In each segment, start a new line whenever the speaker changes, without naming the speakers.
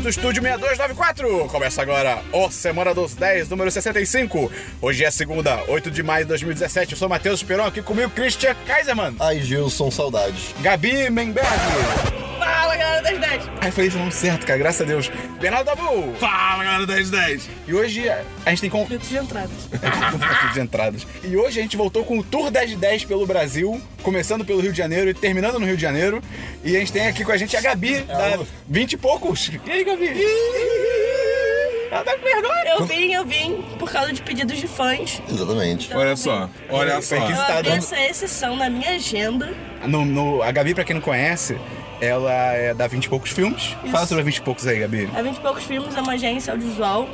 do estúdio 6294. Começa agora o Semana dos 10, número 65. Hoje é segunda, 8 de maio de 2017. Eu sou Matheus Peron, aqui comigo Christian Kaiserman,
Ai, Gilson, saudades.
Gabi Menberg.
Fala, galera das 10!
Ai, falei isso nome certo, cara, graças a Deus. Bernardo Dabu.
Fala, galera 1010!
E hoje a gente tem com...
Minutos de entradas.
conflito um de entradas. E hoje a gente voltou com o Tour 10 de 10 pelo Brasil, começando pelo Rio de Janeiro e terminando no Rio de Janeiro. E a gente tem aqui com a gente a Gabi, da
alô.
20 e poucos. E aí, Gabi? Ela tá com vergonha.
Eu vim, eu vim por causa de pedidos de fãs.
Exatamente.
Então,
Olha
eu
só,
vim.
olha só.
Eu
Tá
abri
dando-
essa exceção na minha agenda.
No, no- a Gabi, pra quem não conhece, ela é da 20 e poucos filmes. Fala
Isso.
sobre a 20 e poucos aí, Gabi.
A 20 e poucos filmes é uma agência audiovisual.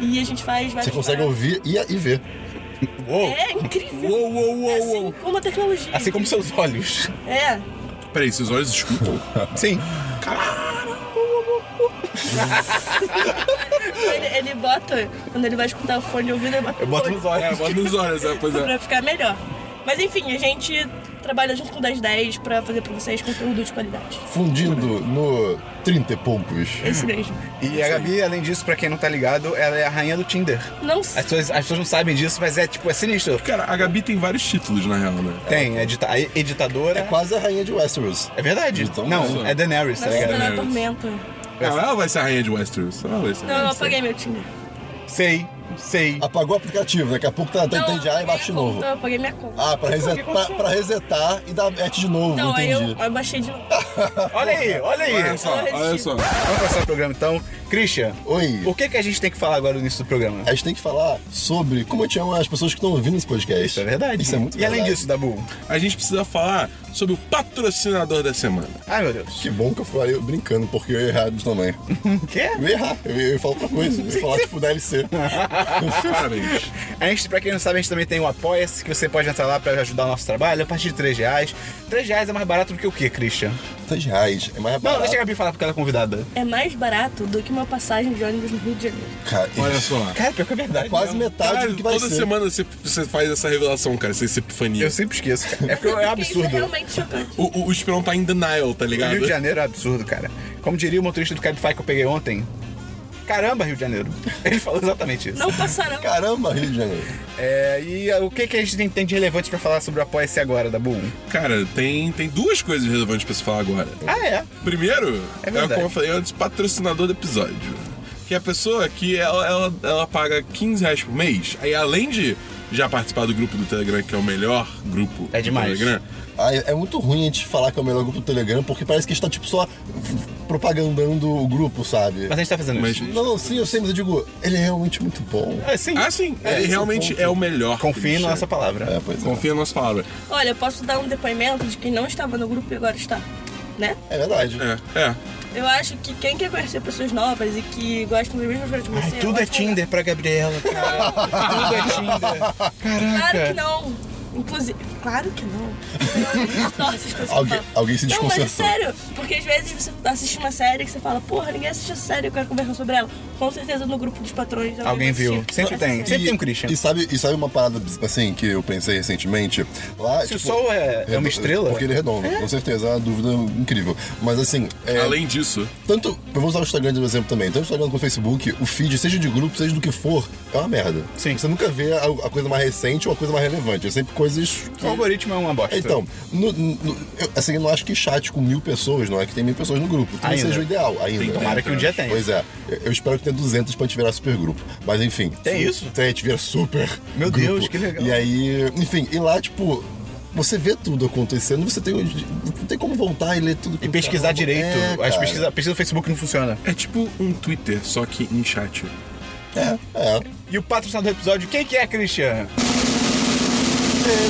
E a gente faz várias
Você consegue
paradas.
ouvir e, e ver.
Uou.
É incrível.
Uou, uou, uou,
assim
uou.
como a tecnologia.
Assim como seus olhos.
É.
Peraí, seus olhos escutam?
Sim.
Ele, ele bota, quando ele vai escutar o fone de ouvido, ele bota
Eu boto nos olhos.
É, bota nos olhos, é, pois é.
pra ficar melhor. Mas enfim, a gente trabalha junto com o 1010 pra fazer pra vocês conteúdo de qualidade.
Fundindo no 30 e poucos.
É isso mesmo.
E a Gabi, além disso, pra quem não tá ligado, ela é a rainha do Tinder.
Não
As
sei.
pessoas, as pessoas não sabem disso, mas é tipo, é sinistro.
Cara, a Gabi tem vários títulos, na real, né?
Tem, é edita- é editadora.
É quase a rainha de Westeros.
É verdade.
Então,
não,
isso.
é Daenerys, tá
Nossa,
ligado?
não é
né?
tormento.
Ela, ela vai ser a rainha de Westeros. Ela vai ser. a
Não, eu
rainha.
apaguei meu Tinder.
Sei, sei.
Apagou o aplicativo, daqui a pouco tá, tá
Não,
entende ah, e
eu
bate de
apaguei Então, a
novo.
conta, Eu apaguei minha conta.
Ah, pra, reset, pra, pra resetar e dar match de novo,
Então, aí eu,
entendi.
eu baixei de novo.
Olha aí, olha aí.
Olha só, olha só.
Vamos começar o programa então. Christian,
Oi.
o que, que a gente tem que falar agora no início do programa?
A gente tem que falar sobre como eu te amo as pessoas que estão ouvindo esse podcast.
Isso é verdade.
Isso é muito
E além
verdade.
disso, Dabu.
A gente precisa falar sobre o patrocinador da semana.
Ai, meu Deus.
Que bom que eu falei brincando, porque eu ia errar de tamanho.
O quê?
Eu ia errar, eu ia, eu ia falar outra coisa. Eu ia falar tipo DLC.
Parabéns.
A gente, pra quem não sabe, a gente também tem o Apoia-se, que você pode entrar lá pra ajudar o nosso trabalho a partir de 3 reais. 3 reais é mais barato do que o quê, Christian?
3 reais. É mais
Não,
barato.
deixa a Gabi falar porque ela é convidada.
É mais barato do que uma passagem de ônibus no Rio de Janeiro.
Cara,
Olha só.
Cara, pior que é verdade.
Quase
mesmo.
metade
Caralho,
do que vai
toda
ser.
semana você, você faz essa revelação, cara, essa essa epifania.
Eu sempre esqueço, cara. É porque é
Porque Isso é
absurdo.
realmente chocante.
O, o, o Esperão tá in denial, tá
O
ligado?
Rio de Janeiro é absurdo, cara. Como diria o motorista do Cabify que eu peguei ontem. Caramba, Rio de Janeiro. Ele falou exatamente isso.
Não passarão.
Caramba, Rio de Janeiro.
É, e ah, o que, que a gente tem- tem de relevante pra falar sobre o Apoia-se agora, da Boom?
Cara, tem, tem duas coisas relevantes pra se falar agora.
Ah, é?
Primeiro,
É
é,
verdade.
como eu falei antes, patrocinador do episódio. Que é a pessoa que ela, ela, ela paga 15 reais por mês. Aí além de já participar do grupo do Telegram, que é o melhor grupo
É demais.
do Telegram.
Ah, é é muito ruim a gente falar que é o melhor grupo do Telegram, porque parece que a gente tá, tipo, só propagandando o grupo, sabe?
Mas a gente tá fazendo
Mas-
isso.
Não, não, sim, eu sei, mas eu digo, ele é realmente muito bom.
Ah, sim.
Ah, sim,
É,
ele
esse
realmente
ponto.
é o melhor.
Confie na
Christian.
nossa palavra.
É, pois é.
Confia na nossa palavra.
Olha, eu posso dar um depoimento de quem não estava no grupo e agora está. Né?
É verdade.
É, é.
Eu acho que quem quer conhecer pessoas novas e que gostam do mesmo coisas que você...
Ai, tudo é
ótimo.
Tinder pra Gabriela, cara. tudo é Tinder.
Claro que
Caraca.
não. Inclusive, claro que não. Nossa, as coisas que eu
Alguém-
falo.
alguém se
Não, mas é
desconcertou.
sério, porque às vezes você tá assistindo uma série que você fala, porra, ninguém assiste essa série, eu quero conversar sobre ela. Com certeza no grupo dos patrões alguém,
Alguém
vai assistir
viu. Sempre
essa
tem.
série.
Sempre tem um Christian.
E sabe, e sabe uma parada, assim, que eu pensei recentemente? Lá,
Se o
tipo,
sol é, é uma
redondo-
estrela...
Porque ele é redondo, com certeza, é uma dúvida incrível. Mas assim, é,
Além disso,
tanto. Eu vou usar o Instagram de um exemplo também. Tanto o Instagram quanto o Facebook, o feed, seja de grupo, seja do que for, é uma merda.
Sim.
Você nunca vê a, a coisa mais recente ou a coisa mais relevante. É sempre coisas.
O algoritmo é uma bosta.
Então, no- no- eu, assim, eu não acho que chat com mil pessoas, não é que tem mil pessoas no grupo. Talvez
Ainda.
seja o ideal ainda.
Tem,
Tomara que um dia tenha.
Pois é, eu- eu espero que tenha 200 pra gente virar super grupo. Mas enfim.
Tem
su-
isso?
Tem, a gente vira super.
Meu
grupo.
Deus, que legal.
E aí, enfim, e lá, tipo. Você vê tudo acontecendo, você tem, não tem como voltar e ler tudo.
E pesquisar
tá
direito.
É,
As pesquisa, a pesquisa do Facebook não funciona.
é tipo um Twitter, só que em chat.
É, é.
E o patrocinador do episódio, quem que é, Christian?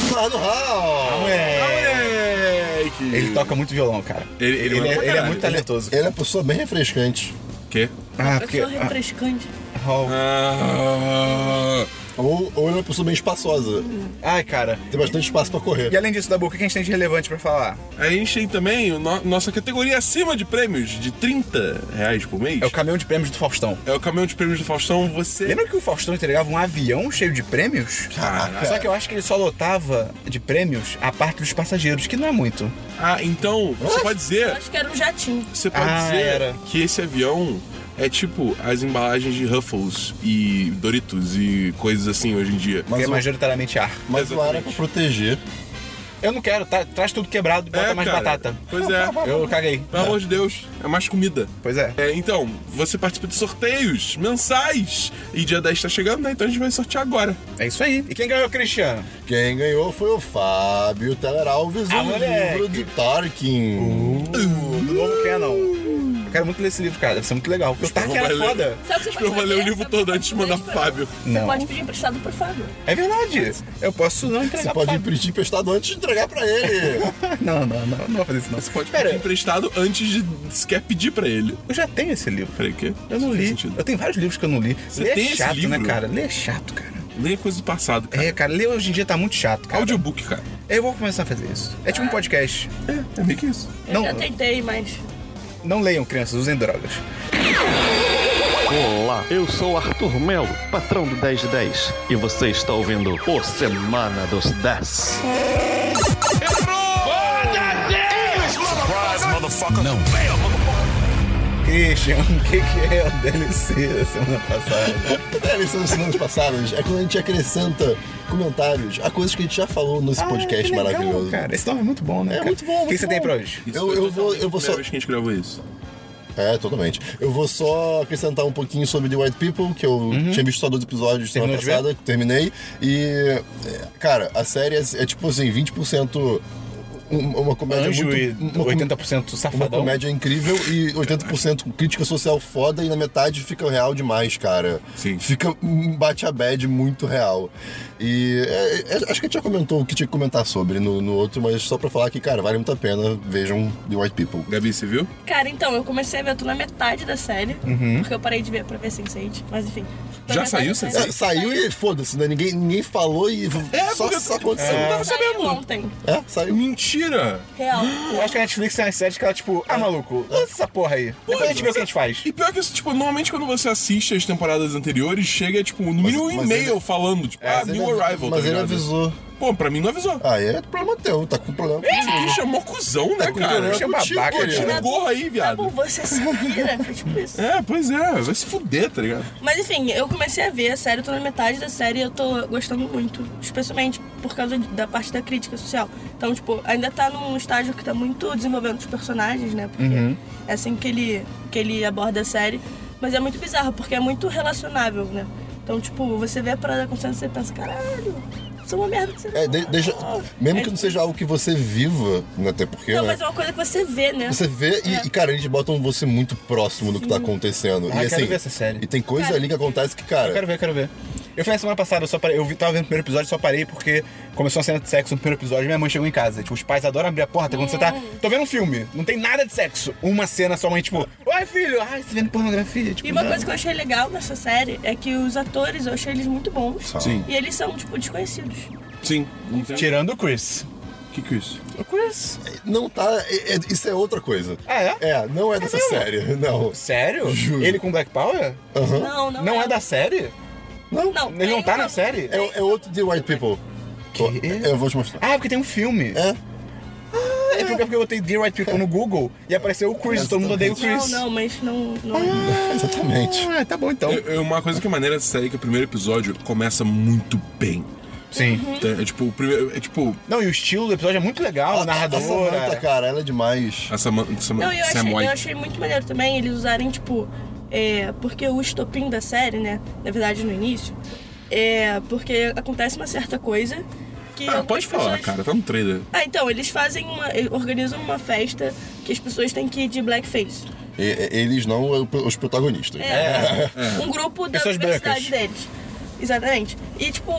Eduardo Hall!
Moleque!
É. Ele toca muito violão, cara.
Ele- ele
é,
manda pra
ele é
caralho.
muito talentoso.
Ele é uma pessoa bem refrescante.
Quê?
Ah,
Eu
porque...
sou refrescante.
Ah,
Ah,
Ou, ou ele é uma pessoa bem espaçosa.
ai, cara.
Tem bastante espaço pra correr.
E além disso, Dabu, o que a gente tem de relevante pra falar?
A gente tem também o no- nossa categoria acima de prêmios, de 30 reais por mês.
É o caminhão de prêmios do Faustão.
É o caminhão de prêmios do Faustão, você.
Lembra que o Faustão entregava um avião cheio de prêmios?
Caraca.
Só que eu acho que ele só lotava de prêmios a parte dos passageiros, que não é muito.
Ah, então, você pode
Eu
dizer.
acho que era um jatinho.
Você pode
Ah,
dizer
era.
que esse avião É tipo as embalagens de Ruffles e Doritos e coisas assim hoje em dia.
Que é
o-
majoritariamente ar.
Mas uma área pra
Exatamente.
proteger.
Eu não quero, tá, traz tudo quebrado e bota mais
É, cara.
batata.
Pois é.
Eu caguei.
Pelo amor de Deus, é mais comida.
Pois é.
É, então, você participa de sorteios mensais. E dia 10 tá chegando, né? Então a gente vai sortear agora.
É isso aí. E quem ganhou, Cristiano?
Quem ganhou foi o Fábio Teller Alves,
Ah,
um
moleque. Uh,
livro de Tarkin.
Do novo Canon. Eu quero muito ler esse livro, cara. Deve ser muito legal. Porque o Tark
Vai
era
ler.
foda.
Sabe o que você
Acho que eu
pode
vou ler o
fazer?
livro
Sabe
todo
o que
antes de mandar pro Fábio.
Você
Não.
pode pedir emprestado pro Fábio.
É verdade. Eu posso não entregar
Você
pro
pode
Fábio.
imprimir emprestado antes de entregar pra ele.
Não, não, não. Não vou fazer isso, não.
Você pode
Pera,
pedir emprestado antes de sequer pedir pra ele.
eu já tenho esse livro.
Peraí, o quê?
Eu não
Faz
li.
sentido.
Eu tenho vários livros que eu não li.
Você
ler
tem
é
esse
chato, né,
livro?
cara? Ler é chato, cara.
Leia coisa do passado, cara.
É, cara, ler hoje em dia tá muito chato, cara.
Audiobook, cara.
Eu vou começar a fazer isso. É tipo um podcast.
É, é meio que isso.
Eu
Não.
já tentei, mas.
Não leiam, crianças, usem drogas.
Olá, eu sou Arthur Melo, patrão do 10 de 10, e você está ouvindo o Semana dos 10.
Christian, o que, que é o DLC da semana passada?
É, lição dos anos passados é quando a gente acrescenta comentários a coisas que a gente já falou nesse
Ah,
podcast
que legal,
maravilhoso.
Cara, esse nome é muito bom, né?
É
cara?
muito bom,
O que
muito
você tem
bom.
pra hoje?
Isso
Eu-
foi
eu vou- eu vou
totalmente a
só-
primeira vez que a gente gravou isso.
É, totalmente. Eu vou só acrescentar um pouquinho sobre The White People, que eu tinha visto só dois episódios semana
Uhum. Terminou de ver?
passada, terminei. E, é, cara, a série é, é tipo assim, 20% um- uma comédia
Anjo
muito...
e
uma com-
80%
Uma
safadão.
comédia incrível e 80% crítica social foda e na metade fica real demais, cara.
Sim.
Fica um bate a bad muito real. E é, é, acho que a gente já comentou o que tinha que comentar sobre no, no outro, mas só pra falar que, cara, vale muito a pena. Vejam The White People.
Gabi, você viu?
Cara, então, eu comecei a ver tudo na metade da série.
Uhum.
Porque eu parei de ver pra ver Sense8. Mas enfim. Tô
Já
na metade
saiu
da série.
É, saiu e foda-se, né? Ninguém, ninguém falou e
É,
só,
porque-
assim,
só aconteceu.
É.
É.
Tá
Saiu
sabendo.
ontem.
saiu.
Mentira!
Real.
Eu acho que a Netflix tem uma série que ela, tipo, ah, maluco, lança essa porra aí. Depois a É gente vê o que a gente faz.
E pior que isso, tipo, normalmente quando você assiste as temporadas anteriores, chega, tipo, no mínimo um
mas
e-mail
ele- É,
falando, tipo, ah,
Mas ele
New
avi-
Arrival,
Mas
tá
ele
ligado?
avisou.
Pô, pra mim não avisou.
Ah, é problema teu, tá com problema.
Gente, que chamou cuzão, né,
com
cara?
problema
Christian é
contigo,
babaca,
querido.
Tira o gorro
É
aí,
Tá bom,
viado.
você se vira. Foi tipo isso.
É, pois é, vai se fuder, tá ligado?
Mas enfim, eu comecei a ver a série, eu tô na metade da série e eu tô gostando muito. Especialmente por causa de- da parte da crítica social. Então, tipo, ainda tá num estágio que tá muito desenvolvendo os personagens, né? Porque
Uhum.
é assim que ele, que ele aborda a série. Mas é muito bizarro, porque é muito relacionável, né? Então, tipo, você vê a parada acontecendo e você pensa, caralho, sou uma merda que você
É, de- deixa, mesmo que não seja algo que você viva, né, até porque,
Não,
né?
mas é uma coisa que você vê, né?
Você vê e,
É.
e, cara, eles botam você muito próximo do que tá acontecendo.
Ah,
e
quero
assim,
ver essa série.
E tem coisa
Cara,
ali que acontece que,
Eu quero
cara.
ver, eu quero ver. Eu fui na semana passada, eu só parei. Eu vi, tava vendo o primeiro episódio, só parei porque começou a cena de sexo no primeiro episódio. Minha mãe chegou em casa. Tipo, os pais adoram abrir a porta quando você tá. Tô vendo um filme, não tem nada de sexo. Uma cena, sua mãe, tipo, ai filho, ai, você vendo pornografia? Tipo,
E uma
não.
coisa que eu achei legal nessa série é que os atores, eu achei eles muito bons.
Sim.
E eles são, tipo, desconhecidos.
Sim.
Tirando o Chris.
O que que é isso?
O Chris?
Não tá. é- é- isso é outra coisa.
Ah, é?
É, não é dessa
mesmo?
série. Não.
Sério?
Juro.
Ele com Black Power?
Aham.
Não, não,
Não, é da série?
Não.
Não.
Ele não tá na série?
É, é outro de White People.
Que?
Eu vou te mostrar.
Ah, porque tem um filme.
É.
Ah, É porque eu botei Dear White People no Google e apareceu o Chris, todo mundo odeia o
Não,
Chris.
não, mas não. não
Uhum.
é.
Exatamente.
Ah, tá bom então.
É- é Uma coisa que é maneira dessa série é que o primeiro episódio começa muito bem.
Sim.
Hum?
Tá? É tipo, o primeiro. É tipo.
Não, e o estilo do episódio é muito legal, o
A Samantha,
narradora.
cara, ela é demais.
A Samantha. Sam
Não, eu
Sam
achei, eu
White.
achei muito maneiro também eles usarem, tipo. é, porque o estopim da série, né? Na verdade, no início. É porque acontece uma certa coisa que.
Ah,
algumas
pode falar,
pessoas-
cara, tá no trailer.
Ah, então, eles fazem uma. eh, organizam uma festa que as pessoas têm que ir de blackface.
E- e- eles não os protagonistas.
É. Um grupo da
Pessoas
universidade
brancas.
deles. Exatamente. E, tipo,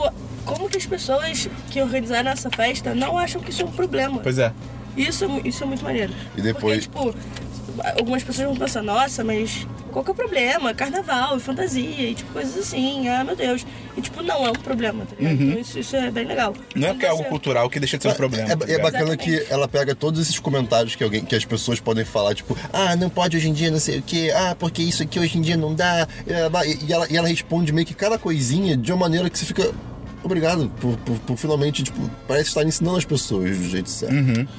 como que as pessoas que organizaram essa festa não acham que isso é um problema?
Pois é.
Isso, é mu- isso é muito maneiro.
E depois-
Porque, tipo, algumas pessoas vão pensar, nossa, mas qual que é o problema? Carnaval, e fantasia, e tipo, coisas assim, ah, meu Deus. E tipo, não é um problema, tá ligado? Então isso, isso é bem legal.
Uhum. Não é porque é algo
Você-
cultural que deixa de ser um problema.
É-
tá
É,
ligado?
bacana
Exatamente.
que ela pega todos esses comentários que, alguém, que as pessoas podem falar, tipo, ah, não pode hoje em dia, não sei o quê, ah, porque isso aqui hoje em dia não dá. E ela, e ela, e ela responde meio que cada coisinha de uma maneira que você fica. Obrigado por, por- por finalmente, tipo, parece estar
Uhum.
ensinando as pessoas do jeito certo.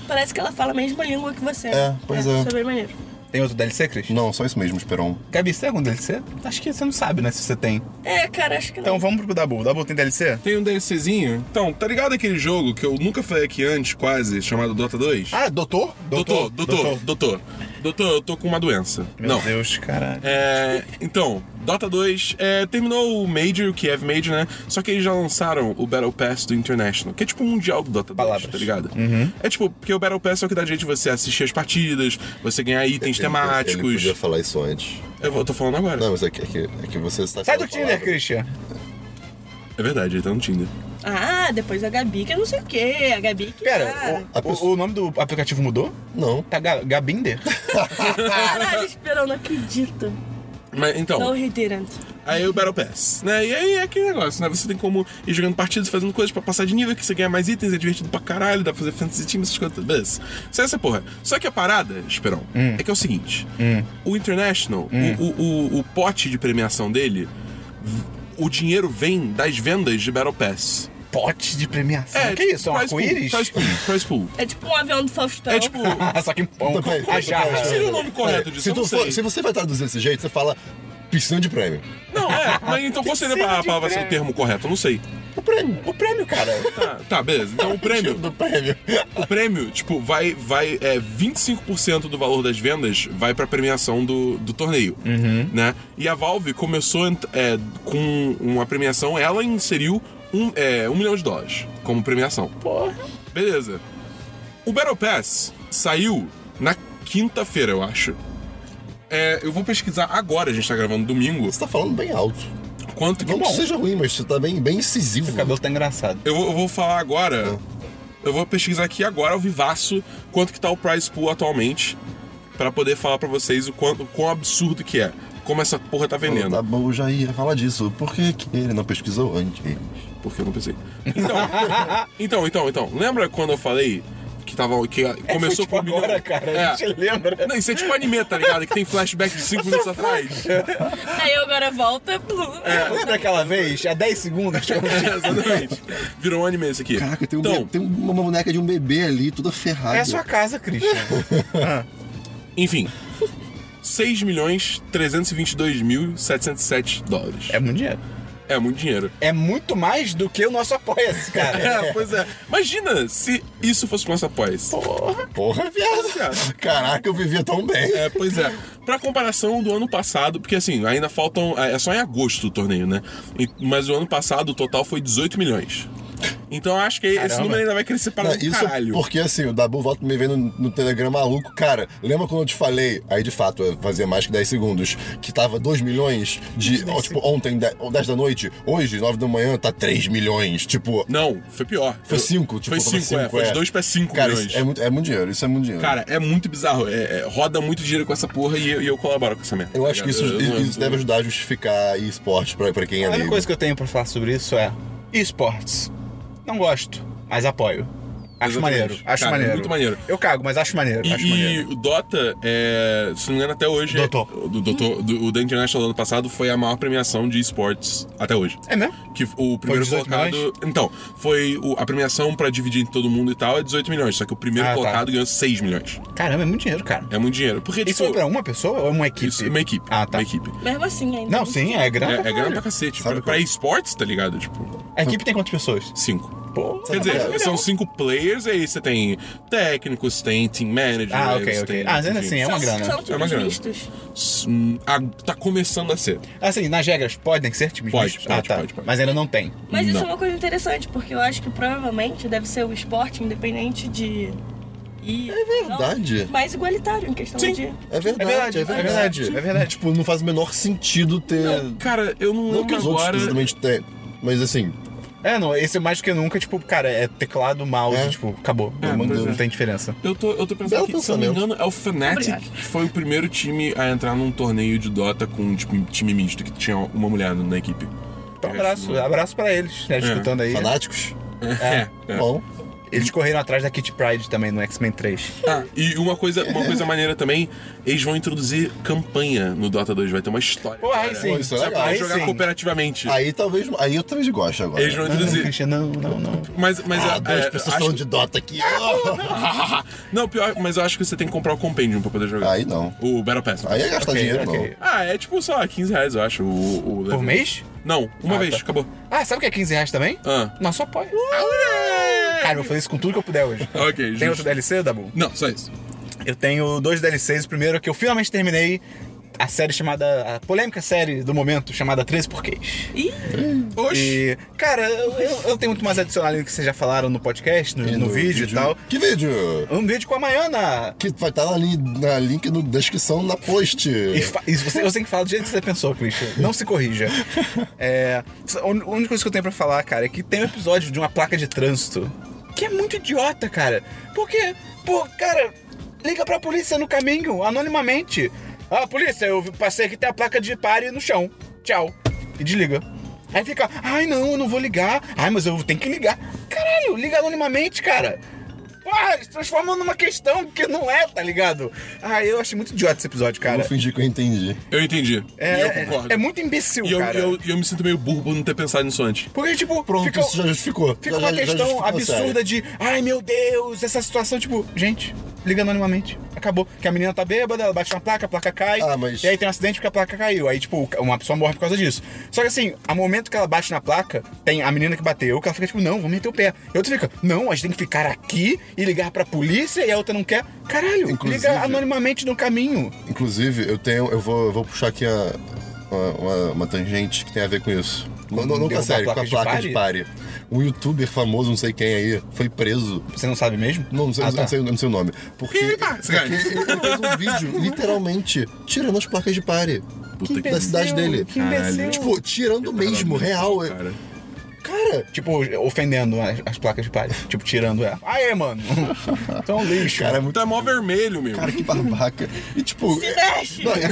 Parece que ela fala a mesma língua que você.
É, pois é.
Isso é bem maneiro.
Tem outro DLC, Cris?
Não, só isso mesmo, Esperon.
Gabi, você tem algum DLC? Acho que você não sabe, né, se você tem.
É, cara, acho que não.
Então vamos pro Dabu. Dabu tem DLC?
Tem um DLCzinho. Então, tá ligado aquele jogo que eu nunca falei aqui antes, quase, chamado Dota 2?
Ah, doutor?
doutor, doutor, doutor, doutor. Doutor, eu tô com uma doença.
Meu
não.
Deus, caralho.
É, então, Dota 2 é, terminou o Major, o Kiev Major, né? Só que eles já lançaram o Battle Pass do International, que é tipo o mundial do Dota 2,
Palavras.
tá ligado? É tipo, porque o Battle Pass é o que dá direito de você assistir as partidas, você ganhar itens
Ele
temáticos.
podia falar isso antes.
Eu, vou- eu tô falando agora.
Não, mas é que, é que, é que você está.
Sai do Tinder, Christian.
É verdade, ele tá no Tinder.
Ah, depois a Gabi, que eu não sei o quê. A Gabi que.
Pera,
ah,
o,
a
o-
pessoa-
o nome do aplicativo mudou?
Não.
Tá Ga- Gabinder?
Caralho, esperou, tá não acredito.
Mas então.
Não, he didn't.
Aí o Battle Pass, né? E aí é aquele negócio, né? Você tem como ir jogando partidas, fazendo coisas pra passar de nível, que você ganha mais itens, é divertido pra caralho, dá pra fazer fantasy team, essas coisas. Beleza. Só essa porra. Só que a parada, Esperão,
Hum.
é que é o seguinte: o International, o, o, o, o pote de premiação dele, v- o dinheiro vem das vendas de Battle Pass.
Pote de premiação. que
tipo,
isso? Um
prize pool,
arco-íris?
Prize pool, prize pool.
É tipo um avião do Faustão.
É tipo.
Ah, Só que em pão.
Então, Peraí,
A
peraí,
jarra.
peraí,
Seria o
peraí.
nome correto disso,
Se,
eu
tu
não
for-
sei.
se você vai traduzir desse jeito, você fala piscina de prêmio.
Não, é. Mas então qual seria a
de
palavra,
prêmio.
o termo correto? Eu não sei.
O prêmio.
O prêmio, cara.
Tá, tá, beleza. Então o prêmio.
Do prêmio.
O prêmio, tipo, vai. vai é, 25% do valor das vendas vai pra premiação do, do torneio. Né? E a Valve começou ent- é, com uma premiação, ela inseriu um, é, um milhão de dólares como premiação.
Porra.
Beleza. O Battle Pass saiu na quinta-feira, eu acho. É, eu vou pesquisar agora, a gente tá gravando domingo.
Você tá falando bem alto.
Quanto que.
Não que seja ruim, mas você tá bem, bem incisivo.
O cabelo tá engraçado.
Eu vou, eu vou falar agora. Eu vou pesquisar aqui agora ao vivaço quanto que tá o price pool atualmente pra poder falar pra vocês o quanto o quão absurdo que é. Como essa porra tá
Tá
vendendo.
Tá bom, eu já ia falar disso. Por que, que ele não pesquisou antes?
Porque eu não pensei. Então, então, então, então. Lembra quando eu falei que tava que começou
Foi,
com um
tipo,
milhão-
agora, cara. A
É.
gente lembra.
Não, isso é tipo anime, tá ligado? Que tem flashback de 5 minutos atrás.
Aí eu agora é volta. blum.
Lembra aquela vez? Há 10 segundos. que eu não
É,
tinha-
Exatamente. Virou um anime esse aqui.
Caraca, tem, um
então,
be- tem uma boneca de um bebê ali, toda ferrada.
É a sua casa, Christian.
enfim. 6 milhões 322 mil 707 dólares.
É muito dinheiro.
é muito dinheiro.
É muito mais do que o nosso apoia-se, cara.
É, pois é. Imagina se isso fosse o nosso após.
Porra, viado. Caraca, eu vivia tão bem.
É, pois é. Pra comparação do ano passado, porque assim, ainda faltam. É só em agosto o torneio, né? E- Mas o ano passado o total foi 18 milhões. Então eu acho que esse
Caramba.
número ainda vai crescer para
Não,
um
isso
caralho.
porque assim, o Dabu volta me vendo no Telegram maluco. Cara, lembra quando eu te falei, aí de fato eu fazia mais que 10 segundos, que tava 2 milhões de. ó, tipo, ontem, 10, ou 10 da noite, hoje, 9 da manhã, tá 3 milhões. Tipo,
Não, foi pior.
foi 5, tipo,
Foi 5, é. Foi de 2 para 5
Cara,
milhões.
isso é muito, é muito dinheiro, isso é muito dinheiro.
Cara, é muito bizarro. É- é, roda muito dinheiro com essa porra e eu, e eu colaboro com essa merda.
eu acho que isso,
Eu- eu-
isso
eu-
deve ajudar a justificar esporte pra, pra quem é
A única
leigo.
coisa que eu tenho pra falar sobre isso é esportes. Não gosto, mas apoio. Acho
Exatamente.
maneiro, acho
Cara, é
maneiro.
muito maneiro.
Eu cago, mas acho maneiro,
E,
acho
e
maneiro.
o Dota, é, se não me engano, até hoje. é-
Dotô.
o do, Dotô- do- o da International do ano passado foi a maior premiação de esportes até hoje.
É mesmo?
Que o primeiro
18
colocado.
milhões?
Então, foi o- a premiação pra dividir entre todo mundo e tal é 18 milhões. Só que o primeiro
Ah, tá.
colocado ganhou 6 milhões.
Caramba, é muito dinheiro, cara.
É muito dinheiro. Porque,
Isso foi
tipo.
pra uma pessoa ou é uma equipe?
isso é uma equipe.
Ah, tá.
Uma equipe.
Mesmo assim, ainda.
Não, sim, é grana.
É, é grana pra cacete.
Sabe
Pra,
qual-
pra esportes, tá ligado? Tipo,
A equipe tem quantas pessoas?
cinco.
Pô,
Quer
é?
dizer, são cinco players, e aí você tem técnicos, tem team managers.
Ah, ok, ok.
tem-
Ah, mas ainda
enfim.
assim, é um uma
São-
grana.
São
É uma
times
grana.
mistos.
Hum, ah, Tá começando a ser.
Assim, nas regras, podem ser times
Pode,
mistos?
pode,
ah, tá.
pode, pode.
Mas ainda não tem.
Mas isso
Não.
é uma coisa interessante, porque eu acho que provavelmente deve ser o esporte, independente de. E, é
verdade.
mais igualitário em questão
Sim.
de.
É
É verdade,
verdade,
é verdade, é verdade.
Tipo, não faz o menor sentido ter.
Cara, eu não,
não que
lembro
os
agora.
outros precisamente tem. Mas assim,
É, não, esse é mais do que nunca, tipo, cara, é teclado, mouse,
É.
tipo, acabou.
É,
não,
pois
não
é.
tem diferença.
Eu tô, eu tô
Belo
pensando que, se eu não me
pensamento.
engano, é o Fnatic
Obrigado.
que foi o primeiro time a entrar num torneio de Dota com tipo, um time misto, que tinha uma mulher na equipe.
Então, abraço, abraço pra eles, né, escutando aí.
fanáticos?
É. é.
Bom.
Eles correram atrás da Kitty Pride também no X-Men 3.
Ah, e uma coisa, uma coisa maneira também, eles vão introduzir campanha no Dota 2, vai ter uma história.
Pô, aí
cara.
sim.
isso é
Sabe,
legal.
vai
Aí
jogar
sim.
cooperativamente.
Aí talvez. Aí eu talvez goste agora.
Eles vão
Não,
introduzir.
Christian, não, não, não.
Mas, mas
Ah,
é,
duas
é,
pessoas
acho-
estão de Dota aqui. Ah,
Não, pior, mas eu acho que você tem que comprar o Compendium pra poder jogar.
Aí não.
O Battle Pass.
Aí é gastar
Ok,
dinheiro,
ok.
não.
Ah, é tipo, sei lá, 15 reais, eu acho. O, o level.
Por mês?
Não, uma
Ah,
vez,
tá.
acabou.
Ah, sabe o que é 15 reais também?
Ah.
Não, só pode. Cara, eu vou fazer isso com tudo que eu puder hoje.
Ok,
Tem
justo.
outro DLC, Dabu?
Não, só isso.
Eu tenho dois DLCs. O primeiro é que eu finalmente terminei a série chamada. A polêmica série do momento chamada 13 Porquês.
Ih,
Oxi.
E, cara, eu, eu- eu tenho muito mais adicional além do que vocês já falaram no podcast, no,
E
no vídeo e tal.
Que vídeo?
Um vídeo com a Maiana.
Que vai estar ali na link no- na descrição na post.
E fa- e você, você tem que falar do jeito que você pensou, Christian. Não se corrija. É, a un- a única coisa que eu tenho pra falar, cara, é que tem um episódio de uma placa de trânsito que é muito idiota, cara. Porque, pô, cara, liga pra polícia no caminho, anonimamente. Ah, polícia, eu passei aqui, tem a placa de pare no chão. Tchau. E desliga. Aí fica, ai não, eu não vou ligar. Ai, mas eu tenho que ligar. Caralho, liga anonimamente, cara. Porra, eles transformam numa questão que não é, tá ligado? Ah, eu achei muito idiota esse episódio,
Eu Vou
cara.
fingir que eu entendi.
Eu entendi.
É,
e eu concordo.
é muito imbecil,
E eu,
cara.
eu- eu me sinto meio burro por não ter pensado nisso antes.
Porque, tipo,
Pronto,
fica,
isso já justificou.
fica
Já-
uma
já- já
questão
justificou a série.
absurda de, ai meu Deus, essa situação, tipo, gente, liga anonimamente. Acabou. Que a menina tá bêbada, ela bate na placa, a placa cai.
Ah, mas-
E aí tem um acidente porque a placa caiu. Aí, tipo, uma pessoa morre por causa disso. Só que assim, ao momento que ela bate na placa, tem a menina que bateu, que ela fica, tipo, não, vou meter o pé. E a outra fica, não, a gente tem que ficar aqui e ligar pra polícia, e a outra não quer. Caralho,
Inclusive-
liga anonimamente no caminho.
Inclusive, eu tenho. Eu vou, eu vou puxar aqui a- uma, uma- uma tangente que tem a ver com isso. Não, não, não com
derrubar
a série,
a
com a
placa
placa
de
de pare. Um youtuber famoso, não sei quem aí, foi preso.
Você não sabe mesmo?
Não, não sei,
Ah,
não
tá.
sei- não sei o nome. Porque,
Ih, tá,
porque ele fez um vídeo, literalmente, tirando as placas de pare.
Puta
da cidade dele.
Que imbecil.
Tipo, tirando mesmo, real. é-
Cara.
Cara,
Tipo, ofendendo as, as placas de palha. Tipo, tirando ela. Aê, mano. Então lixo.
cara, é muito.
Tá mó vermelho, meu.
Cara, que babaca. E tipo.
se mexe!
Não, e,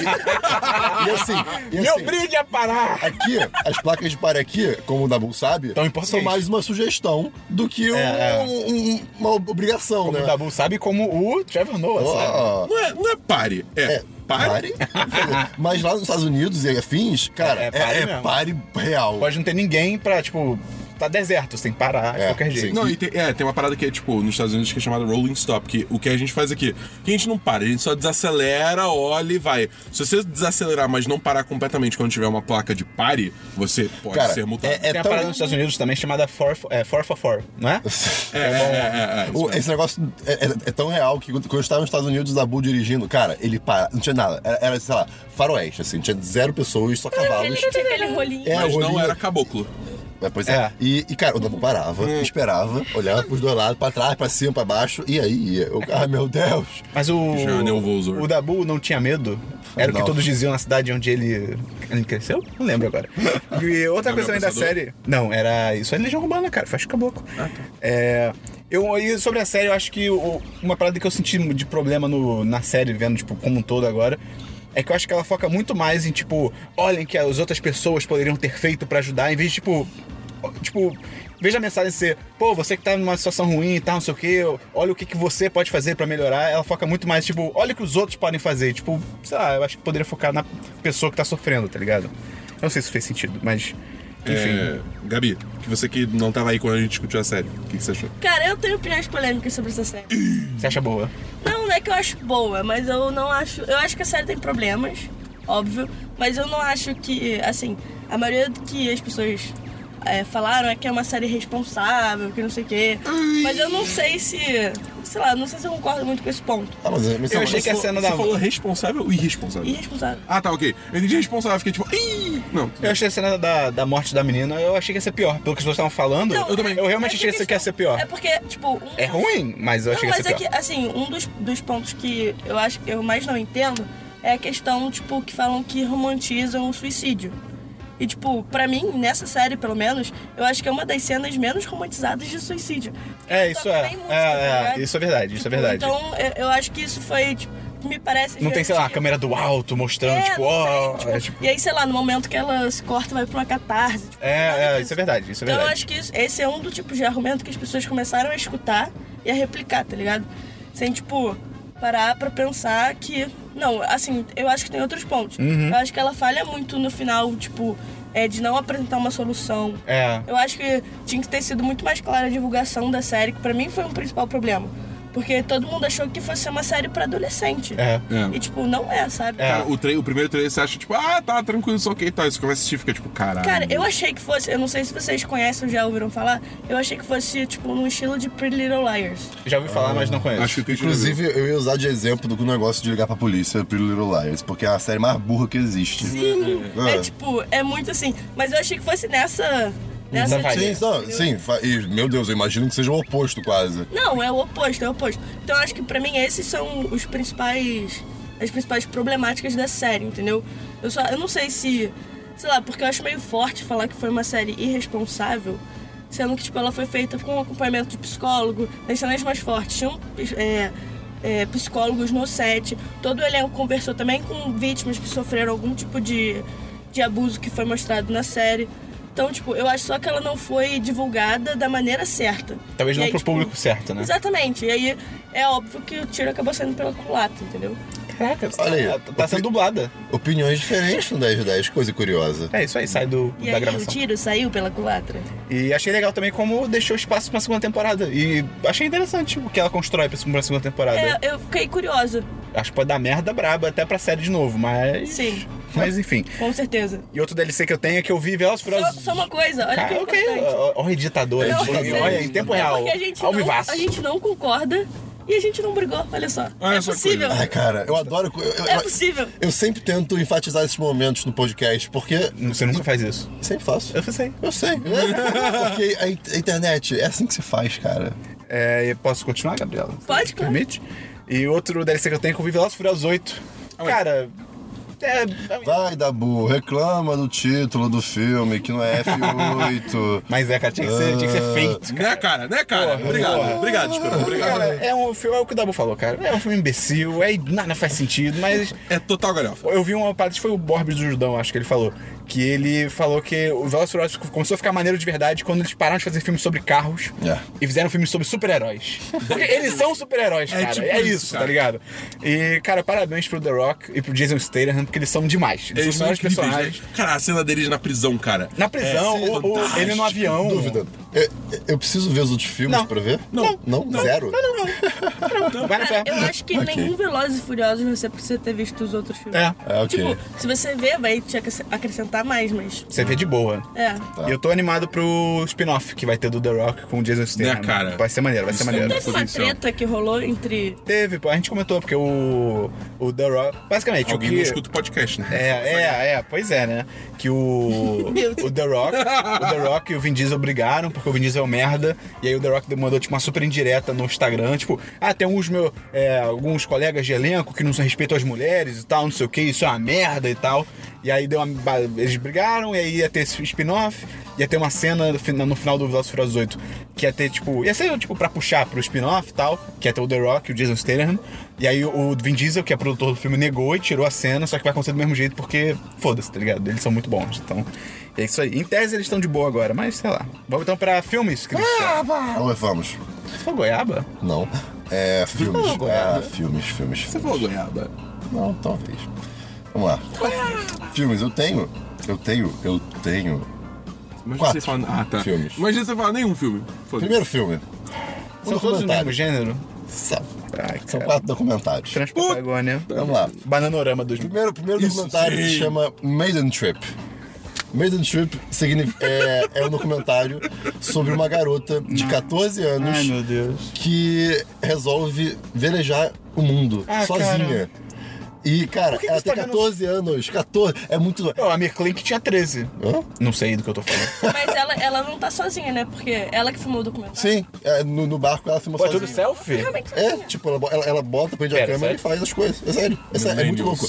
e assim. E
Me
assim
obrigue a é parar.
aqui, as placas de pare aqui, como o Dabu sabe,
Tão em português.
são mais uma sugestão do que um-
É, é.
um- uma obrigação,
Como
né?
o Dabu sabe, como o Trevor Noah, sabe?
Ó,
Não é, não é pare. É,
é,
pare.
pare. Mas lá nos Estados Unidos e afins, cara,
É, é
é,
pare
é
mesmo.
pare real.
Pode não ter ninguém pra, tipo, tá deserto, você tem que parar de
É,
qualquer jeito.
sim.
Não, e tem, é, tem uma parada que é, tipo, nos Estados Unidos que é chamada rolling stop, que o que a gente faz aqui, que a gente não para, a gente só desacelera, olha e vai. Se você desacelerar, mas não parar completamente quando tiver uma placa de pare, você pode
Cara,
ser multado.
é-
Tem a
tão-
parada nos Estados Unidos também chamada 4 é, for for Four, não é?
é, é, é, é, isso
O-
mesmo.
esse negócio é, é- é tão real que quando quando eu estava nos Estados Unidos, o Dabu dirigindo, cara, ele para, não tinha nada. Era, era, sei lá, faroeste, assim, tinha zero pessoas, só
Aquele,
cavalos.
tinha aquele rolinho.
É,
Mas
o
não
rolinho-
era caboclo.
É, pois é. Hum.
É.
E, e, cara, o Dabu parava, esperava, olhava pros dois lados, pra trás, pra cima, pra baixo, e aí ia. Eu, ah, meu Deus.
Mas o.
Já um nervoso.
O Dabu não tinha medo. Era o que
Não.
todos diziam na cidade onde ele. Ele cresceu? Não lembro agora. E outra
Gabriel
coisa também da
Pensador?
série. Não, era. Isso é Legião Urbana, cara. Faz caboclo. Ah, tá. É. Eu, e sobre a série, eu acho que o- uma parada que eu senti de problema no- na série, vendo, tipo, como um todo agora. É que eu acho que ela foca muito mais em, tipo, olhem que as outras pessoas poderiam ter feito pra ajudar, em vez de, tipo, tipo, veja a mensagem ser, pô, você que tá numa situação ruim e tal, não sei o quê, olha o que, que você pode fazer pra melhorar. Ela foca muito mais, tipo, olha o que os outros podem fazer. Tipo, sei lá, eu acho que poderia focar na pessoa que tá sofrendo, tá ligado? Eu não sei se fez sentido, mas. Enfim.
É, Gabi, que você que não tava aí quando a gente discutiu a série, o que, que você achou?
Cara, eu tenho opiniões polêmicas sobre essa série.
Você acha boa?
Não, não é que eu acho boa, mas eu não acho. Eu acho que a série tem problemas, óbvio, mas eu não acho que, assim, a maioria do que as pessoas é, falaram é que é uma série responsável, que não sei o quê. Mas eu não sei se. Sei lá, não sei se eu concordo muito com esse ponto.
Ah, mas, mas
Eu
mas-
achei que a cena
Você
da.
falou responsável ou irresponsável?
Irresponsável.
Ah, tá, ok. Eu entendi responsável, fiquei tipo, Ih! Não, tudo
Eu achei a cena da, da morte da menina, eu achei que ia ser pior. Pelo que as pessoas estavam falando,
Não, é-
eu realmente
é
achei que ia ser pior.
É porque, tipo. Um...
É ruim, mas eu achei
Não,
que ia
mas
ser
é
pior.
que, assim, um dos, dos pontos que eu acho que eu mais não entendo é a questão, tipo, que falam que romantizam o suicídio. E, tipo, pra mim, nessa série, pelo menos, eu acho que é uma das cenas menos romantizadas de suicídio.
É,
Toca
isso é.
bem música,
É,
tá
é,
ligado?
isso é verdade, isso é
Tipo,
verdade.
Então, eu, eu acho que isso foi, tipo, me parece.
Não tem, sei lá, a câmera do alto mostrando,
É,
tipo,
não
ó.
tem,
é,
tipo,
tipo,
E aí, sei lá, no momento que ela se corta, vai pra uma catarse. tipo, nada
é, é,
disso.
isso é verdade, isso é
Então eu
verdade.
acho que isso- esse é um do tipo de argumento que as pessoas começaram a escutar e a replicar, tá ligado? Sem, tipo, parar pra pensar que. Não, assim, eu acho que tem outros pontos.
Uhum.
Eu acho que ela falha muito no final, tipo, é, de não apresentar uma solução.
É.
Eu acho que tinha que ter sido muito mais clara a divulgação da série, que pra mim foi um principal problema. Porque todo mundo achou que fosse ser uma série pra adolescente.
É.
É.
E, tipo, não é, sabe?
É.
Cara, o, tra- o primeiro trailer você acha, tipo, ah, tá, tranquilo, isso ok, tá. Isso começa a assistir fica, tipo, caralho.
Cara, eu achei que fosse, eu não sei se vocês conhecem ou já ouviram falar, eu achei que fosse tipo num estilo de Pretty Little Liars.
Já ouvi falar, mas não conheço.
Acho que o
Inclusive, eu ia usar de exemplo do negócio de ligar pra polícia pro Little Liars, porque é a série mais burra que existe.
Sim.
É.
É. tipo, é muito assim, mas eu achei que fosse nessa nessa
Nessa
Sim,
vibe.
não, sim. fa- E, meu Deus, eu imagino que seja o oposto quase.
Não, é o oposto, é o oposto. Então eu acho que pra mim esses são os principais as principais problemáticas da série, entendeu? Eu só eu não sei se sei lá, porque eu acho meio forte falar que foi uma série irresponsável, sendo que tipo ela foi feita com acompanhamento de psicólogo, nas cenas mais fortes tinham é, é, psicólogos no set, todo o elenco conversou também com vítimas que sofreram algum tipo de de abuso que foi mostrado na série. Então, tipo, eu acho só que ela não foi divulgada da maneira certa.
Talvez
E
não
aí,
pro
tipo,
público certo, né?
Exatamente. E aí é óbvio que o tiro acabou saindo pela culata, entendeu?
Caraca,
Olha aí.
tá, tá sendo dublada.
Opiniões diferentes no 10 de 10, coisa curiosa.
É isso aí, sai do,
E
da
aí o
gravação.
tiro saiu pela culatra.
E achei legal também como deixou espaço pra uma segunda temporada. E achei interessante o que ela constrói pra uma segunda temporada.
É, eu fiquei curiosa,
Acho que pode dar merda braba até pra série de novo, mas.
Sim.
Mas enfim.
com certeza.
E outro DLC que eu tenho é que eu vi Velozes e
Só,
Furiosos.
só uma coisa, olha que é
Cara, ok.
importante.
Ó, ó, o editador,
Não,
editador.
sério.
Olha, em tempo
É
real.
porque a gente,
ao
não,
vivaço.
a gente não concorda e a gente não brigou, olha só.
Olha
é
só que
possível.
coisa.
Ai, cara, eu adoro. Eu, eu-
É possível.
eu sempre tento enfatizar esses momentos no podcast, porque.
Você nunca faz isso.
Sempre faço.
Eu sei.
Eu sei. porque a, in- a internet é assim que se faz, cara.
É, e posso continuar, Gabriela?
Pode, claro.
Permite? E outro DLC que eu tenho é que eu vi Velozes e Furiosos 8.
Ah, ué.
Cara, é...
Vai, Dabu, reclama do título do filme, que não é F8.
Mas é, cara, tinha que ser, tinha que ser feito.
Né, cara? Né, cara? obrigado, obrigado, Esperão.
Cara,
Obrigado.
é um filme, é o que o Dabu falou, cara. É um filme imbecil, é, nada faz sentido, mas
É total galhofa.
eu vi uma parte, foi o Borbes do Judão, acho que ele falou, que ele falou que o Velozes e Furiosos começou a ficar maneiro de verdade quando eles pararam de fazer filmes sobre carros
É.
e fizeram filmes sobre super-heróis. Porque eles são super-heróis,
É
cara. É,
tipo isso,
isso,
cara.
tá ligado? E, cara, parabéns pro The Rock e pro Jason Statham, porque eles são demais. Eles,
Eles
são
são
os melhores
incríveis,
personagens.
né? Cara, a cena deles na prisão, cara.
Na prisão,
É,
ou- ou ele no avião.
Dúvida. Eu, eu preciso ver os outros filmes
Não.
pra ver?
Não.
Não? Zero?
Não, não, não. Vai na fé.
Cara, eu acho que nenhum Velozes e Furiosos você precisa ter visto os outros filmes.
É,
É, ok.
Tipo, se você ver, vai te acres- acrescentar mais, mas.
você vê de boa.
É.
Tá.
E eu tô animado pro spin-off que vai ter do The Rock com o Jason Statham.
Né, cara?
Vai ser maneiro, vai ser
Isso é
maneiro.
muito-
Teve uma
policial.
treta que rolou entre
Teve, pô, a gente comentou, porque o, o The Rock... Basicamente,
Alguém
o que...
não escuta o podcast, né?
É, é, é, pois é, né? Que o, o The Rock, o The Rock e o Vin Diesel brigaram, porque o Vin Diesel é um merda, e aí o The Rock mandou tipo uma super indireta no Instagram, tipo, ah, tem uns meu, é, alguns colegas de elenco que não se respeitam as mulheres e tal, não sei o que, isso é uma merda e tal. E aí deu uma, ba- eles brigaram, e aí ia ter esse spin-off, ia ter uma cena no fina- no final do Velozes e Furiosos 8, que ia ter, tipo, ia ser, tipo, pra puxar pro spin-off e tal, que ia ter o The Rock e o Jason Statham, e aí o Vin Diesel, que é produtor do filme, negou e tirou a cena, só que vai acontecer do mesmo jeito porque, foda-se, tá ligado? Eles são muito bons, então... É isso aí. Em tese eles estão de boa agora, mas sei lá. Vamos então pra filmes, Cristian.
Não, Então vamos.
Você falou goiaba?
Não. É, filmes.
falou goiaba?
Ah, filmes, filmes.
Você falou goiaba.
Não, talvez. Vamos lá. Filmes, eu tenho. Eu tenho, eu tenho.
Mas
Quatro
você fala. Ah, tá.
filmes.
Mas você fala nenhum filme. Foda-se.
Primeiro filme.
São todos do
documentário.
mesmo gênero?
São,
Ai,
são
cara.
quatro documentários.
Transpatagônia.
Vamos lá.
Bananorama dos...
Primeiro, primeiro
Isso,
documentário
sim.
se chama Maiden Trip. Maiden Trip signi- é, é um documentário sobre uma garota de 14 anos
Ah. Ai, meu Deus.
que resolve velejar o mundo
Ah,
sozinha. E, cara,
que que
ela
você
tem
tá vendo-
14 anos. 14 é muito.
Pô, a Mirklin que tinha 13.
Hã?
Não sei do que eu tô falando.
Mas ela, ela não tá sozinha, né? Porque ela que filmou o documentário.
Sim, é, no, no barco ela filma
Pô, é
sozinha.
tudo selfie?
Realmente assim,
É,
sozinha.
tipo, ela, bo- ela, ela bota, prende a
Pera,
câmera
sério?
e faz as coisas. É sério. É, sério, é muito louco.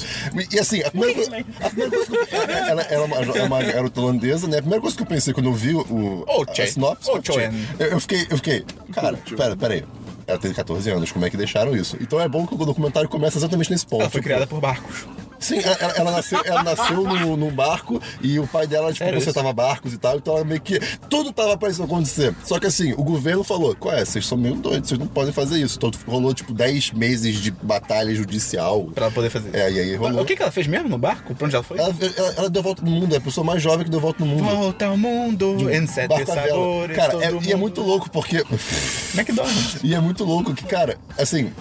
E assim, a primeira, coisa- a primeira coisa que eu, ela, ela é, uma, é uma garota holandesa, né? A primeira coisa que eu pensei quando eu vi o
Oh,
a
Tchê.
sinopse.
Oh, Tchê.
eu, eu fiquei, eu fiquei, cara, pera, pera aí. Ela tem 14 anos, como é que deixaram isso? Então é bom que o documentário começa exatamente nesse ponto.
Ela foi criada por barcos.
Sim, é, ela, ela nasceu, ela nasceu no- num barco e o pai dela, tipo,
Sério isso?
consertava barcos e tal, então ela meio que. Tudo tava pra isso acontecer. Só que assim, o governo falou: qual é? Vocês são meio doidos, vocês não podem fazer isso. Então rolou, tipo, 10 meses de batalha judicial.
Pra ela poder fazer isso.
É, e aí rolou.
O que, que ela fez mesmo no barco? Pra onde ela foi?
Ela, ela- ela deu a volta no mundo, é a pessoa mais jovem que deu a volta no mundo.
Volta ao mundo em sete
um Barco à vela.
sabores.
Cara,
todo
é- e é
mundo-
muito louco porque.
McDonald's.
E é muito louco que, cara, assim.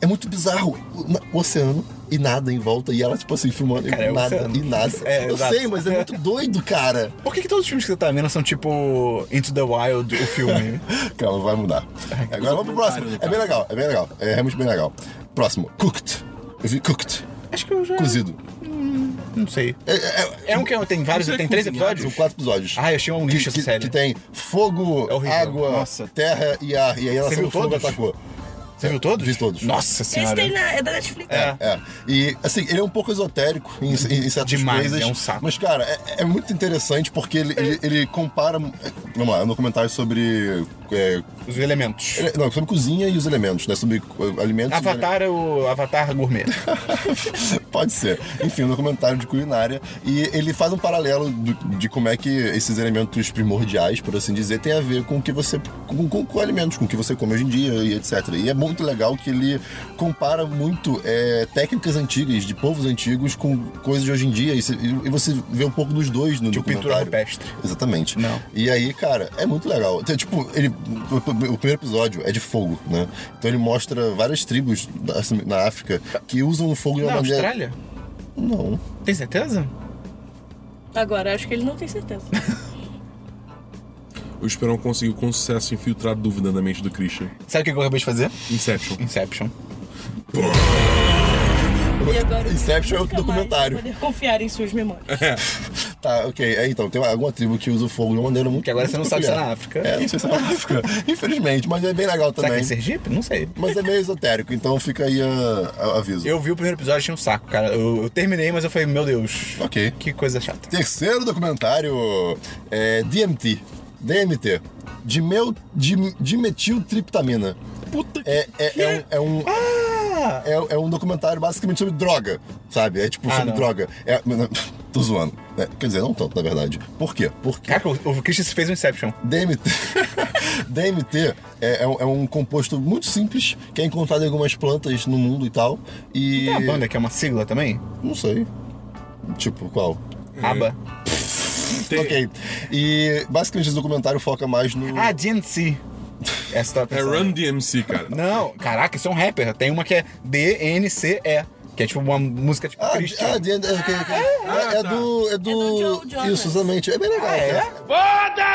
É muito bizarro. O na- o oceano e nada em volta. E ela, tipo assim, filmando
Cara, é
e
o
nada
oceano.
e nada.
É,
eu
exato.
sei, mas é muito doido, cara.
Por que, que todos os filmes que você tá vendo são tipo Into the Wild, o filme?
Calma, vai mudar. Agora vamos pro próximo.
comentário,
É bem legal, é bem legal. É realmente bem legal. Próximo. Cooked. Eu vi Cooked.
Acho que eu já.
Cozido.
Não sei.
É, é-
É um que é tem vários,
Não sei
tem três
cozinhar,
episódios?
são quatro episódios.
Ah, eu achei um lixo essa
que, que,
série.
que tem fogo,
É horrível.
água,
Nossa.
terra e ar. E aí ela
Você viu
saiu fogo e
todos?
atacou.
Você viu todos?
Vi todos.
Nossa
Esse
senhora.
tem na, é da Netflix.
É.
É. E, assim, ele é um pouco esotérico em, em- em certas
Demais,
coisas.
é um saco.
Mas, cara, é, é muito interessante porque ele, ele, ele compara. Vamos lá, é um documentário sobre. é,
Os elementos.
ele- não, sobre cozinha e os elementos, né? Sobre é, alimentos. e
Avatar é o Avatar Gourmet.
Pode ser. Enfim, um documentário de culinária. E ele faz um paralelo do- de como é que esses elementos primordiais, por assim dizer, tem a ver com o que você. com, com, com alimentos, com o que você come hoje em dia e etc. E é muito legal que ele compara muito é, técnicas antigas, de povos antigos, com coisas de hoje em dia. E, se- e- e você vê um pouco dos dois no
Tipo pintura
documentário.
rupestre.
Exatamente.
Não.
E aí, cara, é muito legal. Então, tipo, ele, o, o primeiro episódio é de fogo, né? Então ele mostra várias tribos da- assim, na África que usam o fogo de uma
Na
maneira.
Austrália?
Não.
Tem certeza?
Agora, acho que ele não tem certeza.
O Esperão conseguiu com sucesso infiltrar dúvida na mente do Christian.
Sabe o que eu acabei de fazer?
Inception.
Inception.
E agora,
Inception é outro
nunca mais
documentário.
vou Poder confiar em suas
É,
memórias.
É
Tá, ok. É, então, tem alguma tribo que usa o fogo de uma maneira muito.
Que agora você não
muito
sabe se é
peculiar.
na África.
É, não sei se é na África. Infelizmente, mas é bem legal
Será que
também.
é Sergipe? Não sei.
mas é meio esotérico, então fica aí a, a- aviso.
Eu vi o primeiro episódio e achei um saco, cara. Eu, eu terminei, mas eu falei, meu Deus.
Ok.
Que coisa chata.
Terceiro documentário é DMT. DMT. Dimeu, dim, dimetiltriptamina.
Puta que.
É, é, é um- é um,
Ah!
é, é um documentário basicamente sobre droga, sabe? É tipo
Ah,
sobre
não.
droga. É, tô zoando. É, quer dizer, não tanto, na verdade. Por quê? Porque
Caraca, o, o Christian fez um Inception.
DMT, DMT é, é um, é um composto muito simples que é encontrado em algumas plantas no mundo e tal. E.
Tem uma banda que é uma sigla também?
Não sei. Tipo, qual?
ABBA.
Tem-
Ok. E basicamente esse documentário foca mais no.
Ah, DNC. Essa tava
É
pensando.
Run DMC, cara.
Não, caraca, isso é um rapper. Tem uma que é DNCE, que é tipo uma música tipo
Ah,
Christian.
ah, de- ok, ok. É, é
tá.
do. É do.
Joe Jonas.
Isso, exatamente. É bem legal.
Ah, é?
cara.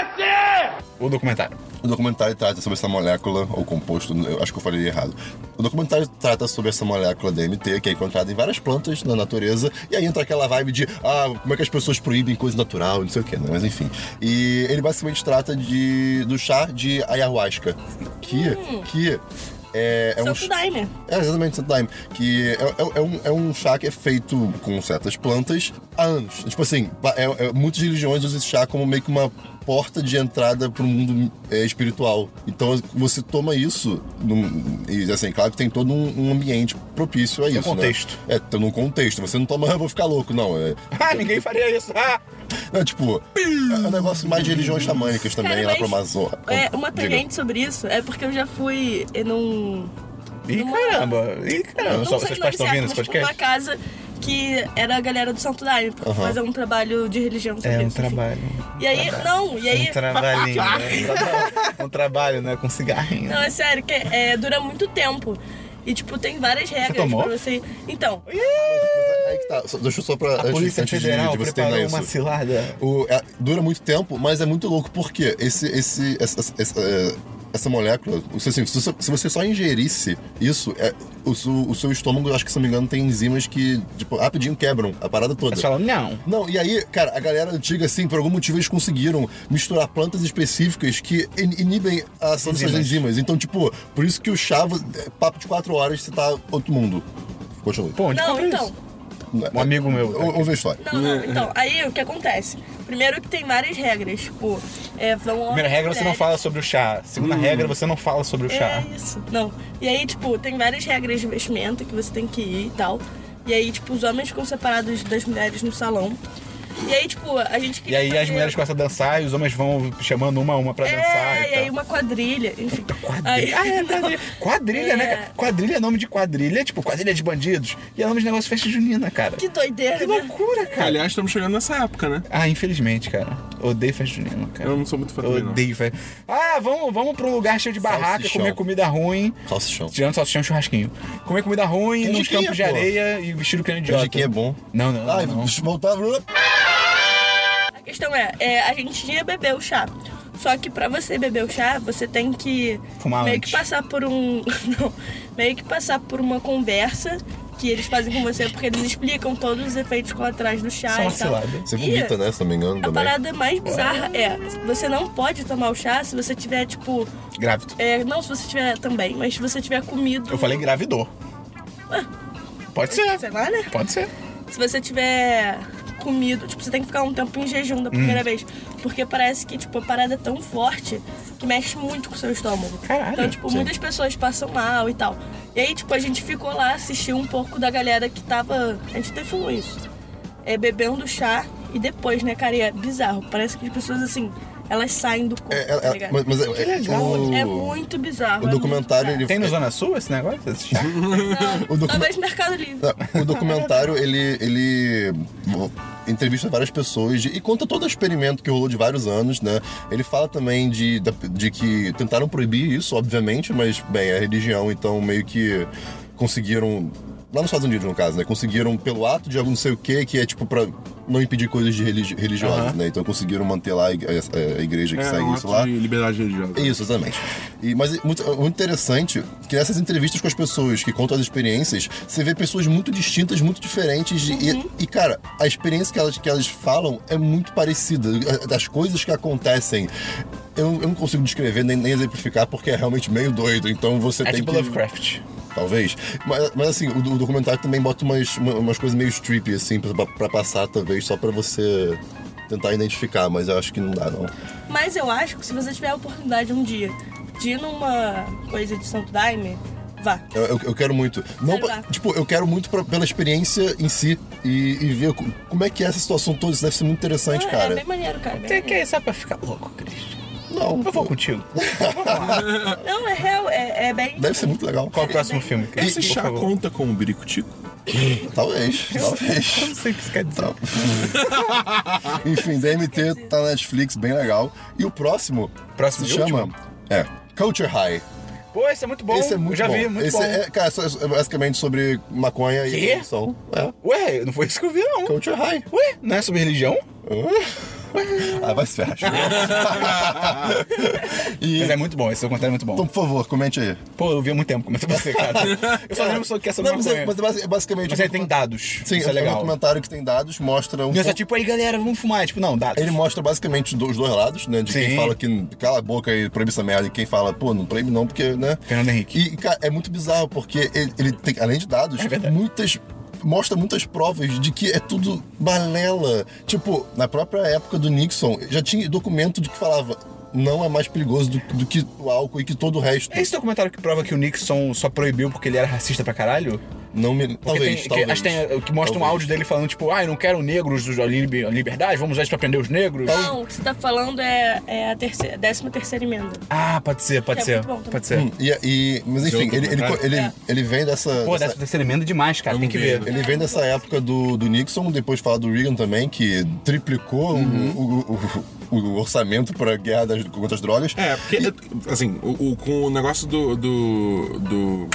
O documentário.
O documentário trata sobre essa molécula, ou composto, eu acho que eu falei errado. O documentário trata sobre essa molécula DMT, que é encontrada em várias plantas na natureza, e aí entra aquela vibe de, ah, como é que as pessoas proíbem coisa natural, não sei o que, né? Mas enfim. E ele basicamente trata de, do chá de ayahuasca, que, que é, é um
Santo Daime.
é, exatamente, Santo Daime. Que é, é- é um, é um chá que é feito com certas plantas há anos. Tipo assim, pa- é, é- muitas religiões usam esse chá como meio que uma porta de entrada pro mundo é, espiritual. Então você toma isso, num- e assim, claro que tem todo um, um ambiente propício a isso. né?
um contexto.
É, tem um contexto. Você não toma, eu vou ficar louco, não. É,
Ah, ninguém faria isso. Ah!
não, tipo, é um negócio mais de religiões xamânicas também,
Cara,
lá
mas
pro Amazonas.
É, uma
Diga.
tangente sobre isso é porque eu já fui num.
Ih,
Não é.
caramba. Ih, caramba.
não
Só
sei
vocês
o nome
pais estão ouvindo
certo,
esse
mas por uma
podcast?
casa que era a galera do Santo Daime, pra
Aham.
fazer um trabalho de religião sobre
É um
isso, enfim.
trabalho.
assim. E aí, não, e aí.
Um trabalhinho. né? Um trabalho- Um trabalho, né? Com cigarrinho.
Não, é sério, que é, dura muito tempo. E, tipo, tem várias regras
tomou?
pra você. Então,
Aí que tá. Só- Deixa eu só pra.
A Polícia Federal preparou uma cilada.
O- é- dura muito tempo, mas é muito louco porque esse, esse, essa, essa- essa, é, essa molécula, se, assim, se, você- se você só ingerisse isso, é, o, seu, o seu estômago, acho que se não me engano, tem enzimas que tipo, rapidinho quebram a parada toda.
Eles falam, não.
Não, e aí, cara, a galera antiga, assim, por algum motivo eles conseguiram misturar plantas específicas que in- inibem a ação dessas
Enzimas.
enzimas. Então, tipo, por isso que o chá, vo- é, papo de quatro horas, você tá outro mundo. Continua.
Pô, onde
não,
compra
então.
isso? Um amigo meu.
Ou- Ouve a história.
Não, não, então. Aí o que acontece? Primeiro que tem várias regras, tipo, é, vão
Primeira
homens e
regra, você não
mulheres.
fala sobre o chá.
Hum.
Segunda regra, você não fala sobre o chá.
É isso. Não. E aí, tipo, tem várias regras de vestimenta que você tem que ir e tal. E aí, tipo, os homens ficam separados das mulheres no salão. E aí, tipo, a gente
E
queria
aí as
fazer-
mulheres começam a dançar e os homens vão chamando uma a uma pra
é,
dançar.
e aí
tal.
uma tá quadrilha, enfim. Aí-
Quadrilha. Ah, é, quadrilha. Quadrilha, né, cara? Quadrilha é nome de quadrilha, tipo, quadrilha de bandidos. E é nome de negócio de festa junina, cara.
Que doideira,
Que
né?
loucura, cara.
Aliás, estamos chegando nessa época, né?
Ah, infelizmente, cara. Odeio festa junina, cara.
Eu não sou muito fã também, não.
Odeio festa. Ah, vamos, vamos pra um lugar cheio de barraca,
Salsichão.
comer comida ruim.
Salsichão.
Tirando salsichão e churrasquinho. Comer comida ruim nos
Canjiquinha,
campos de
pô.
areia e vestir o crânio de
Canjiquinha é bom.
Não, não,
Ai,
não.
voltava.
A questão é, é, a gente ia beber o chá. Só que pra você beber o chá, você tem que
Fumar
meio
antes.
que passar por um. Não, meio que passar por uma conversa que eles fazem com você, porque eles explicam todos os efeitos colaterais do chá
São
e tal.
um cilada.
Você
E-
vomita, né? Se não me engano,
A
também.
parada mais bizarra é, você não pode tomar o chá se você tiver, tipo.
Grávido.
é, não se você tiver também, mas se você tiver comido.
Eu falei engravidou. Pode
Sei
ser.
lá, né?
Pode ser.
Se você tiver comido, tipo, você tem que ficar um tempo em jejum da primeira
Hum.
vez. Porque parece que, tipo, a parada é tão forte que mexe muito com o seu estômago.
Caralho,
então, tipo,
sim.
muitas pessoas passam mal e tal. E aí, tipo, a gente ficou lá, assistiu um pouco da galera que tava. A gente até falou isso. É, bebendo chá e depois, né, cara? E é bizarro. Parece que as pessoas, assim, elas saem do corpo,
É, é,
tá
é,
ligado?
mas, mas é, é,
legal,
o,
É muito bizarro.
o
é muito
documentário,
bizarro.
ele- é,
Tem no Zona Sul esse negócio? Esse chá?
o docu-
Talvez Mercado Livre.
Não, o documentário, ele, ele entrevista várias pessoas e conta todo o experimento que rolou de vários anos, né? Ele fala também de, da- de que tentaram proibir isso, obviamente, mas, bem, é religião, então meio que conseguiram... Lá nos Estados Unidos, no caso, né? Conseguiram, pelo ato de algum não sei o que, que é tipo pra não impedir coisas de religi- religiosas, né? Então conseguiram manter lá a, ig- a- a igreja que
É,
segue
um
isso
ato
lá.
de liberdade religiosa.
Isso, exatamente. E, mas é muito, é muito interessante que nessas entrevistas com as pessoas que contam as experiências, você vê pessoas muito distintas, muito diferentes. de-
Uhum.
E, e, cara, a experiência que elas, que elas falam é muito parecida. A- As coisas que acontecem. Eu, não- eu não consigo descrever nem, nem exemplificar porque é realmente meio doido. Então você
É
tem
tipo
que.
Lovecraft.
Talvez. Mas, mas, assim, o, do- o documentário também bota umas, uma- umas coisas meio strip, assim, pra, pra passar, talvez, só pra você tentar identificar, mas eu acho que não dá, não.
Mas eu acho que se você tiver a oportunidade um dia de ir numa coisa de Santo Daime, vá.
Eu, eu- eu quero muito. Não,
Sei lá.
pra- tipo, eu quero muito pra- pela experiência em si e, e ver co- como é que é essa situação toda. Isso deve ser muito interessante,
Ah,
cara.
É bem maneiro, cara. bem
Você
maneiro.
quer ir só pra ficar louco, Cris?
Não,
Eu vou contigo.
Não, é real, é, é bem.
deve ser muito legal.
Qual é o próximo filme, Cris?
Esse
Por
chá
favor.
conta com o biricutico?
Talvez,
Eu
talvez.
não sei o que isso quer dizer.
Tal- Enfim, DMT tá na Netflix, bem legal. E o próximo
Próximo
se
e
chama. É. Culture High.
Pô, esse é muito bom.
Esse é muito
Eu já
bom.
vi, muito
Esse
bom.
É, cara, só- é basicamente sobre maconha
Quê?
e evolução. É.
Ué, não foi isso que eu vi, não.
Culture High.
Ué, não é sobre religião?
Ah, vai se ferrar. e,
Mas é muito bom, esse documentário é muito bom.
Então, por favor, comente aí.
Pô, eu vi há muito tempo, começa você, cara. Eu só lembro só que essa
Não, mas, é,
maconha.
mas é basi- é basicamente.
Mas
um
ele tem
document-
dados.
Sim,
isso é
um
legal.
documentário que tem dados, mostra
E
um.
eu só
pouco-
tipo, aí galera, vamos fumar. Tipo, não, dados.
Ele mostra basicamente do- os dois lados, né? De
Sim.
quem fala que cala a boca e proíbe essa merda, e quem fala, pô, não proíbe não, porque, né?
Fernando Henrique.
E, cara, é muito bizarro, porque ele, ele tem, além de dados,
É verdade.
muitas. Mostra muitas provas de que é tudo balela. Tipo, na própria época do Nixon, já tinha documento de que falava não é mais perigoso do, do que o álcool e que todo o resto.
É esse documentário que prova que o Nixon só proibiu porque ele era racista pra caralho?
Não me.
Porque
Talvez,
tem,
talvez.
Que, acho que tem- que mostra um
Talvez.
áudio dele falando, tipo, ai, não quero negros, a liber- a liberdade, vamos usar isso pra prender os negros.
Não, o que você tá falando é, é a terceira, décima terceira emenda.
Ah, pode ser, pode
É
ser.
muito bom também.
pode ser.
Hum, E, e- mas
Esse
enfim,
outro
ele, ele,
documentário?
ele,
É.
ele vem dessa.
Pô,
dessa-
décima terceira emenda é demais, cara.
Vamos
tem que
ver,
ver.
né?
Ele vem dessa época do, do Nixon, depois fala do Reagan também, que triplicou o- o, o- o orçamento para a guerra das, contra as drogas.
É, porque, assim, o, o- com o negócio do, do. do.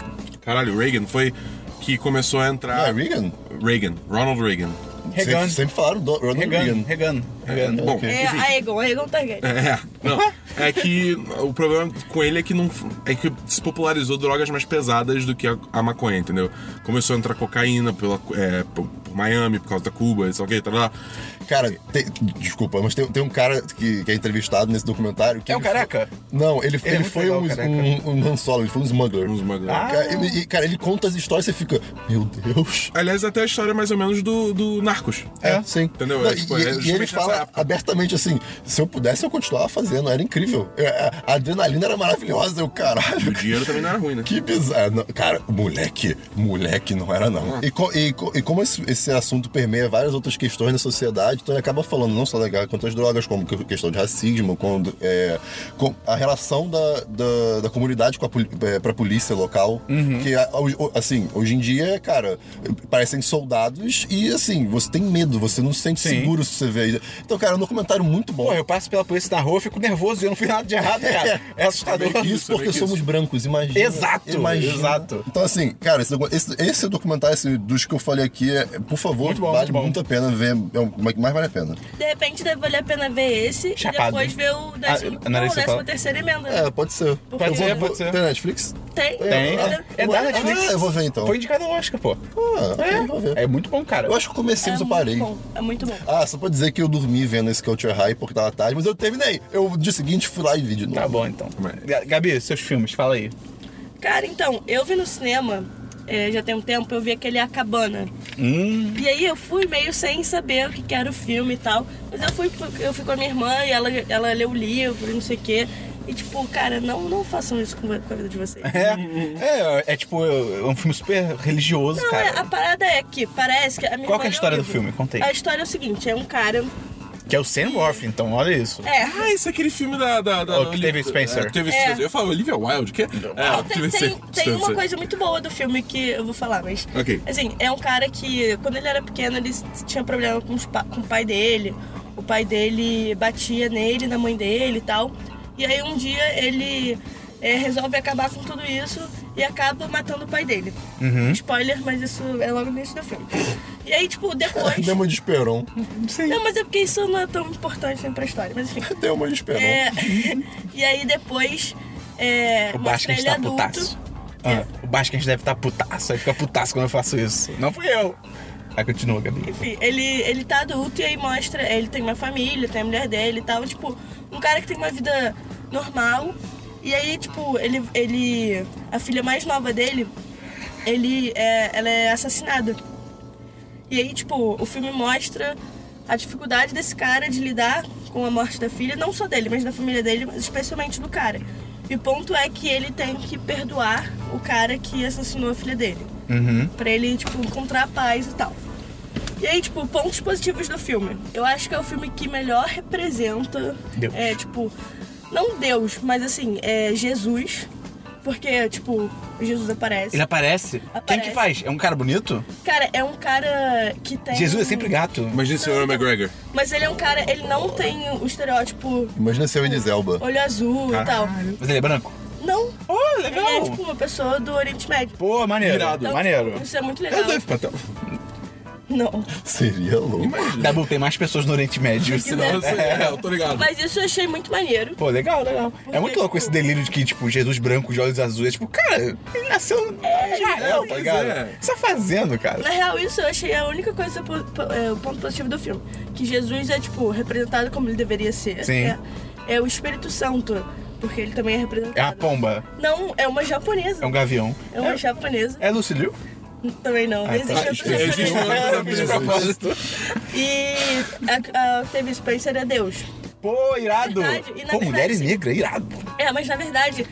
Caralho, Reagan foi que começou a
Não é
entrar.
Reagan?
Reagan, Ronald Reagan.
Regan.
Sempre, sempre falaram do Ronald
Regan,
Reagan.
Regan, Regan.
tá Bom,
É
enfim.
a Egon, a Egon Targaryen.
É, não. É que o problema com ele é que não. É que se popularizou drogas mais pesadas do que a, a maconha, entendeu? Começou a entrar cocaína pela, é, por, por Miami, por causa da Cuba, isso ok, tá lá.
Cara, tem- desculpa, mas tem, tem um cara que, que é entrevistado nesse documentário. Que
É um
ele foi-
careca?
Não, ele,
é
ele,
muito
foi
legal,
um,
careca.
um, um Han Solo, ele foi um smuggler.
Uns bagulho.
Ah.
Cara, ele, e, cara, ele conta as histórias e você fica, meu Deus.
Aliás, até a história mais ou menos do, do Narcos.
É, sim.
Entendeu?
Não,
É, tipo,
e,
é
e
justamente
ele fala,
nessa
cara abertamente assim, se eu pudesse eu continuava fazendo, era incrível. Eu- a- A adrenalina era maravilhosa, eu caralho.
O dinheiro também não era ruim, né?
Que bizarro. Não, Cara, moleque, moleque não era,
Ah.
não. E, co- e co- e como esse, esse assunto permeia várias outras questões na sociedade, então ele acaba falando não só da guerra contra as drogas, como que- questão de racismo, quando, é, com a relação da, da, da comunidade com a, poli- é, pra polícia local.
Uhum.
Que, a- a- assim, hoje em dia, cara, parecem soldados e, assim, você tem medo, você não se sente
Sim.
seguro se você vê. Então, cara, é um documentário muito bom.
Pô, eu passo pela polícia na rua, eu fico nervoso e eu não fiz nada de errado, cara. É assustador.
Isso,
Isso porque
meio que
somos brancos, imagina.
Exato,
imagina.
exato.
Então, assim, cara, esse, docu- esse, esse documentário esse dos que eu falei aqui, é- por favor,
Muito bom,
vale
muito bom.
muito a pena ver. É o que mais vale a pena.
De repente deve valer a pena ver esse
Chapado.
e depois ver o décimo,
Ah, não era
não,
isso que eu
décima
falo.
terceira emenda.
É, pode ser.
Pode
Eu
ser,
vou-
pode ser.
Tem Netflix?
Tem?
Tem.
Ah,
É da
ah,
Netflix.
eu vou ver, então.
Foi indicado ao Oscar, pô.
Ah, eu vou ver.
É, é muito bom, cara.
Eu acho que eu comecei,
É
mas eu
muito
parei.
bom, é muito bom.
Ah, só pra dizer que eu dormi vendo esse Culture High porque tava tarde, mas eu terminei. Eu, no dia seguinte, fui lá e vi de novo.
Tá bom, então. Ga- Gabi, seus filmes, fala aí.
Cara, então, eu vi no cinema, é, já tem um tempo, eu vi aquele A Cabana.
Hum.
E aí eu fui meio sem saber o que que era o filme e tal. Mas eu fui, eu fui com a minha irmã e ela, ela leu o livro, e não sei o quê. E tipo, cara, não, não façam isso com a com a vida de vocês.
É, é, é tipo, é um filme super religioso,
Uhum. Não, é-
cara.
a parada é que parece que a minha
Qual que é a
irmã leu o
história do
livro.
filme? Conta aí.
A história é o seguinte, é um cara...
Que é o Sam Worth, então, olha isso.
É,
Ah, esse é aquele filme da. da, da
Oh, que teve Spencer.
É, que teve
É.
Spencer. Eu falo Olivia Wilde, que é?
Não, tem, tem, tem uma coisa muito boa do filme que eu vou falar, mas.
Ok.
Assim, é um cara que, quando ele era pequeno, ele s- tinha problema com, os pa- com o pai dele. O pai dele batia nele, na mãe dele e tal. E aí um dia ele é, resolve acabar com tudo isso e acaba matando o pai dele. Spoiler, mas isso é logo no início do filme. E aí, tipo, depois.
Deu uma de Esperon.
Não, mas é porque isso não é tão importante assim, pra história, mas enfim.
Deu uma de Esperon.
É, e aí depois. É,
O
mostra
Basket
ele
tá
adulto. É.
putaço. Ah, o Basket deve estar tá putaço, aí fica putaço quando eu faço isso. Não fui eu. Aí continua, Gabi.
Enfim, ele, ele tá adulto e aí mostra. Ele tem uma família, tem a mulher dele e tal. Tipo, um cara que tem uma vida normal. E aí, tipo, ele. ele a filha mais nova dele, ele é, ela é assassinada. E aí, tipo, o filme mostra a dificuldade desse cara de lidar com a morte da filha, não só dele, mas da família dele, mas especialmente do cara. E o ponto é que ele tem que perdoar o cara que assassinou a filha dele. Pra ele, tipo, encontrar a paz e tal. E aí, tipo, pontos positivos do filme. Eu acho que é o filme que melhor representa.
Deus.
É, tipo, não Deus, mas assim, é Jesus. Porque, tipo, Jesus aparece.
Ele é- aparece. Quem
Aparece.
que faz? É um cara bonito?
Cara, é um cara que tem.
Jesus é sempre gato.
Imagina o senhor McGregor.
Mas ele é um cara, ele não tem o estereótipo
Imagina se eu e Zelba.
olho azul e tal.
Mas ele é branco?
Não.
Oh,
Ele é tipo uma pessoa do Oriente Médio.
Pô, maneiro.
Irado.
Maneiro.
Isso é muito
É o
legal.
Dave
então.
Patel.
Não.
Seria louco.
Imagina.
Dabu, tem mais pessoas no Oriente Médio.
Senão, eu sei- é, eu tô ligado.
Mas isso eu achei muito maneiro.
Pô, legal, legal. É muito louco esse delírio de que, tipo, Jesus branco de olhos azuis. É tipo, cara, ele nasceu
É,
em Israel, tá
pois
ligado?
é.
O que você tá fazendo, cara?
Na real, isso eu achei a única coisa, po- po- é, o ponto positivo do filme. Que Jesus é, tipo, representado como ele deveria ser.
Sim.
É, é o Espírito Santo, porque ele também é representado.
É uma pomba,
Não, é uma japonesa.
é um gavião.
É uma japonesa.
É Lucilio?
Também não.
tá.
não existe
Ah,
outra
existe-
japonesa.
existe um outro
fiz de
também.
propósito.
E a, a TV Spencer é Deus.
Pô, irado.
Verdade, e na
Pô,
verdade,
mulher e
sim.
negra, irado.
É, mas na verdade,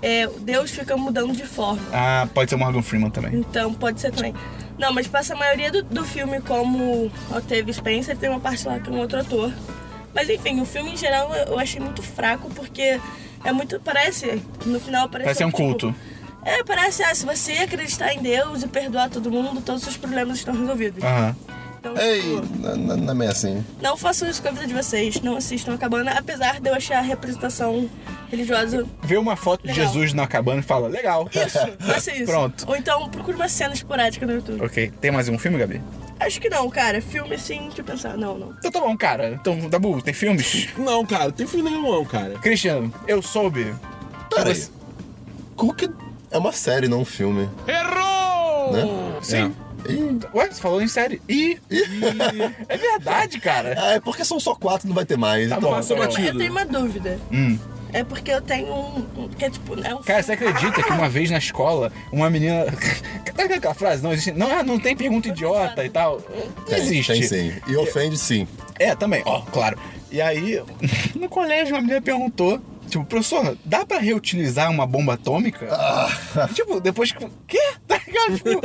é, Deus fica mudando de forma.
Ah, pode ser o Morgan Freeman também.
Então pode ser também. Não, mas passa a maioria do, do filme como Octave Spencer, tem uma parte lá que é um outro ator. Mas enfim, o filme em geral eu eu achei muito fraco porque é muito. Parece. No final parece.
Parece um
tipo,
culto.
é, parece, ah, se você acreditar em Deus e perdoar todo mundo, todos os seus problemas estão resolvidos.
Aham.
Então,
Ei,
tipo,
na- na- não é meio assim.
Não façam isso com a vida de vocês, não assistam a cabana, apesar de eu achar a representação religiosa.
Vê uma foto de
Legal.
Jesus na cabana e fala, legal.
Isso, faça isso.
Pronto.
Ou então procure uma cena esporádica no YouTube.
Ok, tem mais um filme, Gabi?
Acho que não, cara. Filme assim, deixa eu pensar. Não, não.
Então tá bom, cara. Então, Dabu, tem filmes?
Não, cara, tem filme nenhum, não, cara.
Christian, eu soube.
Pera aí.
Você-
Tá, Como que é uma série, não um filme?
Errou!
Né?
Sim.
Ih.
Ué, você falou em série. Ih! Tá é verdade, cara.
Ah, é porque são só quatro, não vai ter mais.
Tá
então,
bom,
passou
tá bom.
batido.
Eu tenho uma dúvida.
Hum.
É porque eu tenho um. um- que é tipo. É um
Cara, você
filme-
acredita que uma vez na escola, uma menina. Sabe aquela frase? Não existe. Não, ah, não tem pergunta idiota e tal. Não
tem,
existe.
Tem sim. E ofende sim.
É, também, ó, claro. E aí, no colégio, uma menina perguntou, tipo, professor, dá pra reutilizar uma bomba atômica? Tipo, depois que. Quê? Tá ligado? Tipo,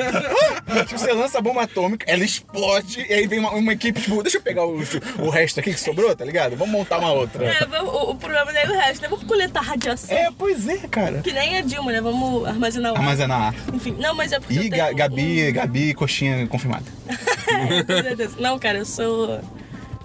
hã? Tipo, você lança a bomba atômica, ela explode, e aí vem uma, uma equipe, tipo, deixa eu pegar o, o resto aqui que sobrou, tá ligado? Vamos montar uma outra.
É, vamos- o, o problema daí é o resto, né? Vamos coletar radiação.
É, pois é, cara.
Que nem a Dilma, né? Vamos armazenar o ar.
Armazenar.
Enfim, não, mas é porque.
Ih,
eu
Ga-
tenho
Gabi, Gabi, coxinha confirmada.
um- Meu Deus. Não, cara, eu sou.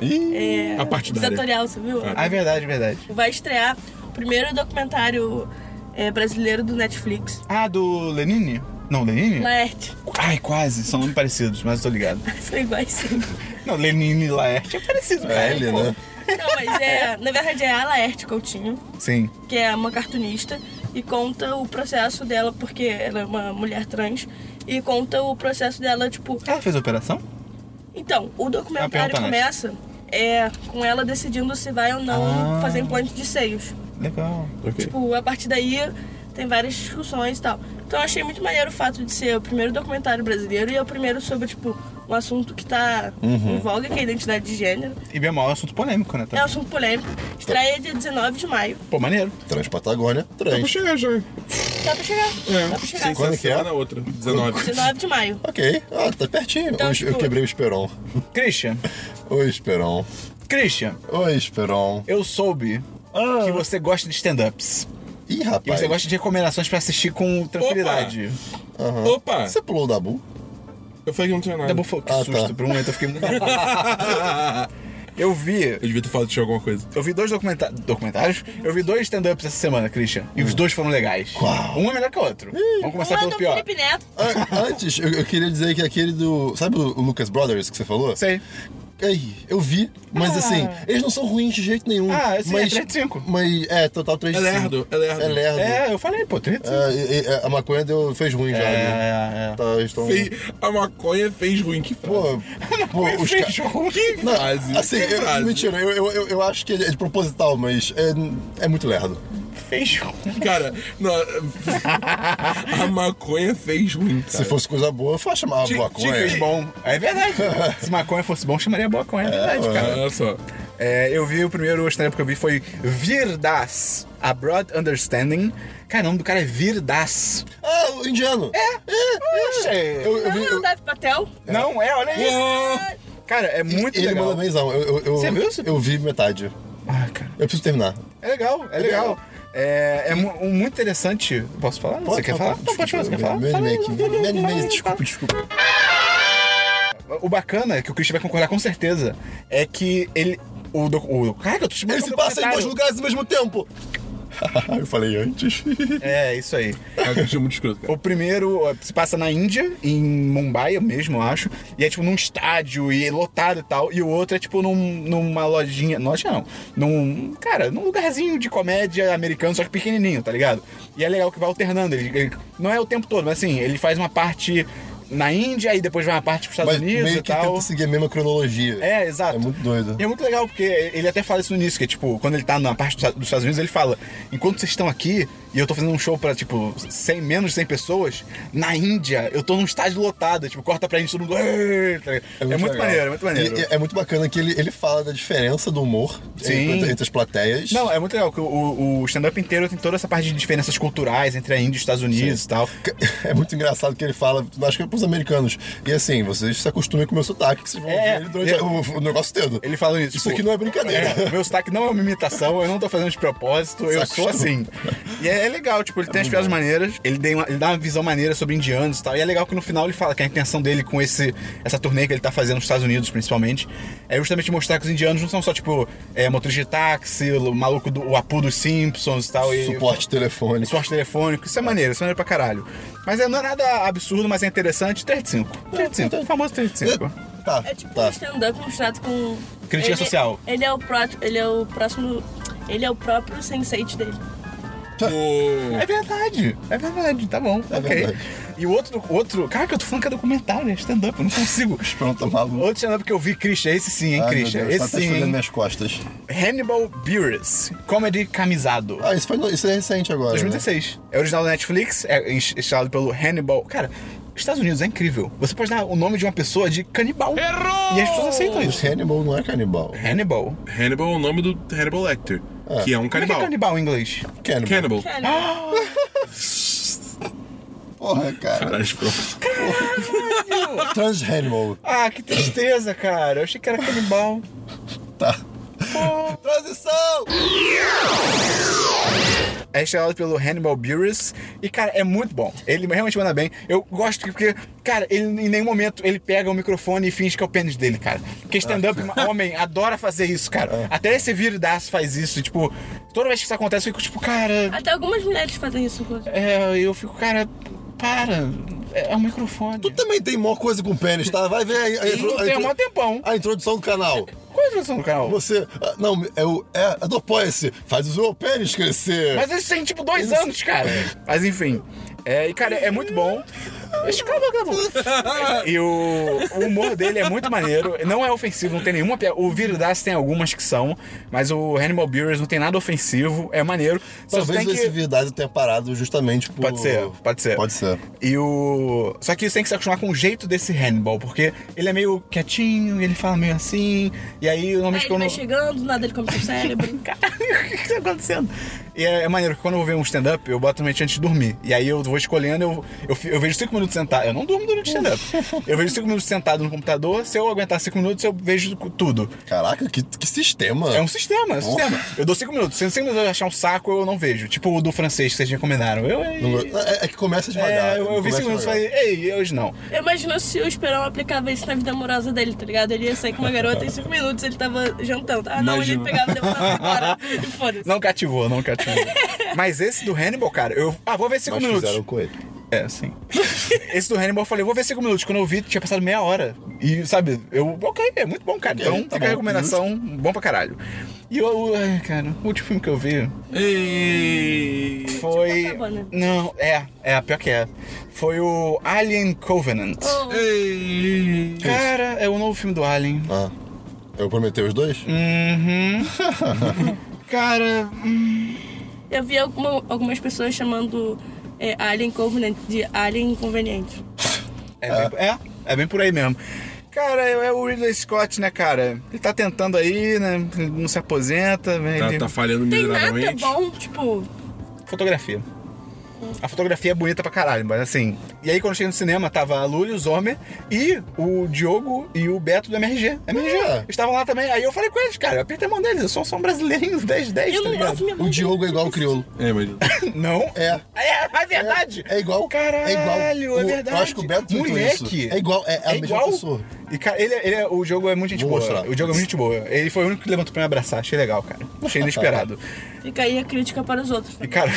É,
a partidária.
Setorial, você viu?
Ah, é verdade, é verdade.
Vai estrear o primeiro documentário é, brasileiro do Netflix.
Ah, do Lenine? Não, Lenine?
Laerte.
Ai, quase. São nomes parecidos, mas eu tô ligado.
São iguais sim.
Não, Lenine e Laerte é parecido.
É
cara,
ele,
pô.
né?
Não, mas é. Na verdade é a Laerte Coutinho,
Sim.
que é uma cartunista, e conta o processo dela, porque ela é uma mulher trans, e conta o processo dela, tipo,
Ela fez operação?
Então, o documentário
pergunta né? antes.
começa é, com ela decidindo se vai ou
Ah.
não fazer implante de seios.
Legal.
Ok.
Tipo, a partir daí tem várias discussões e tal. Então eu achei muito maneiro o fato de ser o primeiro documentário brasileiro e é o primeiro sobre, tipo, um assunto que tá em voga, que é a identidade de gênero.
E bem mal é um assunto polêmico, né?
É um
Uhum. Tá?
assunto polêmico. Estreia dia 19 de maio.
Pô, maneiro.
Transpatagônia,
Vou
trans.
chegar já.
Dá Tá pra chegar. Dá pra chegar.
Sem
Quando que é?
semana, outra. 19.
19 de maio.
Então,
Ok, ah, tá pertinho.
Então,
Hoje eu
tipo-
quebrei o Esperon.
Christian,
Oi, Esperon.
Christian,
Oi, Esperon.
eu soube que você gosta de stand-ups.
Ih,
E
rapaz.
você gosta de recomendações pra assistir com tranquilidade.
Aham.
Opa!
Você pulou o Dabu?
Eu falei que não tinha nada.
Tá bom, foi- que
Ah, tá.
susto. Por um momento eu fiquei muito... eu vi...
Eu devia ter falado de alguma coisa.
Eu vi dois documenta- documentários. Eu vi dois stand-ups essa semana, Christian. E os dois foram legais.
Qual?
Um é melhor que o outro. Vamos começar
um é
pelo
do
pior.
Felipe Neto.
Ah, Antes, eu, eu queria dizer que aquele do. Sabe o Lucas Brothers que você falou?
Sei.
Ei, eu vi, mas assim, eles não são ruins de jeito nenhum.
Ah, esse é
mas,
3 de 5.
Mas é, total 3
É
de 5.
lerdo, é lerdo.
É lerdo.
É, eu falei, pô, 30.
É, e- e- a maconha deu, fez ruim já. né?
é, é.
Tá, eles tão...
Fei- A maconha fez ruim. Que frase.
Pô, pô os
Fez
caras.
ruim.
que
Não,
frase.
assim,
que
eu-
frase.
mentira, eu, eu, eu, eu acho que é de proposital, mas é, é muito lerdo.
Fez ruim.
Cara, não, a maconha fez ruim, cara.
Se fosse coisa boa, foi chamar
Ti-
maconha.
Ticas bom. É verdade. Se maconha fosse bom, chamaria boconha. É verdade,
ué.
cara.
Olha só.
É, eu vi o primeiro stand-up que eu vi foi Virdas. A Broad Understanding. Cara, o nome do cara é Virdas.
Ah, o indiano! É! Eu, eu
Não, é
vi,
não,
eu-
Davi Patel.
Não, é, olha aí.
Ah,
Cara, é muito
ele
legal.
manda benzão. Eu, eu, eu,
Você viu isso?
Eu vi metade.
Ah, cara.
Eu preciso terminar.
É legal, é legal. É, é mu- um muito interessante. Posso falar? você quer falar? Não, pode falar, você quer falar?
Meu
Fala aí,
anime aqui.
fala aí,
Meu anime,
fala aí,
desculpa, desculpa.
fala. O bacana, é que o Christian vai concordar com certeza, é que ele. O, docu- o, caraca, eu tô te
Ele
mandando
se
um
passa em dois
documentário.
lugares ao mesmo tempo! eu falei antes.
É, isso aí.
cara, eu achei um muito escroto, cara.
O primeiro ó, se passa na Índia, em Mumbai mesmo, eu acho. E é tipo num estádio e é lotado e tal. E o outro é tipo num- numa lojinha. Loja não. Num. Cara, num lugarzinho de comédia americano, só que pequenininho, tá ligado? E é legal que vai alternando. Ele, ele- não é o tempo todo, mas assim, ele faz uma parte na Índia e depois vai uma parte pros Estados
Mas
Unidos
meio
e
que
tal.
tenta seguir a mesma cronologia.
É, exato.
É muito doido.
E é muito legal, porque ele até fala isso no início, que tipo, quando ele tá na parte dos dos Estados Unidos, ele fala, enquanto vocês estão aqui, e eu tô fazendo um show pra, tipo, 100, menos de 100 pessoas, na Índia, eu tô num estádio lotado, tipo, corta pra gente, todo mundo... "Ê", tá ligado? É muito,
legal.
maneiro, é muito maneiro.
E- e é muito bacana que ele, ele fala da diferença do humor
Sim.
entre, entre as plateias.
Não, é muito legal, que o- o, o stand-up inteiro tem toda essa parte de diferenças culturais entre a Índia e os Estados Unidos e tal.
É muito engraçado que ele fala, acho que é pros americanos. E assim, vocês se acostumem com o meu sotaque, que vocês vão
É,
ver ele durante
é.
o, o negócio todo.
Ele fala isso.
Isso
tipo,
aqui não é brincadeira.
é, meu sotaque não é uma imitação, eu não tô fazendo de propósito, eu sou assim. E é, é legal, tipo, ele tem as piadas maneiras, ele, tem uma- ele dá uma visão maneira sobre indianos e tal. E é legal que no final ele fala que a intenção dele com esse, essa turnê que ele tá fazendo nos Estados Unidos, principalmente, é justamente mostrar que os indianos não são só, tipo, é, motorista de táxi, o maluco do o Apu dos Simpsons e tal. e-
Suporte telefônico.
Suporte telefônico, isso é maneiro, isso é maneiro pra caralho. Mas é, não é nada absurdo, mas é interessante. 35. 35, o famoso 35.
Tá,
É tipo um
tá.
stand-up misturado com.
Crítica
Ele-
social.
Ele é o próximo. Ele é o próximo. Ele é o próprio sensei dele.
É verdade, é verdade, tá bom, ok.
verdade.
E o outro, o outro. Caraca, eu tô falando que é documentário, é stand-up, eu não consigo.
Pronto, um maluco.
Outro stand-up que eu vi, Christian, esse sim, hein,
Ai, meu
Christian?
Deus, tá
Esse
até
sim.
esfregando
hein?
minhas costas.
Hannibal Buress, comedy camisado.
Ah, isso, foi, no- isso é recente agora. né?
2016. É original da Netflix, é instalado pelo Hannibal. Cara, Estados Unidos é incrível. Você pode dar o nome de uma pessoa de canibal. E as pessoas aceitam
O
isso.
Hannibal não é canibal.
Hannibal.
Hannibal é o nome do Hannibal Lecter, que é um
Como é que é
canibal.
canibal em inglês?
Cannibal.
Cannibal.
Cara,
Porra, cara.
Caralho, pronto.
Trans Hannibal.
Ah, que tristeza, cara. Eu achei que era canibal.
Tá. Transição!
É estrelado pelo Hannibal Buress. E, cara, é muito bom. Ele realmente manda bem. Eu gosto porque, cara, ele em nenhum momento ele pega o microfone e finge que é o pênis dele, cara. Porque stand-up homem adora fazer isso, cara. Até esse viridaço faz isso. e, Tipo, toda vez que isso acontece, eu fico tipo, cara.
Até algumas mulheres fazem isso, inclusive.
É, eu fico, cara, para. É um microfone.
Tu tá também tem mó coisa com pênis, tá? Vai ver aí. A,
Eu
intro- a
tenho
intro-
mó tempão.
a introdução do canal.
Qual é a introdução do canal?
Você. ah, Não, é o. É, é do apoia-se. Faz o seu pênis crescer.
Mas isso tem tipo dois anos, cara. Mas enfim. É, e, cara, é muito bom. Deixa eu calar a boca. E o, o humor dele é muito maneiro. Não é ofensivo, não tem nenhuma piada. O Viridaço tem algumas que são, mas o Hannibal Buress não tem nada ofensivo. É maneiro. Só
Talvez
tem que...
esse verdade tenha parado justamente por.
Pode ser, pode ser.
Pode ser.
E o. Só que você tem que se acostumar com o jeito desse Hannibal, porque ele é meio quietinho, ele fala meio assim, e aí
Aí
normalmente
ele
quando.
vai chegando, do nada ele come seu cérebro.
o que que tá acontecendo? E é, é maneiro que quando eu vou ver um stand-up, eu boto normalmente antes de dormir. E aí eu vou escolhendo, eu, eu, fi- eu vejo 5 minutos sentado. Eu não durmo durante stand-up. Eu vejo 5 minutos sentado no computador. Se eu aguentar 5 minutos, eu vejo cu- tudo.
Caraca, que, que sistema.
É um sistema, é um sistema. Eu dou 5 minutos. Se 5 minutos eu achar um saco, eu não vejo. Tipo o do francês que vocês recomendaram. Eu.
Não go- É, é que começa devagar.
É, eu, eu vi
começa
5 minutos e
devagar.
falei, ei, hoje não.
Eu imagino se o Esperão aplicava isso na vida amorosa dele, tá ligado? Ele ia sair com uma garota em cinco minutos ele tava jantando. Ah, não,
Imagino.
ele pegava e levantava embora. E foda-se.
Não cativou, não cativou. Mas esse do Hannibal, cara, eu. Ah, vou ver 5
Mas
minutos.
fizeram com ele.
É, sim. Esse do Hannibal eu falei, eu vou ver 5 minutos. Quando eu vi, tinha passado meia hora. E, sabe, eu. Ok, é muito bom, cara.
Ok,
então,
tá
fica
bom.
a recomendação, bom pra caralho. E eu, ai, cara, o último filme que eu vi
Ei.
tipo,
foi.
Copacabana.
Não, é, é, pior que é. Foi o Alien Covenant.
Oh,
Ei.
Cara, é o novo filme do Alien.
Ah. Eu prometei os dois?
Uhum. cara.
eu vi alguma- algumas pessoas chamando é, Alien Covenant de Alien Inconveniente.
É, Bem, é, é bem por aí mesmo. Cara, é é o Ridley Scott, né, cara? Ele tá tentando aí, né? Ele não se aposenta. né?
Tá,
ele...
tá falhando
Tem nada
miseravelmente.
bom, tipo.
Fotografia. A fotografia é bonita pra caralho, mas assim. E aí, quando eu cheguei no cinema, tava a Lully, o Zomer e o Diogo e o Beto do MRG. MRG.
Hum.
É.
Estavam lá também. Aí eu falei com eles, cara, eu apertei a mão deles, eu sou só um brasileirinho, 10, 10,
Eu
tá
não gosto
ligado?
minha mão.
O Diogo é igual o Criolo.
É, mas...
Não?
É.
É, é verdade.
É, é igual.
Caralho,
é, igual.
é
O-
verdade.
Eu acho que o Beto tweetou
Moleque.
isso. É igual, é, é a mesma pessoa.
E, cara, ele, é- ele é- o jogo é muito gente
Vou
boa.
mostrar.
O jogo é muito gente boa. Ele foi o único que levantou pra me abraçar. Achei legal, cara. Achei inesperado.
Fica aí a crítica para os outros. né?
E, cara,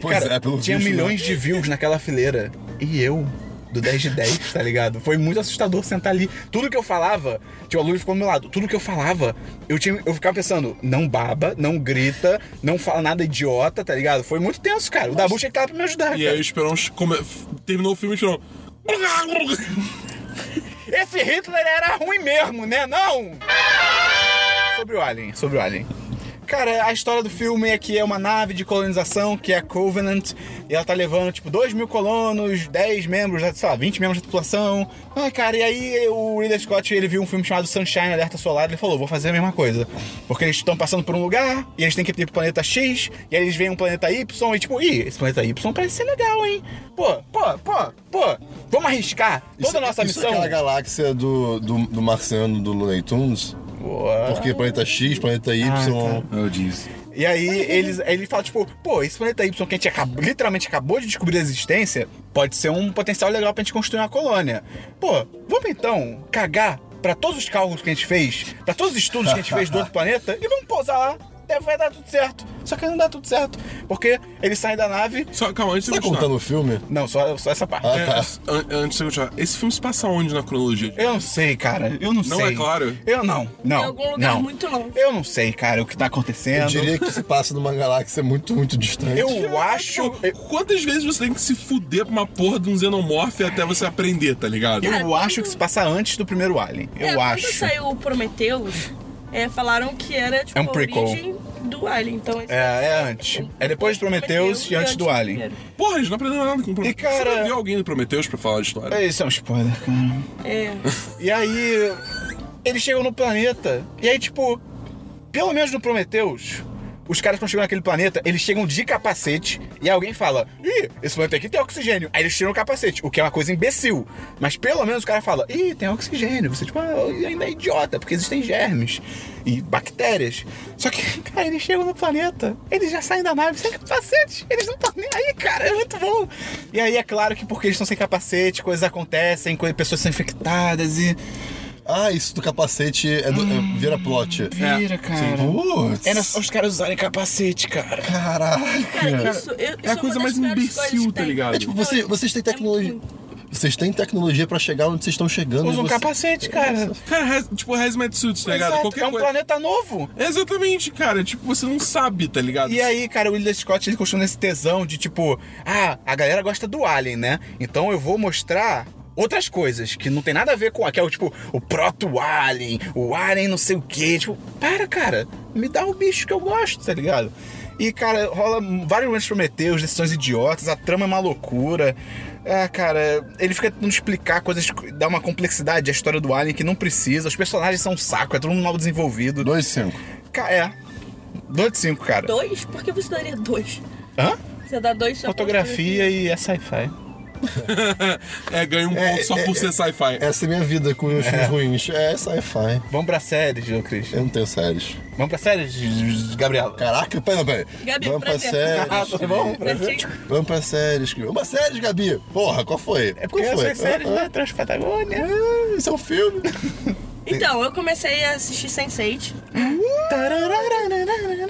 Pois
cara,
é, pelo
tinha
visto,
milhões de views naquela fileira. E eu, do 10 de 10, tá ligado? Foi muito assustador sentar ali. Tudo que eu falava, tipo, a Lula ficou do meu lado. Tudo que eu falava, eu, tinha, eu ficava pensando, não baba, não grita, não fala nada idiota, tá ligado? Foi muito tenso, cara. O Dabu tinha que estar pra me ajudar,
E
cara.
aí o Esperão come- terminou o filme e tirou.
Esse Hitler era ruim mesmo, né? Não! Sobre o Alien, sobre o Alien. Cara, a história do filme é que é uma nave de colonização, que é a Covenant, e ela tá levando, tipo, 2 mil colonos, 10 membros, né, sei lá, 20 membros da população. Ai, cara, e aí o Ridley Scott, ele viu um filme chamado Sunshine Alerta Solar, ele falou, vou fazer a mesma coisa. Porque eles estão passando por um lugar, e eles têm que ir pro planeta X, e aí eles veem um planeta Y, e tipo, ih, esse planeta Y parece ser legal, hein? Pô, pô, pô, pô, vamos arriscar toda
Isso-
a nossa
isso
missão.
É aquela galáxia do, do, do marciano do Looney Tunes.
Boa.
Porque planeta X, planeta Y.
Ah, tá.
Eu disse.
E aí eles, ele fala, tipo, pô, esse planeta Y que a gente acabou, literalmente acabou de descobrir a existência, pode ser um potencial legal pra gente construir uma colônia. Pô, vamos então cagar pra todos os cálculos que a gente fez, pra todos os estudos que a gente fez do outro planeta, e vamos pousar lá. Deve- Vai dar tudo certo. Só que não dá tudo certo. Porque eles saem da nave.
Só, calma, antes de
Você
você
tá contando
continuar.
o filme?
Não, só, só essa parte.
Ah,
É,
tá.
an- antes de você continuar, esse filme se passa onde na cronologia?
Eu não sei, cara. Eu não,
Não
sei.
é claro?
Eu não. Não.
Em algum lugar
não.
muito longe.
Eu não sei, cara, o que tá acontecendo.
Eu diria que se passa numa galáxia muito, muito distante.
Eu acho.
Pô, Tipo, Quantas vezes você tem que se fuder pra uma porra de um xenomorfe até você aprender, tá ligado?
Eu
Cara, quando-
acho que se passa antes do primeiro Alien.
É,
Eu
quando
acho.
saiu o Prometheus, é, falaram que era tipo,
É um
a
prequel.
origem do o Alien. Então esse
É,
deve
é
ser
antes.
um-
É depois de Prometheus e antes do Alien.
primeiro.
Porra, eles não aprenderam nada com o Prometheus. Você
cara-
não viu alguém do Prometheus pra falar de história?
Isso é um spoiler, cara.
É.
E aí, eles chegam no planeta. E aí, tipo, pelo menos no Prometheus, os caras quando chegam naquele planeta, eles chegam de capacete e alguém fala: Ih, esse planeta aqui tem oxigênio. Aí eles tiram o capacete, o que é uma coisa imbecil. Mas pelo menos o cara fala: Ih, tem oxigênio. Você, tipo, ah, ainda é idiota, porque existem germes e bactérias. Só que, cara, eles chegam no planeta, eles já saem da nave sem capacete. Eles não estão nem aí, cara. É muito bom. E aí é claro que porque eles estão sem capacete, coisas acontecem, co- pessoas são infectadas e.
Ah, isso do capacete é do- é- vira plot.
Vira, cara.
Putz.
Era só os caras usarem capacete, cara.
Caraca.
Cara, isso, eu, isso
É a
uma
coisa
das
mais
piores coisas que
imbecil, tá
tem.
ligado?
É tipo, você- vocês têm tecnologia. Vocês têm tecnologia pra chegar onde vocês estão chegando.
Usa
e
um
você-
capacete, cara.
Cara, has- tipo, hazmat suits, tá ligado?
É. Exato,
Qualquer
é um
coisa.
planeta novo.
Exatamente, cara. Tipo, você não sabe, tá ligado?
E aí, cara, o William Scott ele continua nesse tesão de tipo, ah, a galera gosta do Alien, né? Então eu vou mostrar outras coisas que não tem nada a ver com aquele, tipo, o proto-alien, o alien não sei o quê. Tipo, para, cara, me dá o bicho que eu gosto, tá ligado? E, cara, rola vários lances Prometeus, decisões idiotas, a trama é uma loucura. Ah, cara, ele fica tentando explicar coisas, dá uma complexidade à história do Alien que não precisa. Os personagens são um saco, é todo mundo mal desenvolvido.
Dois, cinco.
Ca- É. 2 de 5, cara.
Dois? Por que você daria dois?
Hã?
Você dá dois só pra
Fotografia e é sci-fi.
É, ganha um
É,
ponto só
é,
por
é.
ser sci-fi.
Essa é minha vida com os filmes ruins. É sci-fi.
Vamos pra séries, João Cris.
Eu não tenho séries.
Vamos pra séries, Gabriela.
Caraca, pera, pera.
Gabi,
Vamos pra
prazer.
Ah,
séries.
tudo bom?
Prazer.
Vamos pra séries. Gabi. Vamos pra séries, Gabi. Porra, qual foi?
É porque
qual foi?
essas séries,
Ah,
né? Transpatagônia.
ah, Isso é um filme.
Então, eu comecei a assistir Sense8.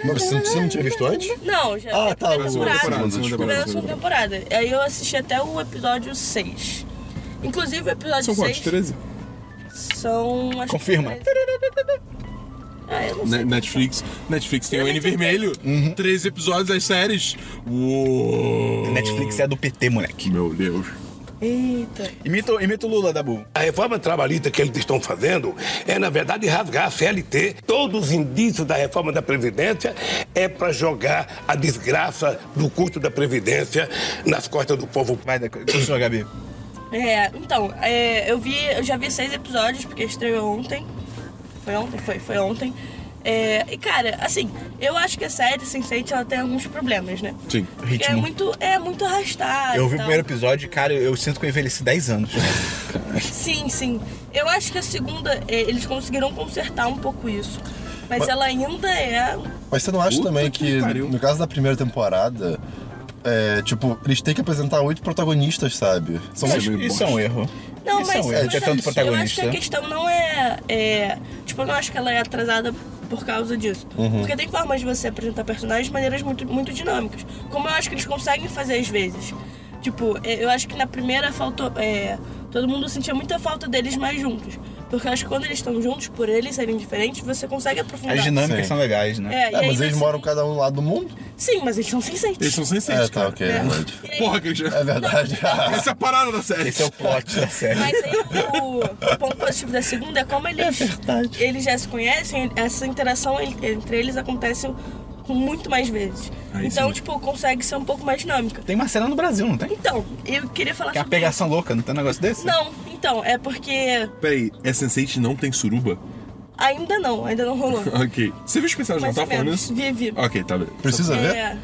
Mas você, não- você não tinha visto antes?
Não, já
Ah,
é
tá.
primeira
o-
segunda
temporada.
temporada, segunda
Primeira
temporada.
e segunda temporada. Aí eu assisti até o episódio 6. Inclusive o episódio
São quantos?
6
13?
são acho que
Confirma.
13. Ah, eu não sei.
Ne- Né, Netflix. Netflix tem
Eu
o N
nem tentei.
vermelho.
Uhum.
13 episódios das séries. Uou.
Netflix é do PT, moleque.
Meu Deus.
Eita.
Imita, o- imita o Lula, Dabu.
A reforma trabalhista que eles estão fazendo é, na verdade, rasgar a CLT. Todos os indícios da reforma da Previdência é para jogar a desgraça do custo da Previdência nas costas do povo.
Vai, da- continua, Gabi.
É, então, é, eu vi, eu já vi seis episódios, porque estreou ontem. Foi ontem? Foi, foi ontem. É, e cara, assim, eu acho que a série Sense8 ela tem alguns problemas, né?
Sim.
Porque é
Ritmo.
muito, é muito arrastada.
Eu vi
e
o
tal.
primeiro episódio e, cara, eu, eu sinto que eu envelheci 10 anos.
Sim, sim. Eu acho que a segunda, é, eles conseguiram consertar um pouco isso. Mas, ela ainda é.
Mas você não acha
Puta
também
que
que,
pariu.
no caso da primeira temporada, é, tipo, eles têm que apresentar oito protagonistas, sabe? São
Isso é
oito-
meio
Isso é um erro.
Não,
Isso
mas,
é um erro.
mas
Ter tanto
eu acho que
protagonista.
a questão não é, é- Tipo, eu não acho que ela é atrasada por causa disso. Porque tem formas de você apresentar personagens de maneiras muito, muito dinâmicas. Como eu acho que eles conseguem fazer às vezes. Tipo, é, eu acho que na primeira faltou. é, todo mundo sentia muita falta deles mais juntos. Porque eu acho que quando eles estão juntos, por eles serem diferentes, você consegue aprofundar.
As dinâmicas
Sim.
são legais, né?
É, e
Ah,
aí
mas
vai
eles
ser-
moram cada um no lado do mundo?
Sim, mas eles são sensíveis.
Eles são sensíveis,
É, tá, ok. É, verdade.
E aí-
Porra, Cristian.
É verdade.
Essa é a parada da série.
Esse é o plot da série.
Mas aí o, o ponto positivo da segunda é como eles, eles já se conhecem, essa interação en- entre eles acontece com muito mais vezes.
Aí
então,
sim.
tipo, consegue ser um pouco mais dinâmica.
Tem uma cena no Brasil, não tem?
Então, eu queria falar
Que é uma
sobre.
pegação louca, não tem um negócio desse?
Não, então, é porque
Peraí, é Sense8 não tem suruba?
ainda não, ainda não rolou.
Ok. Você viu o especial de
Mais
Natal
ou
tá falando
menos.
isso?
Vi, vi.
Ok, tá bem.
Precisa ver?
É,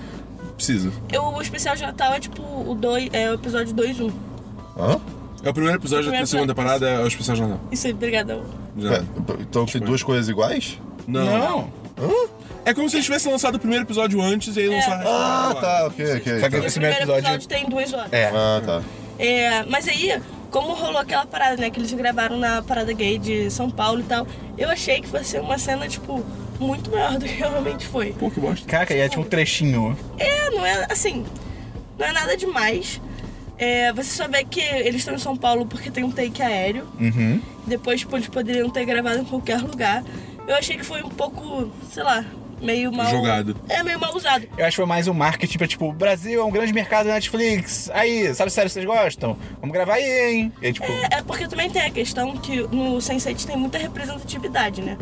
Precisa.
eu, o especial de Natal é tipo o, dois, é, o episódio 2 1.
Hã?
É o primeiro episódio da
Primeiro
segunda parada, é o especial de Natal.
Isso aí, brigadão.
Já.
É, Então tem duas coisas iguais?
Não.
Não.
É como se eles tivessem lançado o primeiro episódio antes
É.
e aí lançaram.
Ah, tá, ok, ok.
Só que
tá.
E o
esse primeiro episódio.
tem duas horas.
É.
Ah, tá.
É, mas aí, como rolou aquela parada, né? Que eles gravaram na parada gay de São Paulo e tal, eu achei que fosse ser uma cena, tipo, muito maior do que realmente foi.
Pô, que bosta.
Caraca, e é tipo um trechinho.
É, não é assim, não é nada demais. É, você só vê que eles estão em São Paulo porque tem um take aéreo. Depois, tipo, eles poderiam ter gravado em qualquer lugar. Eu achei que foi um pouco, sei lá, meio mal.
Jogado.
É, meio mal usado.
Eu acho que foi mais um marketing pra, tipo, Brasil é um grande mercado da Netflix. Aí, sabe sério que vocês gostam? Vamos gravar aí, hein? E aí, tipo,
É, é porque também tem a questão que no Sense8 tem muita representatividade, né?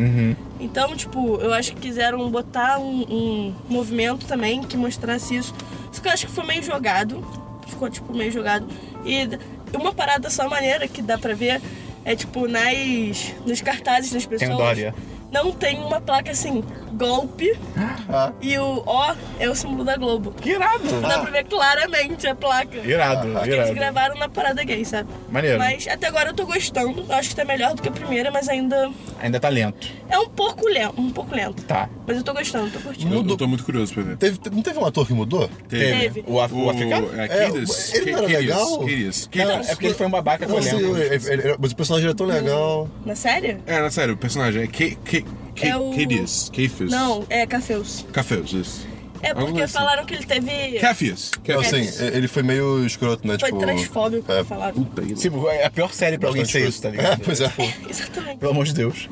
Então, tipo, eu acho que quiseram botar um, um movimento também que mostrasse isso. Só que eu acho que foi meio jogado. Ficou, tipo, meio jogado. E d- uma parada só maneira que dá pra ver é, tipo, nas, nos cartazes das pessoas.
Dória.
Não tem uma placa assim, golpe.
Ah.
E o O é o símbolo da Globo.
que irado!
Dá pra ver claramente a placa.
Irado,
Porque eles
irado.
gravaram na parada gay, sabe?
Maneiro.
Mas até agora eu tô gostando. Eu acho que tá melhor do que a primeira, mas ainda.
Ainda tá lento.
É um pouco lento. Um pouco lento.
Tá.
Mas eu tô gostando, tô curtindo.
Eu, eu tô muito curioso pra ver.
Teve, não teve um ator que mudou?
Teve.
O, af- o africano?
É,
É,
Kiris.
ele não era legal?
Kiris.
Não, é porque ele foi um babaca com
Não, sei,
lento.
ele- ele- ele- mas o personagem era tão legal.
Na série?
É, não, sério, o personagem é
É o-
Kiris. Kefis.
Não, é Cafeus.
Cafeus, isso.
É porque
Alguma assim.
falaram que ele teve.
Kefius.
Não, assim, ele foi meio escroto, né?
É. Foi
tipo,
transfóbico,
é,
falaram.
Puta isso.
Tipo, é a pior série pra alguém ser
bastante
isso, tá
escroto.
ligado?
É, pois é.
Exatamente.
Pelo amor de Deus.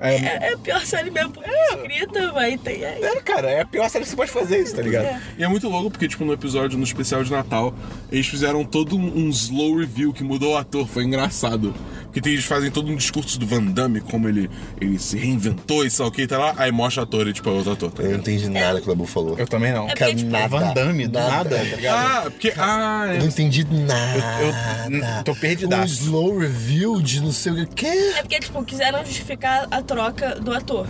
É,
É, é a pior série mesmo, porque é escrita, vai. Tem... É,
é, cara, é a pior série que você pode fazer isso, tá ligado?
E é muito louco porque, tipo, no episódio, no especial de Natal, eles fizeram todo um, um slow review que mudou o ator, foi engraçado. Porque tem- eles fazem todo um discurso do Van Damme, como ele, ele se reinventou e sei lá o que, tá lá, aí mostra o ator e, tipo, é outro ator, tá
Eu não
ligado?
entendi nada que o Dabu falou.
Eu também não.
É
Cara,
porque, tipo,
nada, Van Damme, do nada,
nada.
tá ligado?
Ah, porque. Ah,
Eu não
é.
entendi nada.
Eu- eu tô perdidaço.
Um slow review de não sei o que.
é porque, tipo, quiseram justificar a troca do ator.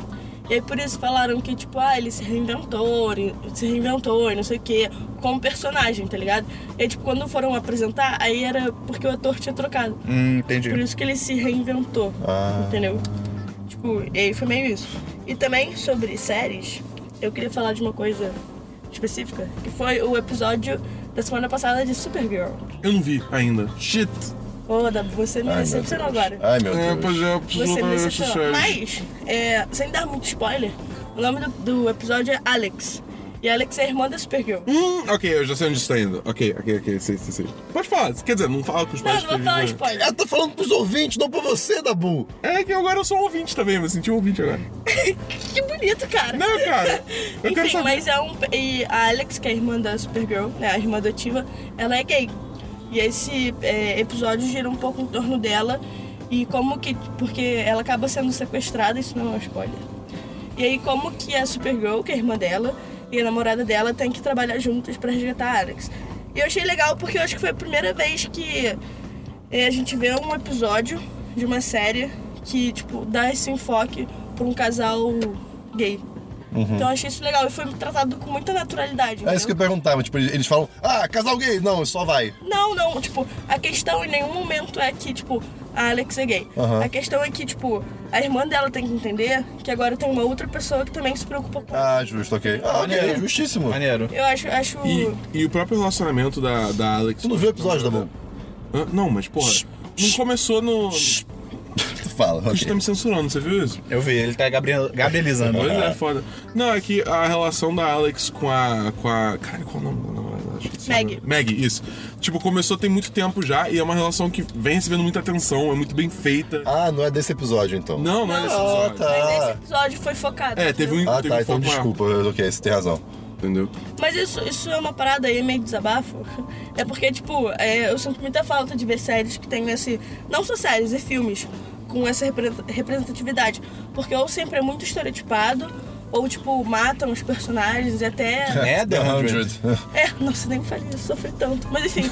E aí por isso falaram que, tipo, ah, ele se reinventou, ele se reinventou e não sei o quê, como personagem, tá ligado? E aí, tipo, quando foram apresentar, aí era porque o ator tinha trocado.
Hum,
Por
entendi.
isso que ele se reinventou.
Ah.
Entendeu? Tipo, e aí foi meio isso. E também sobre séries, eu queria falar de uma coisa específica, que foi o episódio da semana passada de Supergirl.
Eu não vi ainda. Shit.
Ô, Dabu, você me
Ai, meu
decepcionou
Deus.
agora.
Ai, meu
É,
Deus.
pois é, eu preciso
Você me
ver essa
decepcionou.
série.
Mas, é, sem dar muito spoiler, o nome do, do episódio é Alex. E Alex é a irmã da Supergirl.
Hum, ok, eu já sei onde está indo. Ok, ok, ok, sei, sei, sei. Pode falar, quer dizer, não fala com os
Não,
pais.
não vou
que-
falar spoiler.
Ela tá falando pros ouvintes, não pra você, Dabu.
É que agora eu sou um ouvinte também, me senti um ouvinte agora.
Que bonito, cara.
Não, cara, eu quero
Enfim,
saber.
mas é um. E a Alex, que é a irmã da Supergirl, né, a irmã adotiva, ela é gay. E esse é, episódio gira um pouco em torno dela. E como que. Porque ela acaba sendo sequestrada, isso não é um spoiler. E aí, como que a Supergirl, que é a irmã dela, e a namorada dela tem que trabalhar juntas pra resgatar a Alex. E eu achei legal porque eu acho que foi a primeira vez que é, a gente vê um episódio de uma série que, tipo, dá esse enfoque pra um casal gay. Então eu achei isso legal e foi tratado com muita naturalidade.
Uhum. É isso que eu
entendeu?
perguntava. Tipo, eles eles falam, ah, casal gay. Não, só vai.
Não, não, tipo, a questão em nenhum momento é que, tipo, a Alex é gay.
Aham.
A questão é que, tipo, a irmã dela tem que entender que agora tem uma outra pessoa que também se preocupa com
Ah, justo, ok. Ah, ok,
Maneiro.
justíssimo.
Maneiro.
Eu acho, acho.
E, e o próprio relacionamento da, da Alex.
Tu não viu o episódio, Dabu?
Hã? Não, mas porra. Não começou no. Você
Fala, ok.
tá me censurando, você viu isso?
Eu vi, ele tá gabriel- gabrielizando.
Pois é, foda. Não, é que a relação da Alex com a. com a. Cara, qual o nome da namorada? Acho que se
Maggie.
chama- Maggie, isso. Tipo, começou tem muito tempo já e é uma relação que vem recebendo muita atenção, é muito bem feita.
Ah, não é desse episódio, então.
Não, não é desse
Ah,
episódio.
Mas esse
tá.
episódio foi focado.
É, teve um.
Ah,
teve um
tá, então
foco maior,
desculpa. Ok, você tem razão.
Entendeu?
Mas isso, isso é uma parada aí, meio desabafo. É porque, tipo, é, eu sinto muita falta de ver séries que tem esse. Não só séries, e filmes com essa represen- representatividade. Porque ou sempre é muito estereotipado, ou, tipo, matam os personagens e
É?
até.
Né, The 100?
É, nossa, nem falei, eu sofri tanto. Mas enfim.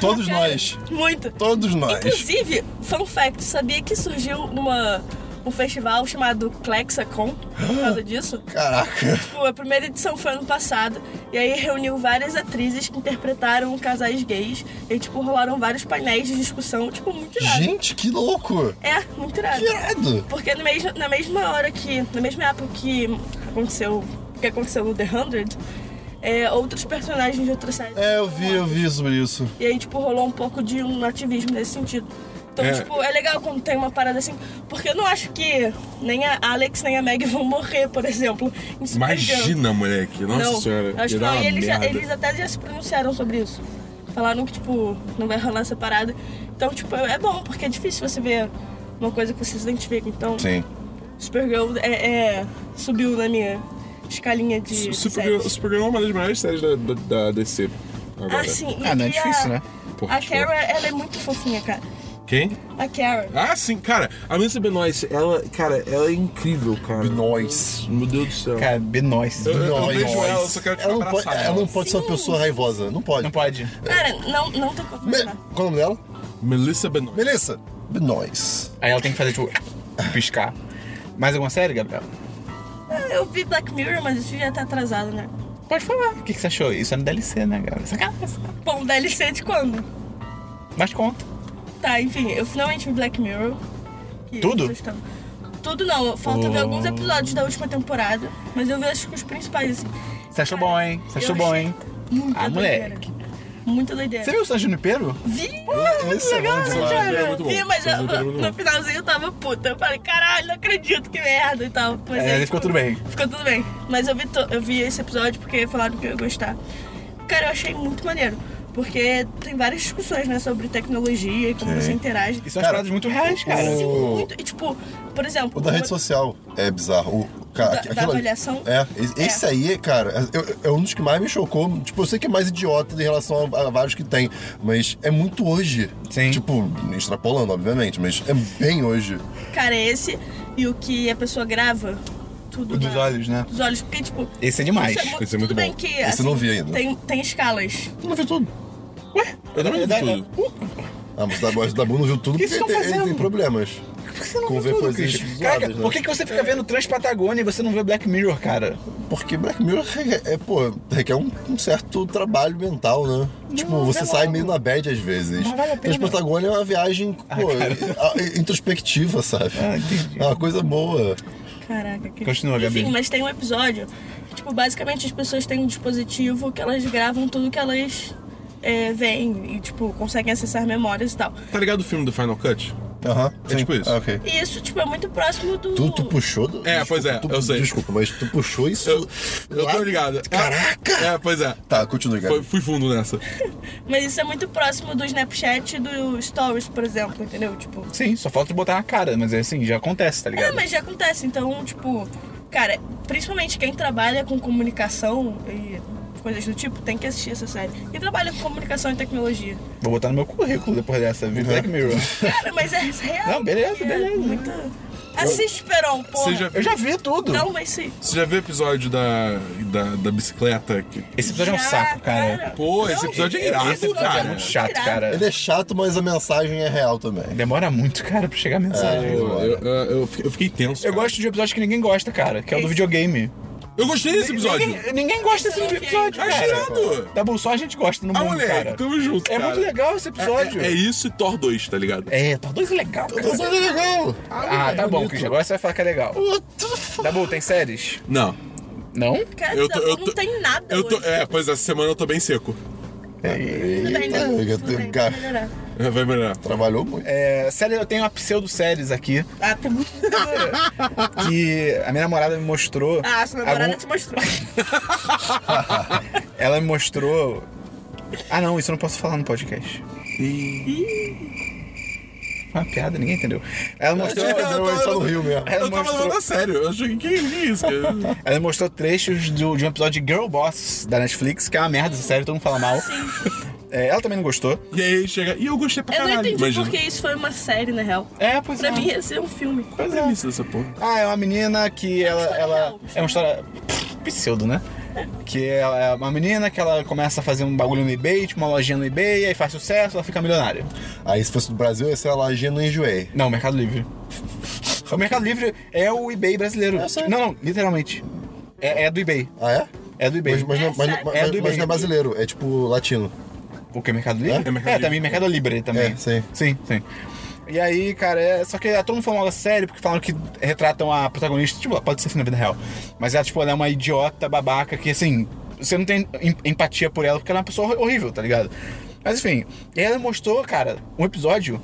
Todos
Cara,
nós.
Muito.
Todos nós.
Inclusive, fun fact, sabia que surgiu uma, um festival chamado Clexacon por causa disso?
Caraca.
Tipo, a primeira edição foi ano passado, e aí reuniu várias atrizes que interpretaram casais gays, e tipo, rolaram vários painéis de discussão, tipo, muito irado.
Gente, que louco.
É, muito irado.
Que irado.
Porque no mesmo, na mesma hora que. Na mesma época que aconteceu. que aconteceu no The 100, é, outros personagens de outras séries.
É, eu vi, eu vi sobre isso.
E aí, tipo, rolou um pouco de um ativismo nesse sentido. Então,
É.
tipo, é legal quando tem uma parada assim, porque eu não acho que nem a Alex nem a Meg vão morrer, por exemplo. em Supergirl.
Imagina, moleque. Nossa
não,
senhora.
acho que
irá
não.
uma
E eles, já-
merda.
eles até já se pronunciaram sobre isso. Falaram que, tipo, não vai rolar essa parada. Então, tipo, é bom, porque é difícil você ver uma coisa que você se identifica. Então,
Sim.
Supergirl é, é- subiu na minha escalinha de.
Su-
de
Supergirl,
séries.
Supergirl é uma das maiores séries da, da, da DC. Agora.
Ah, sim.
Ah, não é
e
difícil,
a,
né?
Porra,
a Kara, ela é muito fofinha, cara.
Quem?
A Kara.
Ah, sim, cara. A Melissa Benoist, ela, cara, ela é incrível, cara.
Nós.
Meu Deus do céu.
Cara, benóis.
Eu- eu-
Nós.
vejo ela, eu só quero te
Ela não
abraçar
pode,
ela.
ela não pode ser uma pessoa raivosa. Não pode.
Não pode.
Cara, não, não tem como
Me-
imaginar.
Qual é o nome dela?
Melissa Benoist.
Melissa. Nós.
Aí ela tem que fazer, tipo, piscar. Mais alguma série, Gabriel?
Ah, Eu vi Black Mirror, mas isso já tá atrasado, né?
Pode falar. O que, que você achou? Isso é no DLC, né, Gabriel? Sacanagem. sacanagem.
Bom, DLC de quando?
Mas conta.
Tá, enfim, eu finalmente vi Black Mirror. que
Tudo? Oh.
vocês estão- Tudo não, falta ver alguns episódios da última temporada, mas eu vi acho que os principais, assim.
Você achou bom, hein? Você achou
Eu
bom,
achei
hein?
Muita
Ah,
doideira.
moleque.
Muita doideira.
Você viu o San Junipero?
Vi!
Esse é bom demais.
Esse é muito bom.
Vi, mas
Esse é
eu-
muito bom, muito
no
bom.
finalzinho eu tava puta. Eu falei, caralho, não acredito, que merda e tal. Mas
É,
aí,
ele ficou tudo bem.
Ficou tudo bem. Mas eu vi, to- eu vi esse episódio porque falaram que eu ia gostar. Cara, eu achei muito maneiro. Porque tem várias discussões, né, sobre tecnologia e como você interage.
E são as
Cara,
é paradas muito reais, cara.
o-
Tipo,
Muito, e tipo, por exemplo.
O da rede
uma-
social é bizarro. O, cara,
Da-
aquilo
da
ali-
avaliação?
É, e- esse
É.
aí, cara, é, é um dos que mais me chocou. Tipo, eu sei que é mais idiota em relação a, a vários que tem, mas é muito hoje.
Sim.
Tipo, extrapolando, obviamente, mas é bem hoje.
Cara, é esse e o que a pessoa grava, tudo.
O dos
na-
olhos, né?
Dos olhos, porque, tipo.
Esse é demais.
isso mu-
Esse é muito
tudo
bom.
bem que.
eu
assim,
não vi ainda.
Tem, tem escalas.
Tu não viu tudo.
Eu também vi tudo.
Ah, mas o Dabu- o Dabu não viu tudo
Que
porque
isso
ele
que eu
tem,
tô
ele tem
fazendo?
problemas.
Por que você não
Com
vê
ver
tudo,
coisas
Christian?
zoadas,
Caraca,
né?
por que, que você fica vendo Transpatagônia e você não vê Black Mirror, cara?
Porque Black Mirror é, é, pô, requer um, um certo trabalho mental, né? tipo, você
vai
sai
logo.
meio na bad às vezes.
Mas vale a pena.
Mas Patagônia é uma viagem, pô, a- a- introspectiva, sabe?
Ah, entendi.
É uma coisa boa.
Caraca, que.
Continua, Gabi.
Enfim, mas tem um episódio. que, Tipo, basicamente as pessoas têm um dispositivo que elas gravam tudo que elas é, veem e, tipo, conseguem acessar memórias e tal.
Tá ligado o filme do Final Cut?
Aham.
É
sim.
tipo isso.
Ah, ok.
E isso, tipo, é muito próximo do.
Tu, tu puxou. do-
É, pois é,
tu-
eu sei.
Desculpa, mas tu puxou isso.
Eu, eu
lá-
tô ligado. É-
Caraca!
É, pois é.
Tá, continue, cara.
Foi- fui fundo nessa.
Mas isso é muito próximo do Snapchat e do Stories, por exemplo, entendeu? Tipo.
Sim, só falta botar na cara, mas é assim, já acontece, tá
É,
ligado?
mas já acontece. Então, tipo, cara, principalmente quem trabalha com comunicação e coisas do tipo, tem que assistir essa série. Quem trabalha com comunicação e tecnologia.
Vou botar no meu currículo depois dessa, vi Black Mirror.
Cara, mas é real.
Não, beleza,
porque é
beleza.
Muita... Assiste, Perón, porra.
né? Você já,
Eu já vi tudo.
Não, mas sim.
você já viu o episódio da, da, da bicicleta? Que,
Esse episódio é um
Já,
saco, cara.
Pô, esse episódio é irado,
Esse
Tá,
episódio é
cara.
muito chato, cara.
Ele é chato, mas a mensagem é real também.
Demora muito, cara, pra chegar a mensagem.
Pô, eu, eu- eu fiquei- eu fiquei tenso.
Eu
cara.
gosto de um episódio que ninguém gosta, cara, que é o do videogame.
Eu gostei desse episódio.
Ninguém, ninguém gosta desse episódio,
É
cara.
irado.
Tá bom, só a gente gosta no
Ah,
mundo,
moleque,
cara.
tamo junto,
É
cara.
muito legal esse episódio.
É, é isso e Thor 2, tá ligado?
É, tá dois é legal, cara.
Mas é legal!
Ah, tá bom, Christian. Agora você vai falar que é legal.
What the fuck?
Tá bom, tem séries?
Não.
Não?
Cara, então,
Eu tô- eu
não
tô-
tem nada
Eu tô,
hoje.
é, pois essa semana eu tô bem seco.
Tudo bem,
Eita,
né?
eu
Tudo
tenho-
bem,
cara-
vai melhorar.
É, Vai melhorar.
Trabalhou muito.
É, série, eu tenho uma pseudo-séries aqui
Ah, tem muito...
que a minha namorada me mostrou.
Ah, sua namorada
algum-
te mostrou.
Ela me mostrou. Ah, não, isso eu não posso falar no podcast. Foi uma piada, ninguém entendeu. Ela mostrou.
Eu
eu
não,
tô-
ele só no Rio mesmo.
Ela
eu tava
É, mostrou-
levando a sério. Eu achei que é- que isso, cara?
Ela mostrou trechos do- de um episódio de Girl Boss da Netflix, que é uma merda essa série, todo mundo fala mal. É, ela também não gostou.
E aí chega. E eu gostei pra
Eu não
caralho.
entendi
Imagina.
porque isso foi uma série, na real.
É, pois
Pra
é.
mim ia ser um filme.
Qual é a premissa dessa porra?
Ah, é uma menina que ela.
história
ela
real,
é uma história. pseudo, né? Que ela é uma menina que ela começa a fazer um bagulho no eBay, tipo uma lojinha no eBay, aí faz sucesso, ela fica milionária.
Aí se fosse do Brasil, ia ser a lojinha no Enjoei.
Não, Mercado Livre. O Mercado Livre é o eBay brasileiro.
Eu sei.
Não, não, literalmente. É, é do eBay.
Ah, é?
É do eBay.
Mas, mas, não- mas, não-
É
mas,
do
mas
eBay.
não é brasileiro, é tipo latino.
O que? Mercado Livre?
É, Mercado
também Mercado Livre também.
É, sim.
Sim, sim. E aí, cara, é... só que todo mundo falou mal da série, porque falaram que retratam a protagonista, tipo, ela pode ser assim na vida real. Mas ela, tipo, ela é uma idiota babaca que, assim, você não tem em- empatia por ela, porque ela é uma pessoa horrível, tá ligado? Mas enfim, e ela mostrou, cara, um episódio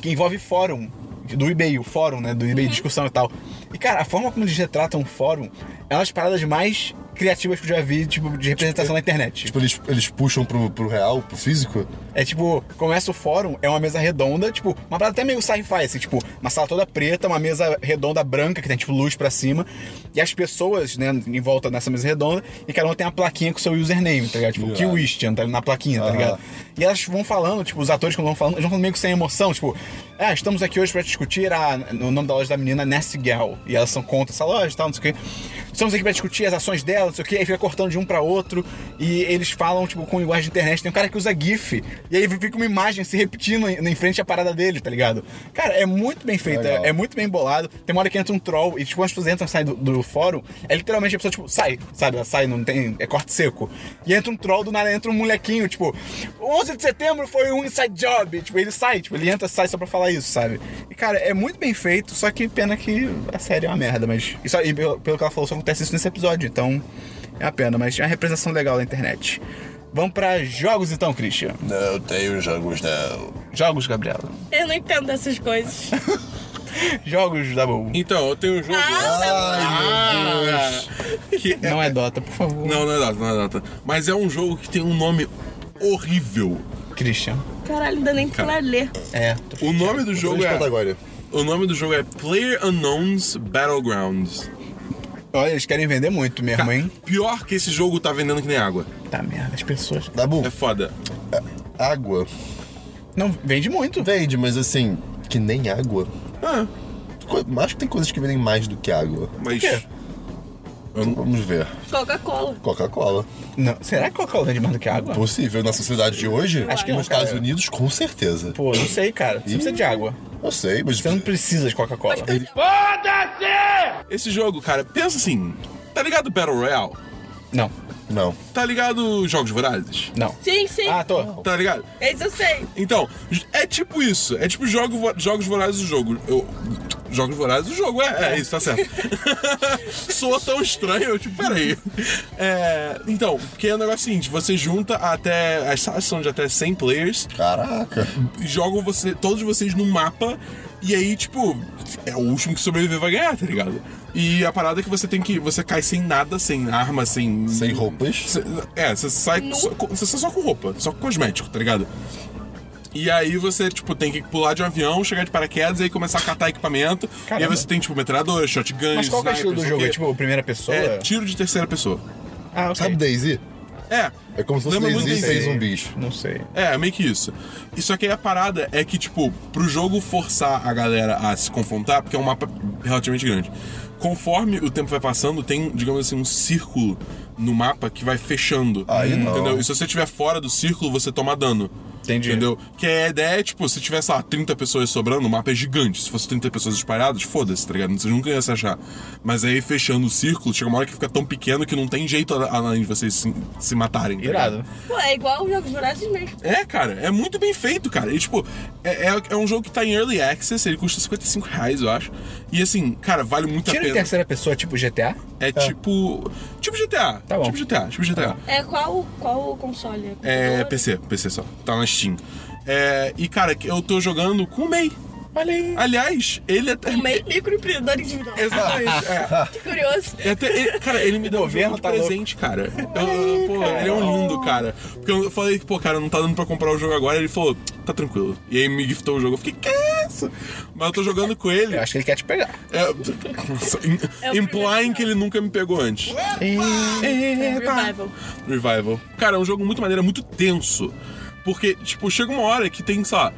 que envolve fórum, do eBay, o fórum, né, do eBay, discussão e tal. E, cara, a forma como eles retratam o fórum é uma das paradas mais criativas que eu já vi, tipo, de representação na internet.
Tipo, eles, eles puxam pro, pro real, pro físico.
É tipo, começa o fórum, é uma mesa redonda, tipo, uma parada até meio sci-fi, assim, tipo, uma sala toda preta, uma mesa redonda branca, que tem, tipo, luz pra cima, e as pessoas, né, em volta dessa mesa redonda, e cada uma tem uma plaquinha com o seu username, tá ligado? Tipo,
Irado.
Kiwistian, tá na plaquinha, tá
Aham.
ligado? E elas vão falando, tipo, os atores quando vão falando, eles vão falando meio que sem emoção, tipo, ah, estamos aqui hoje pra discutir a, o nome da loja da menina Nessie Gal, e elas são contra essa loja e tal, não sei o quê. Estamos aqui pra discutir as ações dela, não sei o quê, aí fica cortando de um pra outro, e eles falam, tipo, com linguagem de internet, tem um cara que usa GIF, e aí fica uma imagem se repetindo em em frente à parada dele, tá ligado? Cara, é muito bem feito,
Legal.
é, é muito bem bolado. Tem uma hora que entra um troll, e tipo, quando as pessoas entram e saem do, do fórum, é literalmente a pessoa, tipo, sai, sabe? Ela sai, não tem. É corte seco. E entra um troll, do nada entra um molequinho, tipo, 11 de setembro foi um inside job. Tipo, ele sai, tipo, ele entra, sai só pra falar isso, sabe? E cara, é muito bem feito, só que pena que a série é uma merda, mas. Isso aí, pelo, pelo que ela falou, só acontece isso nesse episódio, então. É uma pena, mas é uma representação legal da internet. Vamos pra jogos então, Christian.
Não tenho jogos, não.
Jogos, Gabriela.
Eu não entendo essas coisas.
Jogos da Boa.
Então, eu tenho um jogo.
Ah,
que
Não é Dota, por favor.
Não, não é data, não é data. Mas é um jogo que tem um nome horrível.
Christian.
Caralho, não dá nem pra ler.
É.
O nome do
Jogo
jogo
de
é.
Patagônia.
O nome do jogo é Player Unknowns Battlegrounds.
Olha, eles querem vender muito mesmo, hein?
Pior que esse jogo tá vendendo que nem água.
Tá merda, as pessoas.
Dabu, é,
É foda.
água.
Não, vende muito.
Vende, mas assim, que nem água.
Ah,
Co- Acho que tem coisas que vendem mais do que água.
mas.
quê?
Vamos ver.
Coca-Cola.
Coca-cola.
Não, será que Coca-Cola vende mais do que água?
Possível na sociedade de hoje?
Acho que
nos
não,
Estados
cara.
Unidos, com certeza.
Pô, não sei, cara. Você precisa de água.
Eu sei, mas.
Você não precisa de Coca-Cola.
Esse jogo, cara, pensa assim. Tá ligado Battle Royale?
Não,
Não.
Tá ligado Jogos Vorazes?
não.
Sim, sim.
Ah, tô.
Tá ligado?
Esse eu sei.
Então, é tipo isso. É tipo jogo, vo- Jogos Vorazes do jogo. Eu- jogos Vorazes do jogo, é, é isso, tá certo. Soa tão estranho, eu tipo, peraí. É, então, porque é um negócio seguinte, você junta até... As salas são de até 100 players,
Caraca.
e jogam você, todos vocês num mapa, e aí, tipo, é o último que sobreviver vai ganhar, tá ligado? E a parada é que você tem que... Você cai sem nada, sem arma, sem...
Sem roupas.
Cê- É, você sai só, com- você sai só com roupa, só com cosmético, tá ligado? E aí você, tipo, tem que pular de um avião, chegar de paraquedas e aí começar a catar equipamento. E aí
Caramba.
você tem, tipo, metralhadora, shotgun,
Mas qual que é o
sniper,
estilo do
não sei
jogo?
o
É
quê.
tipo primeira pessoa?
É, tiro de terceira pessoa.
Ah, ok.
Sabe Daisy?
É.
É como se fosse
Lembra muito
Daisy um
Daisy.
sem zumbis.
Não sei.
É, meio que isso. E só que aí a parada é que, tipo, pro jogo forçar a galera a se confrontar, porque é um mapa relativamente grande. Conforme o tempo vai passando, tem, digamos assim, um círculo no mapa que vai fechando.
Aí não.
Entendeu? E se você estiver fora do círculo, você toma dano.
Entendi.
Entendeu? Que a ideia é, tipo, se tiver, sei lá, 30 pessoas sobrando, o mapa é gigante. Se fosse 30 pessoas espalhadas, foda-se, tá ligado? Você nunca ia se achar. Mas aí, fechando o círculo, chega uma hora que fica tão pequeno que não tem jeito a- além de vocês se, se matarem. tá ligado?
Irado.
Pô, é igual os Jogos Vorazes mesmo.
É, cara, é muito bem feito, cara. E, tipo, é, é- é um jogo que tá em early access, ele custa 55 reais, eu acho. E assim, cara, vale muito a
Tiro em
pena.
terceira pessoa, tipo GTA?
É, tipo. Tipo GTA.
Tá bom.
Tipo GTA, tipo GTA.
É qual, qual o console?
É
computador?
PC, PC só. Tá na Steam. É, e, cara, eu tô jogando com o MEI.
Olha aí.
Aliás, ele até.
Um meio microempreendedor individual.
Exatamente. é.
Que curioso.
É até- ele- cara, ele me deu um
Governo
jogo de
tá
presente, cara. Eu- eu- pô, ele é um lindo, cara. Porque eu falei, pô, cara, não tá dando pra comprar o jogo agora. Ele falou, tá tranquilo. E aí me giftou o jogo. Eu fiquei, que é isso? Mas eu tô jogando com ele.
Eu acho que ele quer te pegar.
É, nossa, im-
É o
implying
primeiro
que ele nunca me pegou antes. É,
Revival.
Revival. Cara, é um jogo muito maneiro, é muito tenso. Porque, tipo, chega uma hora que tem, sei lá.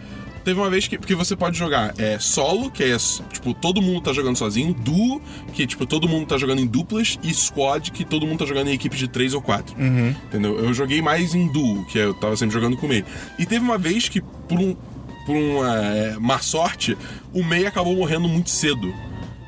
Teve uma vez que, que você pode jogar é, solo, que é, tipo, todo mundo tá jogando sozinho, duo, que, tipo, todo mundo tá jogando em duplas, e squad, que todo mundo tá jogando em equipe de três ou quatro. Entendeu? Eu joguei mais em duo, que é, eu tava sempre jogando com o meio. E teve uma vez que, por, um, por uma é, má sorte, o meio acabou morrendo muito cedo.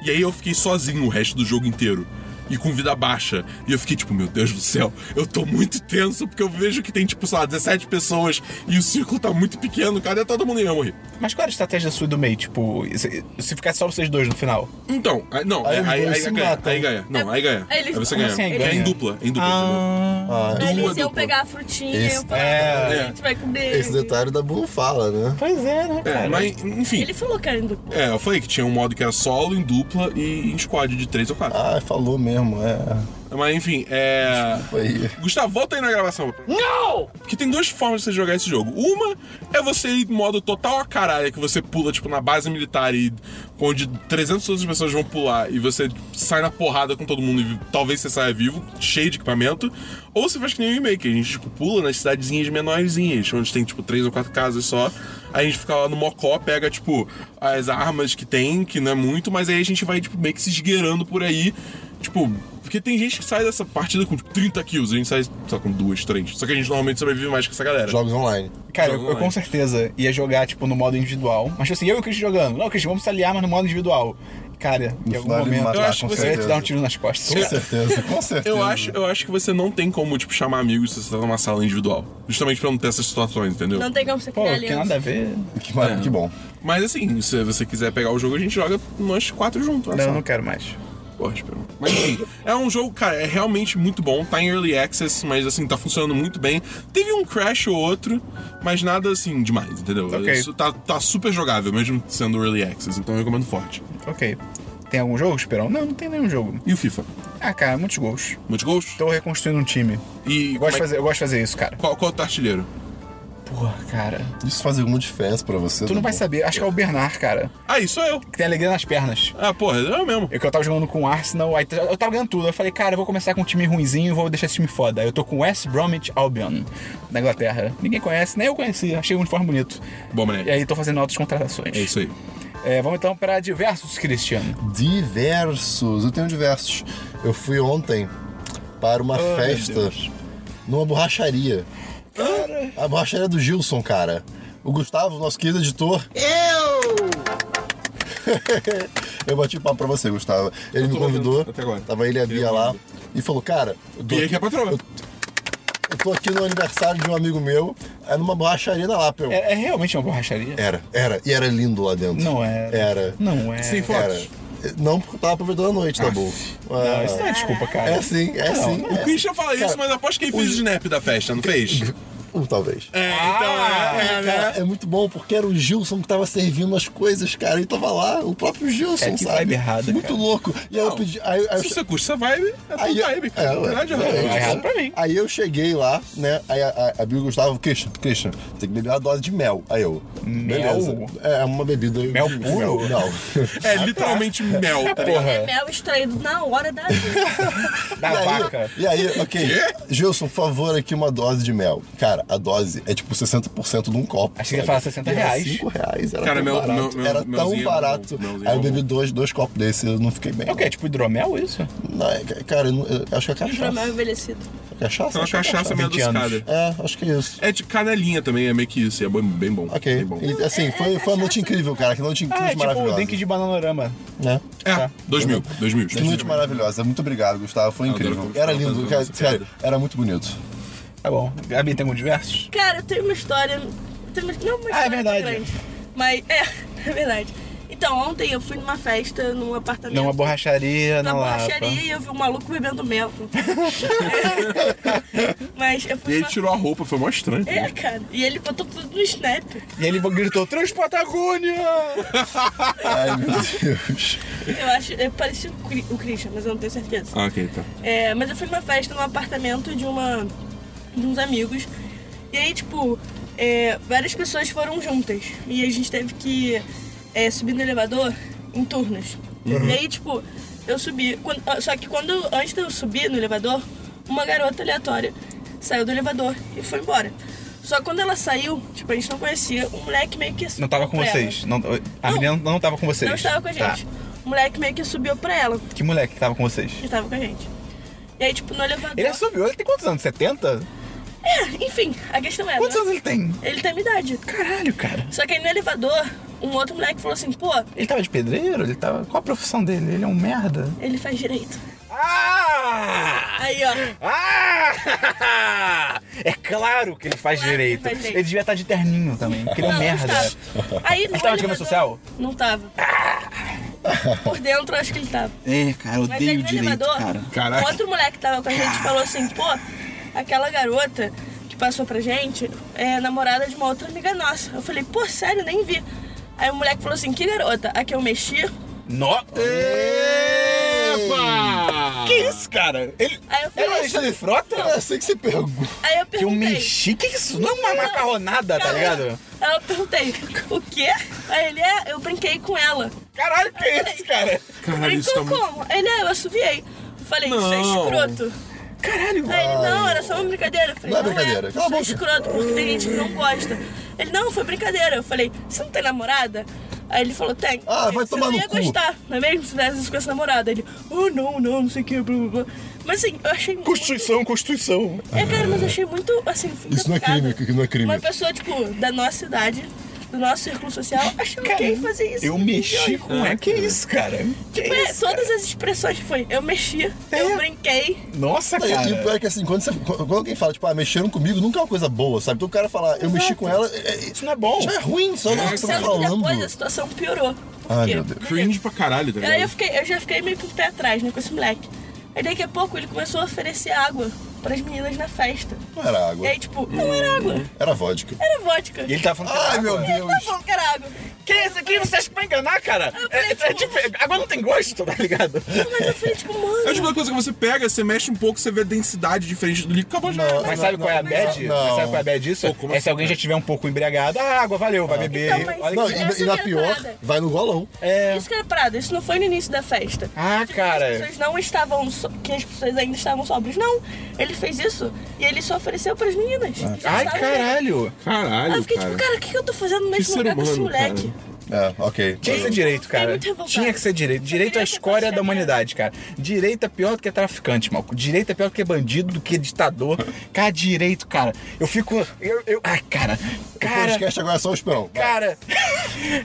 E aí eu fiquei sozinho o resto do jogo inteiro. e com vida baixa. E eu fiquei tipo, meu Deus do céu, eu tô muito tenso porque eu vejo que tem, tipo, sei lá, 17 pessoas e o círculo tá muito pequeno, cadê todo mundo? E eu ia morrer.
Mas qual era a estratégia sua e do meio? Tipo, se, se ficasse só vocês dois no final.
Então, aí- não,
Aí
aí,
os
aí,
dois
aí,
se
ganha,
matam.
aí ganha. Não,
É-
aí ganha.
eles-
aí você
como
ganha.
assim aí
É em
ganha?
dupla, é em dupla.
Ah,
Aí
Dupla,
eles iam
dupla.
pegar a frutinha e eu
Esse-
falava,
É.
a gente vai comer.
Esse detalhe da Bull fala, né?
Pois é, né,
entendeu?
cara?
É, mas, enfim.
Ele falou que era em dupla.
É, eu falei que tinha um modo que era solo, em dupla e em squad de 3 ou 4.
Ah, falou mesmo, é.
Mas enfim, é.
Aí.
Gustavo, volta aí na gravação. Não! Porque tem duas formas de você jogar esse jogo. Uma é você ir em modo total a caralho, que você pula, tipo, na base militar e onde 300 outras pessoas vão pular e você sai na porrada com todo mundo e talvez você saia vivo, cheio de equipamento. Ou você faz que nem o remake, a gente, tipo, pula nas cidadezinhas menorzinhas, onde tem, tipo, três ou quatro casas só. Aí a gente fica lá no mocó, pega, tipo, as armas que tem, que não é muito, mas aí a gente vai, tipo, meio que se esgueirando por aí, tipo... Porque tem gente que sai dessa partida com tipo, 30 kills, a gente sai só com duas, três. Só que a gente normalmente sobrevive mais que essa galera.
Jogos online.
Cara,
Jogo
eu, eu com
online.
certeza ia jogar, tipo, no modo individual. Mas tipo assim, eu e o Christian jogando. Não, Christian, vamos se aliar, mas no modo individual. Cara, em algum
final ele
momento,
mata
eu
lá,
acho
com
que você ia te
certeza.
dar um tiro nas costas.
Com
cara.
certeza, com certeza.
Eu acho, eu acho que você não tem como, tipo, chamar amigos se você tá numa sala individual. Justamente pra não ter essas situações, entendeu?
Não tem como você
Pô,
criar um
que
aliança.
nada a ver.
Que, mar-
É.
que bom.
Mas assim, se você quiser pegar o jogo, a gente joga nós quatro juntos.
Não,
essa-
eu não quero mais.
Porra, espero. Mas enfim, é um jogo, cara, é realmente muito bom. Tá em early access, mas assim, tá funcionando muito bem. Teve um crash ou outro, mas nada assim demais, entendeu?
Ok.
Isso tá, tá super jogável, mesmo sendo early access, então eu recomendo forte.
Ok. Tem algum jogo, Esperão? Não, não tem nenhum jogo.
E o FIFA?
Ah, cara, muitos gols.
Muitos gols?
Tô reconstruindo um time. Eu gosto,
E
de
como é-
fazer, eu gosto de fazer isso, cara.
qual, qual é o teu artilheiro?
Porra, cara.
Isso faz alguma diferença pra você?
Tu não vai saber. Acho que é o Bernard, cara.
Ah, isso sou eu.
Que tem alegria nas pernas.
Ah, porra, eu mesmo.
Eu É que eu tava jogando com o Arsenal, aí t- eu tava ganhando tudo. Eu falei, cara, eu vou começar com um time ruinzinho e vou deixar esse time foda. Aí Eu tô com West Bromwich Albion, na Inglaterra. Ninguém conhece, nem eu conheci. Achei um uniforme bonito.
Bom, moleque.
E aí tô fazendo altas contratações.
É isso aí.
É, vamos então pra diversos, Cristiano.
Diversos. Eu tenho diversos. Eu fui ontem para uma
meu
festa numa borracharia. A borracharia do Gilson, cara. O Gustavo, nosso querido editor. Eu! eu bati papo pra você, Gustavo. Ele me
tô
convidou.
batendo até agora.
Tava ele e a
Queria
Bia lá.
muito.
E falou, cara, eu tô
Bia que é a patroa.
Eu, eu tô aqui no aniversário de um amigo meu, é numa borracharia na Lapa. Eu,
É, é realmente uma borracharia?
Era, era. E era lindo lá dentro.
Não era.
Era.
Não é.
Sem fotos.
Era. Não porque eu tava aproveitando a noite, tá bom?
Não, isso não é desculpa, cara.
É sim, é sim.
O Christian fala isso, mas aposto que ele fez o snap da festa, não fez?
Um, talvez.
É, então é, é, né?
Cara, é muito bom porque era o Gilson que tava servindo as coisas, cara. E tava lá, o próprio Gilson,
É, que
sabe?
vibe errada,
muito
cara.
louco. E aí eu
Não,
pedi. Aí, aí eu
Se
che-
você curte essa vibe, é tua
Aí,
vibe, cara.
é, ué.
Verdade,
É,
Tá
é,
errado pra mim.
Aí eu cheguei lá, né? Aí a, a, a Bia e o Gustavo, Christian, Christian, tem que beber uma dose de mel. Aí eu,
Mel?
beleza. É uma bebida.
Mel puro?
não.
é literalmente mel, tá ligado?
Porra,
É mel extraído na hora da
da Tá, vaca.
E aí, ok. Gilson, por favor, aqui uma dose de mel. Cara, a dose é tipo 60% de um copo.
Achei que ia
sabe?
falar 60
E era
reais.
5 reais, era
Cara,
tão
meu-
barato.
meu- meu-
era
melzinho é
tão
bom,
barato.
melzinho
aí
é
eu bebi
bom.
dois, dois copos desses eu não fiquei bem.
É o quê? Tipo hidromel, isso?
Não, é- cara, eu, não- eu acho que é
hidromel
cachaça.
envelhecido.
Cachaça?
É uma
Acho que é
cachaça meio
20 anos.
adocicada.
É, acho que é isso.
É de canelinha também, é meio que isso, é bom- bem bom.
Ok.
Bem bom.
E,
É,
assim, foi, foi uma noite incrível, cara. Que noite incrível
Ah, é tipo o
maravilhosa.
Dink de Bananorama.
né?
É, 2000, 2000.
Que noite maravilhosa. Muito obrigado, Gustavo. Foi
Adoro
incrível.
quando
Era
fala
lindo,
fazendo
cara.
essa piada.
sério, Era muito bonito.
Tá bom. Gabi, tem algum diversos?
Cara, tem uma história. Tem uma, não, uma história
Ah, é verdade.
tão grande. Mas é, é verdade. Então, ontem eu fui numa festa num apartamento.
Não, uma borracharia na,
na
Lapa.
borracharia e eu vi um maluco bebendo mel. Mas eu
E
fui.
ele
numa-
tirou a roupa, foi mó estranho. tá
É, cara. E ele botou tudo no snap.
E ele gritou, Transpatagônia!
Ai, meu Deus.
Eu acho. é, parecia o Cri- o Christian, mas eu não tenho certeza.
Ah, ok, tá.
É, mas eu fui numa festa num apartamento de uma. de uns amigos. E aí, tipo, é, várias pessoas foram juntas. E a gente teve que é, subir no elevador em turnos.
Uhum.
E aí, tipo, eu subi. Quando- ah, só que quando antes de eu subir no elevador, uma garota aleatória saiu do elevador e foi embora. Só que quando ela saiu, tipo, a gente não conhecia, um moleque meio que.
Não tava com
pra ela.
vocês. Não, a
Não.
menina não tava com vocês.
Não estava com a gente.
Tá.
O moleque meio que subiu pra ela,
Que moleque que tava com vocês?
que estava com a gente. E aí, tipo, no elevador.
Ele é assumiu. Ele tem quantos anos? 70?
Enfim, a questão é.
Quantos
né?
anos ele tem?
Ele tem minha idade.
Caralho, cara.
Só que aí no elevador, um outro moleque falou assim: pô,
Ele tava de pedreiro? Ele tava... Qual a profissão dele? Ele é um merda?
ele faz direito.
Ah! Ah!
Aí, ó.
Ah! É claro que ele faz
Claro que
direito.
faz direito.
ele devia estar de terninho também, porque ele é um
Não,
merda.
Não estava. Aí, no
tava de camisa
elevador-
social?
Não tava. Por dentro, acho que ele tava.
É, cara, eu
Mas aí no elevador, um
Caraca.
outro moleque que tava com a gente falou assim, pô, aquela garota que passou pra gente é namorada de uma outra amiga nossa. Eu falei, pô, sério, nem vi. Aí o moleque falou assim, que garota? A que eu mexi?
No... Epa! Que isso, cara? Ele...
Aí eu falei,
Era o Alexandre Frota?
Eu sei que você perguntou.
Aí eu
Que eu
perguntei.
mexi? é um Que isso? Não é uma
Não,
macarronada, tá
calma.
ligado?
Aí eu perguntei, o quê? Aí ele, é, eu brinquei com ela.
Caralho, que é isso, cara?
Caralho, isso tá
Brincou
muito.
como? Ele, é, eu assoviei. Eu falei, isso é
Não.
escroto.
Caralho,
Aí ele, não, era só uma brincadeira. Eu falei,
Não é
não,
brincadeira.
É,
Cala a
isso é
boca."
escroto, porque tem gente que não gosta. Ele, não, foi brincadeira. Eu falei, você não tem namorada? Aí ele falou, tem.
Ah,
Eu falei,
vai tomar
Você não
no
ia
cu."
gostar, não é mesmo? Se fizesse isso com essa namorada. Ele, oh, não, não, não sei o que, blá, blá, blá. Mas assim, eu achei muito...
Constituição, Constituição.
É, cara, mas eu achei muito, assim,
Isso não é
engraçado.
crime, que não é crime.
Uma pessoa, tipo, da nossa idade, do nosso círculo social, achando que ia fazer isso.
Eu mexi com é que isso, cara? Que
Ué,
isso? É.
todas as expressões que foi, eu mexi, eu brinquei.
Nossa,
E e o pior
cara.
é que assim, quando, você- quando alguém fala, tipo, ah, mexeram comigo, nunca é uma coisa boa, sabe? Então o cara fala, eu mexi com ela, é- é-
Isso não é bom.
já é ruim, só não você tá
Sendo que depois a
falando.
situação piorou. Por
Ai,
quê?
meu Deus.
Cringe pra caralho, tá
E Aí eu,
ligado?
fiquei, eu já fiquei meio com o pé atrás, né, com esse moleque. Aí daqui a pouco ele começou a oferecer água pras meninas na festa.
Não era água,
E
É.
aí, tipo, não era água,
era vodka.
era vodka.
Hum. E ele tava falando que era
Ai, meu
água.
Ele
Deus.
tava falando que era água.
Que isso aqui? Você acha que vai enganar, cara?
Eu falei,
É, é,
tipo,
tipo, água não tem gosto, tá ligado?
Mas eu falei, tipo,
É
mano.
o tipo de coisa que você pega, você mexe um pouco, você vê a densidade diferente do líquido, acabou já.
Não,
Mas sabe qual é a bad?
não. assim,
Mas sabe qual é a bad disso?
Pô, como
é se alguém já tiver um pouco embriagado, ah, água, valeu, vai beber.
Então, mas-
Olha
né? Não,
que...
Essa
e, e
que
na
é a
pior,
parada.
vai no golão.
É.
Isso que era parada, isso não foi no início da festa.
Ah,
Tipo,
As
cara.
pessoas não estavam. so- que as pessoas ainda estavam sobras. Não, ele fez isso e ele só ofereceu pras meninas. Já
Ai,
estavam-
caralho.
Caralho,
Aí eu fiquei
cara.
tipo, cara, o que, que eu tô fazendo no
Que
mesmo
ser
lugar com esse
humano, cara.
moleque?
É, ok.
Tinha que ser direito, cara.
muito revoltada.
Tinha que ser direito. Direito é a
queria
escória
compartilhar.
da humanidade, cara. Direito é pior do que traficante, maluco. Direito é pior do que bandido, do que ditador. Cara, direito, cara. Eu fico. Eu, eu... Ai, cara.
O
Cara.
podcast agora é só o Esperão.
Cara,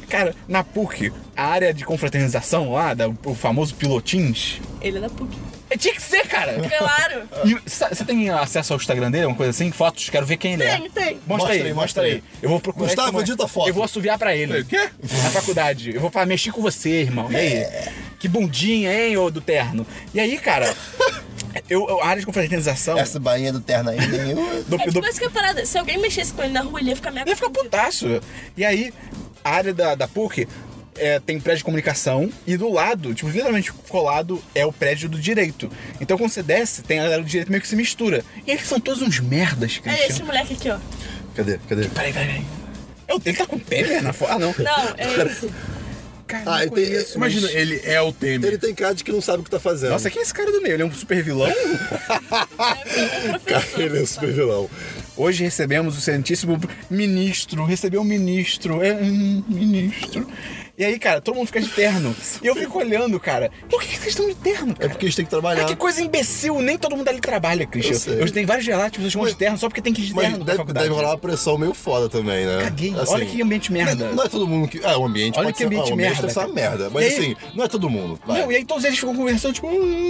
cara, na PUC, a área de confraternização lá, da- o famoso pilotins,
Ele era PUC.
é, tinha que ser, cara.
Claro.
E sa- Você tem acesso ao Instagram dele, alguma coisa assim? Fotos? Quero ver quem ele é.
Tem, tem.
Mostra, aí, mostra aí. Eu vou procurar.
Gustavo,
esse momento.
edita a foto.
Eu vou assoviar pra ele.
O quê?
Na faculdade. Eu vou falar, mexi com você, irmão. E aí?
É.
Que bundinha, hein, ô do terno. E aí, cara, eu, eu- a área de confraternização.
Essa bainha do terno aí. eu-
do-
É
do-
tipo essa que é a parada. Se alguém mexesse com ele na rua, ele ia ficar meio.
Ele ia ficar putaço. E aí, a área da, da PUC é, tem prédio de comunicação e do lado, tipo, literalmente colado, é o prédio do direito. Então, quando você desce, tem a área do direito meio que se mistura. E eles são todos uns merdas,
É esse
Cristiano.
moleque aqui, ó.
Cadê? Cadê?
Peraí, peraí, peraí. Eu- Ele tá com pele na fora, ah, não.
Não, é esse.
Cara,
Ah,
não
ele tem-
conheço, mas-
Imagina, ele é o Temer.
Ele tem cara de que não sabe o que tá fazendo.
Nossa, quem é esse cara do meio? Ele é um super vilão?
É o
cara,
professor.
ele é um super vilão.
Hoje recebemos o Santíssimo Ministro. Recebeu um ministro. É um ministro. E aí, cara, todo mundo fica de terno. E eu fico olhando, cara. Por que que vocês estão de terno,
É
cara?
porque a gente tem que
Ah,
trabalhar.
que coisa imbecil, nem todo mundo ali trabalha,
Eu
Cristian.
sei.
Eu, tenho vários relatos de pessoas que vão de terno só porque tem que ir de
Mas
terno na
deve,
faculdade.
deve rolar uma pressão meio foda também, né?
Caguei. Olha que ambiente merda.
Não, não é todo mundo que. Ah, o ambiente
Olha
pode
que
ser.
ambiente
ah, o ambiente
merda,
deve ser uma
cara.
merda.
E
Mas
aí-
assim, não é todo mundo. vai.
Não, e aí todos eles ficam conversando, tipo,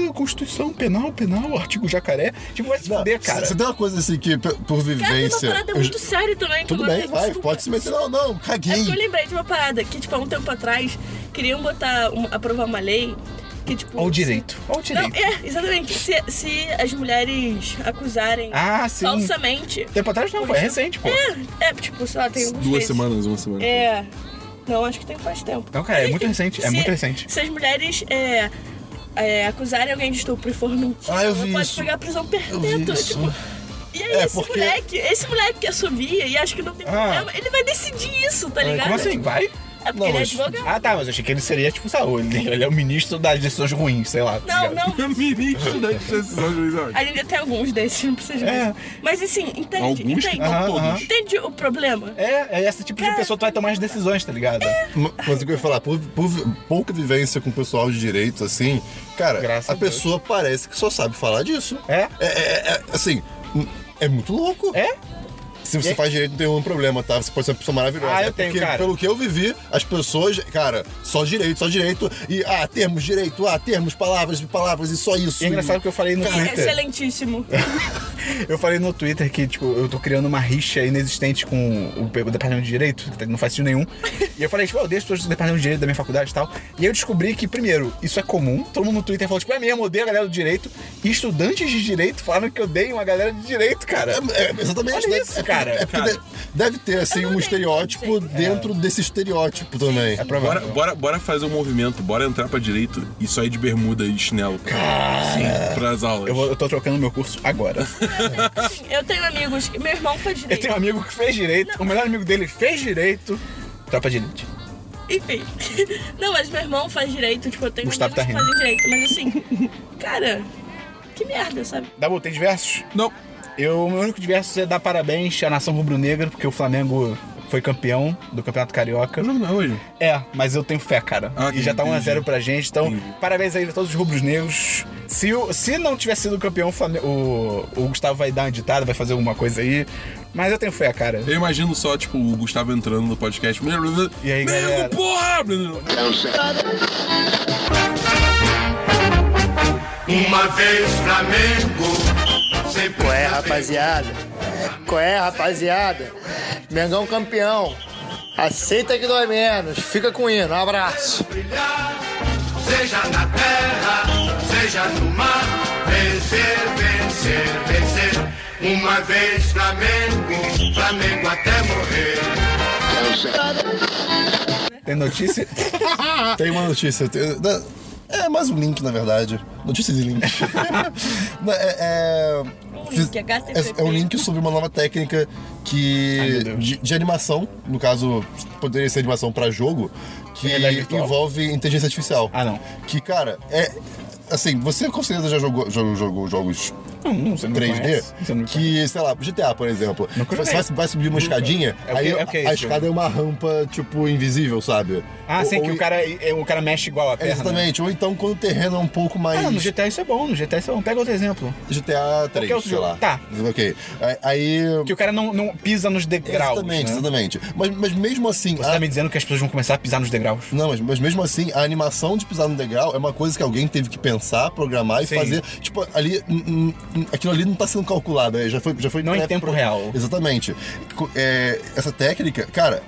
"Ah, Constituição, penal, penal, artigo jacaré. Tipo, vai se
Não,
fuder,
Você
cara.
tem uma coisa assim que, por por
Cara, tem uma
vivência.
parada
eu-
muito séria também.
Tudo
que eu
bem, vai,
desculpa.
pode se meter. Não, não,
É
caguei.
porque eu lembrei de uma parada que, tipo, há um tempo atrás, queriam botar, um- aprovar uma lei que, tipo...
Olha o direito. Olha o
Não,
direito.
é, exatamente. Se, se as mulheres acusarem
Ah, sim.
falsamente...
Tempo atrás não, foi recente, pô.
É, é, tipo, sei lá, tem alguns
Duas
meses.
semanas, uma semana.
É... Não, acho que tem faz tempo.
Não, cara, é muito recente, é
Se-
muito recente.
Se as mulheres é, é, acusarem alguém de estupro e for mentira,
Ah, eu
ela
vi
pode
isso.
pegar prisão
Eu vi
perpétua.
isso.
Tipo, e aí,
É,
esse
porque-
moleque, esse moleque que assovia e acho que não tem
Ah.
problema, ele vai decidir isso, tá ligado?
Como assim? Vai?
É porque
Não,
ele é
mas-
advogado.
Ah, tá, mas eu achei que ele seria, tipo, Saúl. Ele, ele é o ministro das decisões ruins, sei lá. tá
Não,
ligado?
não.
Ministro da Justiça, Luiz Alves.
Ainda tem alguns desses, não precisa de
É.
mais. Mas assim, entende,
Alguns que
entende.
não
Aham, aham.
todos.
Entende o problema?
É, é esse tipo de pessoa que vai tomar as decisões, tá ligado?
É.
Ma- Mas o que eu ia falar, por, por vi- pouca vivência com o pessoal de direito, assim, cara,
Graças
a
a Deus.
pessoa parece que só sabe falar disso.
É?
É, é, é, assim, é muito louco.
É?
Se você faz direito, não tem nenhum problema, tá? Você pode ser uma pessoa maravilhosa.
Ah, eu
É
tenho,
porque,
cara.
Pelo que eu vivi, as pessoas, cara, só direito, só direito. E, ah, termos, direito, ah, termos, palavras, palavras, e só isso.
E é engraçado que eu falei no Twitter.
Excelentíssimo.
Eu falei no Twitter que, tipo, eu tô criando uma rixa inexistente com o pe- o departamento de Direito, que não faz sentido nenhum. E eu falei, tipo, eu odeio as pessoas do departamento de Direito da minha faculdade e tal. E aí eu descobri que, primeiro, isso é comum. Todo mundo no Twitter falou, tipo, é mesmo, eu odeio a galera do Direito. E estudantes de Direito falaram que odeiam a galera de Direito, cara.
É, é, exatamente.
Olha
deve-
isso,
é,
cara,
é porque
cara.
de- Deve ter, assim,
Eu
um
não
estereótipo
entendi.
dentro desse estereótipo também.
É
Bora,
provável.
bora, bora fazer um movimento, bora entrar pra direito e sair de bermuda e de chinelo. Cara. Sim, pras aulas.
Eu, vou- eu tô trocando meu curso agora.
Eu tenho amigos. que- Meu irmão foi
Eu
direito.
tenho um amigo que fez Direito, o melhor amigo dele fez Direito. Tropa de Elite.
Enfim. Não, mas meu irmão faz direito. Tipo, eu tenho
Gustavo
amigos
tá
que fazem direito. Mas assim, cara, que merda, sabe?
Dabu, tem diversos?
Não.
Eu, o meu único diverso é dar parabéns à nação rubro-negra, porque o Flamengo foi campeão do Campeonato Carioca.
Não, não, hoje.
É, mas eu tenho fé, cara.
Ah,
e já tá 1 a
entendi.
0 pra gente, então
Entendi.
parabéns aí a todos os rubros negros. Se, o- se não tivesse sido campeão, o, Flame- o- o Gustavo vai dar uma ditada, vai fazer alguma coisa aí. Mas eu tenho fé, cara.
Eu imagino só, tipo, o Gustavo entrando no podcast.
E aí,
Nego,
galera?
porra!
Uma vez Flamengo, sempre
Qual é,
Flamengo.
rapaziada? Qual é, rapaziada? Mengão campeão. Aceita que dói menos. Fica com o hino. Um abraço.
brilhar, seja na terra, seja no mar, vencer, vencer, vencer. Uma vez Flamengo, Flamengo até morrer.
Tem notícia?
Tem uma notícia. tem- da- é mais um link, na verdade. Notícias e links. Na- é, é-
Um link, HTTP.
é- é um link sobre uma nova técnica
Ai, meu
que
Deus.
de, de animação, no caso, poderia ser animação pra jogo, que
Realidade é virtual?
envolve inteligência artificial.
Ah, não.
Que, cara, é. Assim, você com certeza já jogou, jogou, jogou jogos
não, não, você não me
3D,
conhece. Você não me conhece.
que, sei lá, GTA, por exemplo.
Nunca
Você
joguei.
vai, vai subir uma escadinha,
É o que-
aí
é o que é
a
isso?
escada é uma rampa, tipo, invisível, sabe?
Ah,
Ou-
sim, que
ou-
o cara, é, o cara mexe igual a
é,
perna. né?
Exatamente, ou então quando o terreno é um pouco mais
Ah, no GTA isso é bom, no GTA isso é bom. Pega outro exemplo.
GTA 3,
outro
sei
jogo.
lá.
Tá.
Ok. Aí- Aí.
Que o cara não, não pisa nos degraus.
exatamente,
né?
exatamente. Mas, mas mesmo assim.
Você
a-
tá me dizendo que as pessoas vão começar a pisar nos degraus?
Não, mas, mas mesmo assim, a animação de pisar no degrau é uma coisa que alguém teve que pensar, programar e
Sim.
fazer. Tipo, ali. hum, hum, aquilo ali não tá sendo calculado, é, já foi. Já foi
Não em
pré-
tempo real.
Exatamente. Co- é, essa técnica, cara.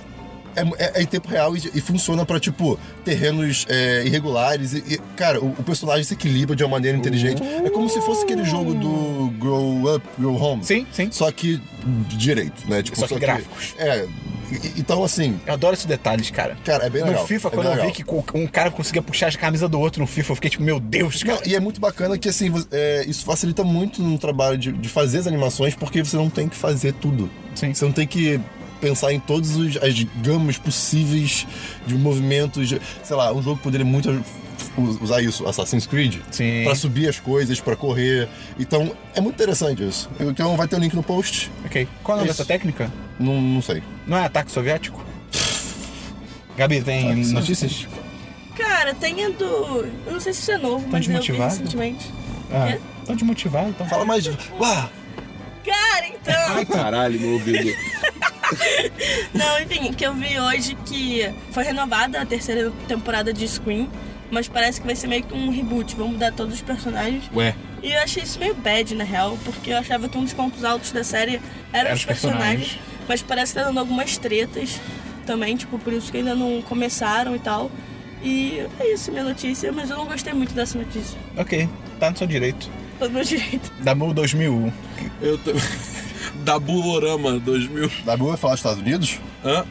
é- É, é em tempo real e, e funciona pra, tipo, terrenos é, irregulares. E, e, cara, o, o personagem se equilibra de uma maneira inteligente. É como se fosse aquele jogo do Grow Up, Grow Home.
Sim, sim.
Só que direito, né? Tipo,
Só que gráficos.
É. e- Então, assim,
Eu adoro esses detalhes, cara.
Cara, é bem legal,
No FIFA,
é
quando
bem
eu
legal.
vi que co- um cara conseguia puxar a camisa do outro no FIFA, eu fiquei tipo, meu Deus,
Não,
cara.
e é muito bacana que assim, você- é, isso facilita muito no trabalho de, de fazer as animações, porque você não tem que fazer tudo.
Sim.
Você não tem que pensar em todas os- as gamas possíveis de movimentos. de- sei lá, um jogo poderia muito us- usar isso, Assassin's Creed,
Sim.
é Pra subir as coisas, pra correr. Então, é muito interessante isso. Então, vai ter um link no post?
Ok. Qual é o nome
Isso.
dessa técnica?
Não, não sei.
Não é ataque soviético? Gabi, tem notícias?
Cara, tem a do. Eu não sei se isso é novo, mas eu vi
desmotivado?
recentemente.
Ah, tô desmotivado, então.
Fala mais. de- Uá!
Cara, então.
Caralho, meu ouvido.
Não, enfim, que eu vi hoje que foi renovada a terceira temporada de Scream, mas parece que vai ser meio que um reboot, vão mudar todos os personagens.
Ué.
E eu achei isso meio bad, na real, porque eu achava que um dos pontos altos da série eram
Eram
os
os personagens.
personagens, mas parece que tá dando algumas tretas também, tipo, por isso que ainda não começaram e tal. E é isso, minha notícia, mas eu não gostei muito dessa notícia.
Ok, tá no seu direito.
Todo meu direito.
Damu 2001.
Eu tô... da Bulorama 2000.
Da boa falar dos Estados Unidos?
Hã?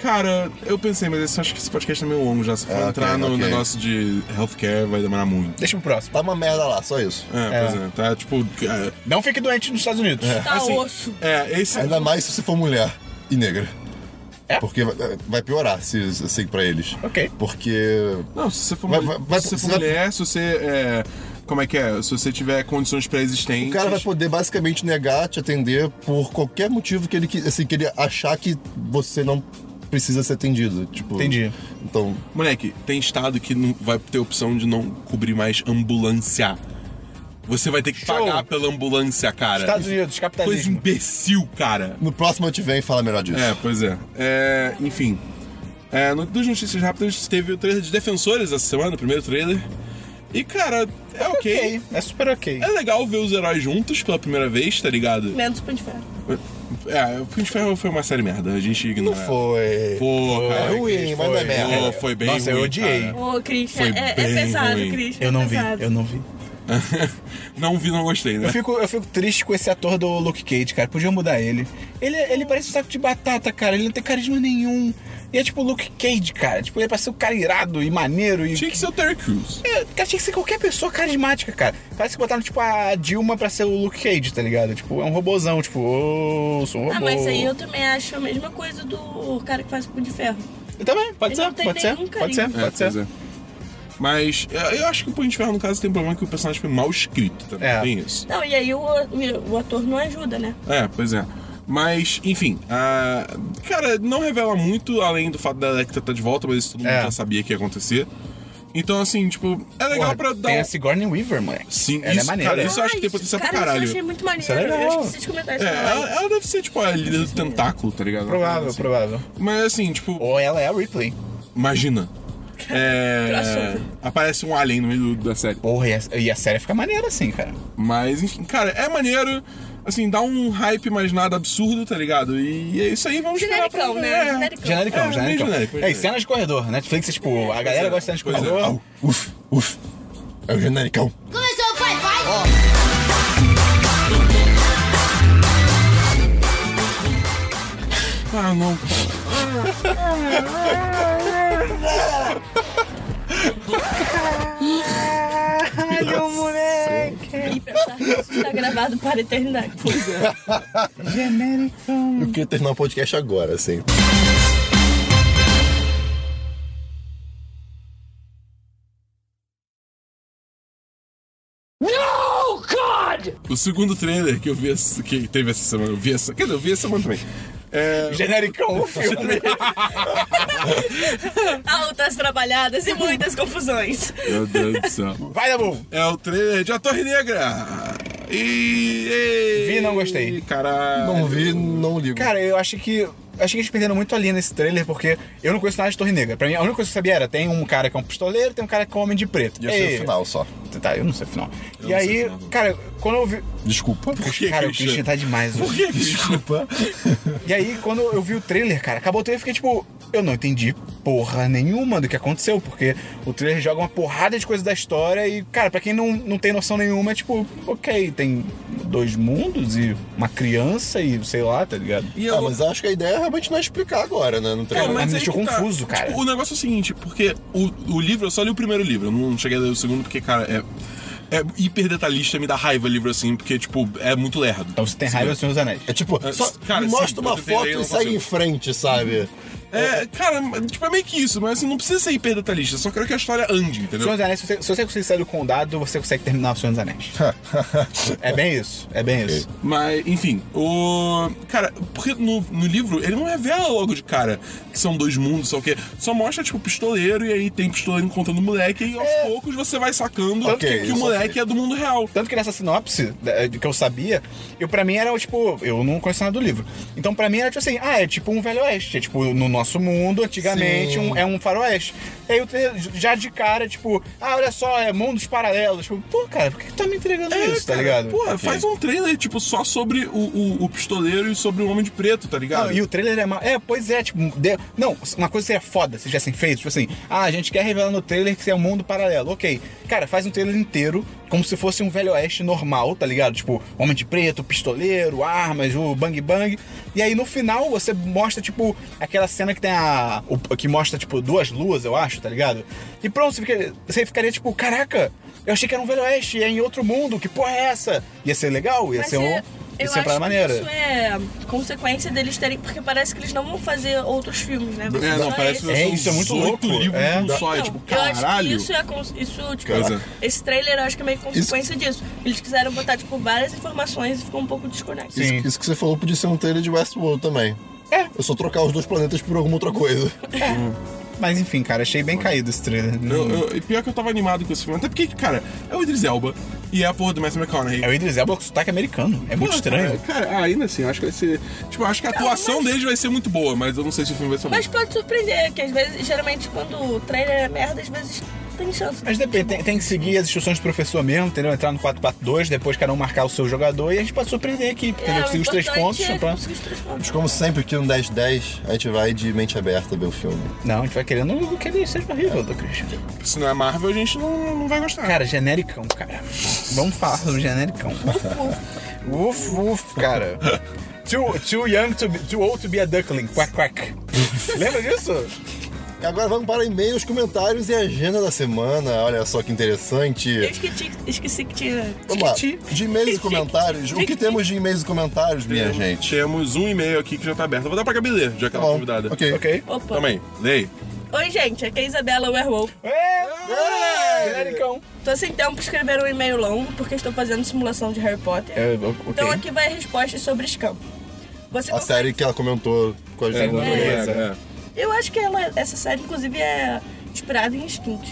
Cara, eu pensei, mas esse- acho que esse podcast é meio longo já. Se for
Ah, ok,
entrar no
ok.
negócio de healthcare, vai demorar muito.
Deixa pro próximo.
Tá uma merda lá, só isso.
É, pois é. Tá, tipo... é,
Não fique doente nos Estados Unidos.
Tá
Assim,
osso.
É, esse...
Ainda mais se você for mulher e negra.
É?
Porque vai, vai piorar, se, assim, pra eles.
Ok.
Porque.
Não, se você for,
Vai-
mul-
vai- vai-
se você for
você vai-
mulher, se você... é, como é que é? Se você tiver condições pré-existentes...
O cara vai poder basicamente negar te atender por qualquer motivo que ele qui- assim, que ele achar que você não precisa ser atendido. Tipo,
Entendi.
Então,
Moleque, tem estado que não vai ter opção de não cobrir mais ambulância. Você vai ter que
Show.
pagar pela ambulância, cara.
É.
Estados Unidos,
Coisa
um
capitalismo.
imbecil, cara.
No próximo eu te venho e fala melhor disso.
É, pois é. É, enfim. É, no, duas notícias rápidas, teve o trailer de Defensores essa semana, o primeiro trailer. E, cara, é ok.
Ok, é super ok.
É legal ver os heróis juntos pela primeira vez, tá ligado?
Menos Punho de Ferro.
É, o Punho de Ferro foi uma série merda, a gente ignora.
Não foi.
Pô,
É
cara,
ruim, mas não é merda.
Pô, foi bem
Nossa, eu
ruim,
odiei.
cara.
Ô, Christian,
Foi
é, é
bem
pesado,
ruim.
Christian.
Eu
é
não vi,
pesado.
eu não vi.
não vi, não gostei, né?
Eu fico, eu fico triste com esse ator do Luke Cage, cara. Podia mudar ele. Ele, ele parece um saco de batata, cara. Ele não tem carisma nenhum. E é tipo o Luke Cage, cara. Tipo, ele parece um cara irado e maneiro e.
Tinha que ser o Terry Crews.
É, cara, tinha que ser qualquer pessoa carismática, cara. Parece que botaram, tipo, a Dilma pra ser o Luke Cage, tá ligado? Tipo, é um robozão, tipo, ô, sou um robô.
Ah, mas aí eu também acho a mesma coisa do cara que faz o Punho de Ferro.
Eu também, pode
Ele
ser,
não tem
pode ser,
nenhum
pode ser,
É,
pode
pois
ser.
é. Mas é, eu acho que o Punho de Ferro, no caso, tem um problema que o personagem foi mal escrito também.
É.
Tem isso.
Não, e aí o, o ator não ajuda, né?
É, pois é. Mas, enfim, a... cara, não revela muito, além do fato da Electra estar de volta, mas isso todo mundo
É.
já sabia que ia acontecer. Então, assim, tipo, é legal
Porra,
pra dar.
Tem
um-
a Sigourney Weaver, moleque.
Sim,
Ela é
isso,
maneira.
cara, isso eu acho que tem
Ah,
potencial pra
cara,
caralho.
Isso eu achei muito maneiro.
Isso é legal.
Eu esqueci de comentar isso
É,
na live.
ela, ela deve ser, tipo, a líder do tentáculo, tá ligado?
Provável,
Assim.
provável.
Mas, assim, tipo,
Ou ela é a Ripley.
imagina. É,
Crossover.
aparece um alien no meio do- da série.
Porra, e a, e a série fica maneira assim, cara.
Mas, enfim, cara, é maneiro. Assim, dá um hype, mas nada absurdo, tá ligado? E é isso aí, vamos esperar pra
Genericão,
ver.
né?
É.
Genericão.
Genericão,
É,
genericão.
meio genérico, meio
É, e
genérico.
cenas de corredor. Netflix, é, tipo, a galera gosta de cenas de
Pois é.
corredor.
Uf, uf. É o genericão.
Começou, vai, vai!
Ah, não.
E pensar que isso tá gravado para a eternidade.
Eu queria terminar o podcast agora, assim.
O segundo trailer que eu vi, essa- que teve essa semana, eu vi essa. Quer dizer, eu vi essa semana também. É,
Genericão, o um filme.
Altas trabalhadas e muitas confusões.
meu Deus do céu.
Vai, Dabu.
É o trailer de A Torre Negra! E. e-
Vi, não gostei.
Caralho.
Não vi, não ligo.
Cara, eu acho que. Acho que eles perderam muito ali nesse trailer, porque eu não conheço nada de Torre Negra. Pra mim, a única coisa que eu sabia era: tem um cara que é um pistoleiro, tem um cara que é um homem de preto.
Ia ser
Ei,
o final só.
Tá, eu não sei o final.
Eu
e
não sei o
aí,
final.
cara, quando eu vi.
Desculpa.
Por que,
cara, o
Christian?
Christian tá demais.
Por que, Christian?
Desculpa.
E aí, quando eu vi o trailer, cara, acabou o trailer, eu fiquei tipo, eu não entendi porra nenhuma do que aconteceu, porque o trailer joga uma porrada de coisas da história e, cara, pra quem não, não tem noção nenhuma, é tipo, ok, tem dois mundos e uma criança e sei lá, tá ligado?
E
Ah,
eu-
mas eu acho que a ideia é realmente não é explicar agora, né? Não tem
É,
mas
aí
me deixou
que
confuso, cara.
Tipo, o negócio é o seguinte, porque o, o livro, eu só li o primeiro livro, eu não cheguei a ler o segundo, porque, cara, é. É hiper detalhista, me dá raiva livro assim, porque, tipo, é muito lerdo.
Então você tem raiva do Senhor dos Anéis.
É tipo,
É,
só
cara,
me
sim,
mostra
eu um-
uma
tentei
foto
ler e
e
não
segue
consigo.
em frente, sabe?
É, cara, tipo, é meio que isso, mas assim, não precisa ser hiper detalhista, só quero que a história ande,
O Senhor
entendeu?
dos Anéis, se você, se você conseguir sair do condado, você consegue terminar o Senhor dos Anéis. é bem isso, é bem isso.
Mas, enfim, o. Cara, porque no, no livro ele não revela logo de cara que são dois mundos, só que só mostra, tipo, pistoleiro, e aí tem pistoleiro encontrando o moleque, e aos
É.
poucos você vai sacando
Ok,
que, que o
isso,
moleque
ok.
é do mundo real.
Então, Tanto que nessa sinopse da- que eu sabia, eu pra mim era tipo, eu não conheço nada do livro. Então pra mim era tipo assim, ah, é tipo um velho oeste, é tipo no nosso mundo, antigamente
Sim.
um- é um faroeste. E aí eu te- já de cara, tipo, ah, olha só, é mundos paralelos. Tipo, pô, cara, por que tu tá me entregando
É,
isso,
cara,
tá ligado?
Pô, faz um trailer, tipo, só sobre o, o, o pistoleiro e sobre o homem de preto, tá ligado?
Não, e o trailer é mal. É, pois é, tipo, de- não, uma coisa seria foda se tivessem feito, tipo assim, ah, a gente quer revelar no trailer que é um mundo paralelo. Ok. Cara, faz um trailer inteiro, como se fosse um velho oeste normal, tá ligado? Tipo, homem de preto, pistoleiro, armas, o bang bang. E aí no final você mostra, tipo, aquela cena que tem a. o- que mostra, tipo, duas luas, eu acho, tá ligado? E pronto, você, fica- você ficaria, tipo, caraca, eu achei que era um velho oeste, é em outro mundo, que porra é essa? Ia ser legal, ia
Mas
ser um.
é-
Ia
eu
ser uma
acho
parada
que
maneira.
isso é consequência deles terem... Porque parece que eles não vão fazer outros filmes, né? Vai ser
É, não,
só
parece
esse.
que
É,
são
isso é muito
18
louco.
livros
É.
num só, é
Não,
tipo,
eu acho que
caralho.
isso é cons- isso, tipo,
Coisa.
esse trailer eu acho que é meio consequência disso. Eles quiseram botar, tipo, várias informações e ficou um pouco desconexo.
Sim.
Isso, isso que você falou podia ser um trailer de Westworld também.
É.
Eu só trocar os dois planetas por alguma outra coisa.
Mas enfim, cara, achei bem caído esse trailer.
Eu- eu- e pior que eu tava animado com esse filme. Até porque, cara, é o Idris Elba. e é a porra do Matthew McConaughey.
É o Idris Elba com sotaque americano. É muito
Pô,
estranho.
Cara, cara, ainda assim, eu acho que vai ser. Tipo, eu acho que a atuação
mas-
deles vai ser muito boa, mas eu não sei se o filme vai ser bom.
Mas pode surpreender, que às vezes, geralmente, quando o trailer é merda, às vezes tem chance.
Mas depende, tem, tem que seguir as instruções do professor mesmo, entendeu? Entrar no 4-4-2, depois cada um marcar o seu jogador e a gente pode surpreender a equipe,
É,
entendeu?
o
Conseguir os três
importante
pontos,
é
pá.
conseguir os três pontos.
Mas como sempre aqui no 1010, a gente vai de mente aberta ver o filme.
Não, a gente vai querendo que ele seja horrível, do Christian.
Se não é Marvel, a gente não, não vai gostar.
Cara, genericão, cara. Vamos falar sobre genericão. Uf, uf, cara. Too, too young to be, too old to be a duckling. Quack, quack. Lembra disso?
E agora vamos para e-mails, comentários e agenda da semana. Olha só que
Eu
interessante.
esqueci, esqueci que tinha.
Vamos lá. De e-mails e comentários. O que temos de e-mails e comentários, minha gente?
Temos um e-mail aqui que já tá aberto. Eu vou dar pra Gabi ler, já que
Tá
ela é
bom.
convidada.
Ok.
Ok.
Opa.
Também, leia.
Oi, gente, aqui é a Isabela Werewolf.
É, genericão.
Tô sem tempo pra escrever um e-mail longo porque estou fazendo simulação de Harry Potter.
É, ok.
Então aqui vai a resposta sobre Scam. Você
A
consegue-
série que ela comentou com a
É,
gente.
beleza.
é, é.
Eu acho que ela, essa série, inclusive, é inspirada em skins.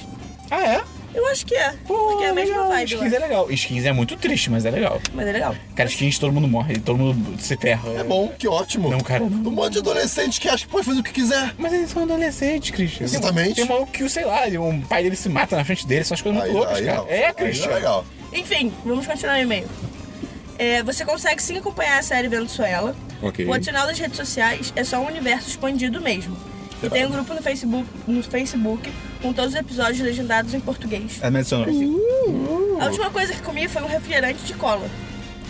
Ah, é?
Eu acho que é. porque é a mesma
legal.
vibe. eu
Skins é
acho.
legal. Skins é muito triste, mas é legal.
Mas é legal.
Cara, skins todo mundo morre, todo mundo se ferra.
É bom, que ótimo.
Não, cara, não.
Um monte de adolescente que acha que pode fazer o que quiser.
Mas eles são adolescentes, Christian.
Exatamente.
Tem um maluco que, sei lá, um pai dele se mata na frente dele, são as coisas muito loucas, cara.
não.
É,
Aí
Christian.
não é legal.
Enfim, vamos continuar o e-mail. É, você consegue sim acompanhar a série Venezuela.
Ok.
O adicional das redes sociais é só um universo expandido mesmo. E tem um grupo no Facebook, no Facebook com todos os episódios legendados em português.
É mencionou.
A última coisa que comi foi um refrigerante de cola.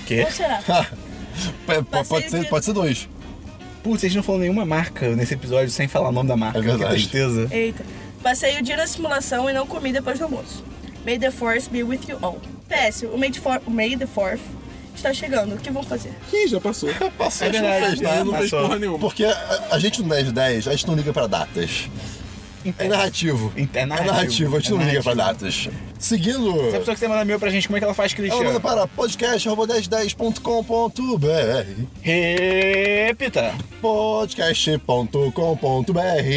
Quê?
Ou será?
P- p- Pode ser, pode ser dois.
Putz, vocês não falam nenhuma marca nesse episódio sem falar o nome da marca.
É verdade.
Que tristeza.
Eita. Passei o dia na simulação e não comi depois do almoço. May the force be with you all. PS, o May the, For- o May the Fourth está chegando. O que vão fazer?
Ih, já passou.
Passou,
É
a gente não
verdade.
fez
Ah,
Ele não
nada.
fez
passou.
porra nenhuma.
Porque a, a gente no 1010, a gente não liga pra datas. É narrativo.
Ent- é narrativo.
a gente
É
não liga
narrativo.
pra datas. Seguindo,
Se a pessoa quiser mandar e-mail pra gente, como é que ela faz,
ela
Christian?
manda para podcast.1010.com.br
Repita.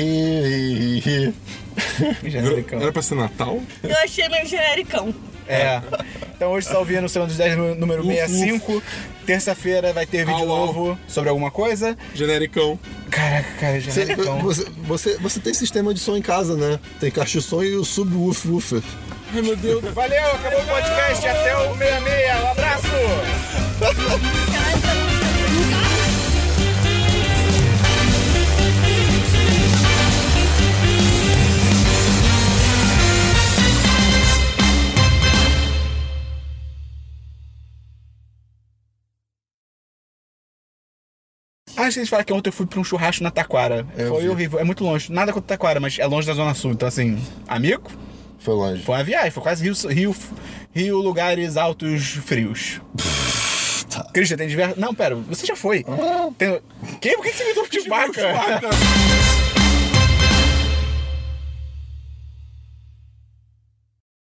podcast.com.br
Genericão.
Era pra ser Natal?
Eu achei meio genericão.
É. Então hoje está ouvindo o Semana dos 10, nú- número
Uf,
65. Terça-feira vai ter vídeo
Au, au.
novo sobre alguma coisa.
Genericão.
Caraca, cara, então.
Você,
genericão.
você, você, você tem sistema de som em casa, né? Tem caixa de som e o subwoofer.
Ai, meu Deus.
Valeu, acabou o podcast. Até o 66. Um abraço. Ah, vocês falaram que ontem eu fui pra um churrasco na Taquara. Foi
vi.
horrível. É muito longe. Nada contra Taquara, mas é longe da Zona Sul. Então, assim, amigo,
Foi longe.
foi uma viagem. Foi quase Rio, Rio, Rio lugares altos frios. Christian, tem diversos. Não, pera, você já foi. Tem... Que? Por que que você me deu de vaca?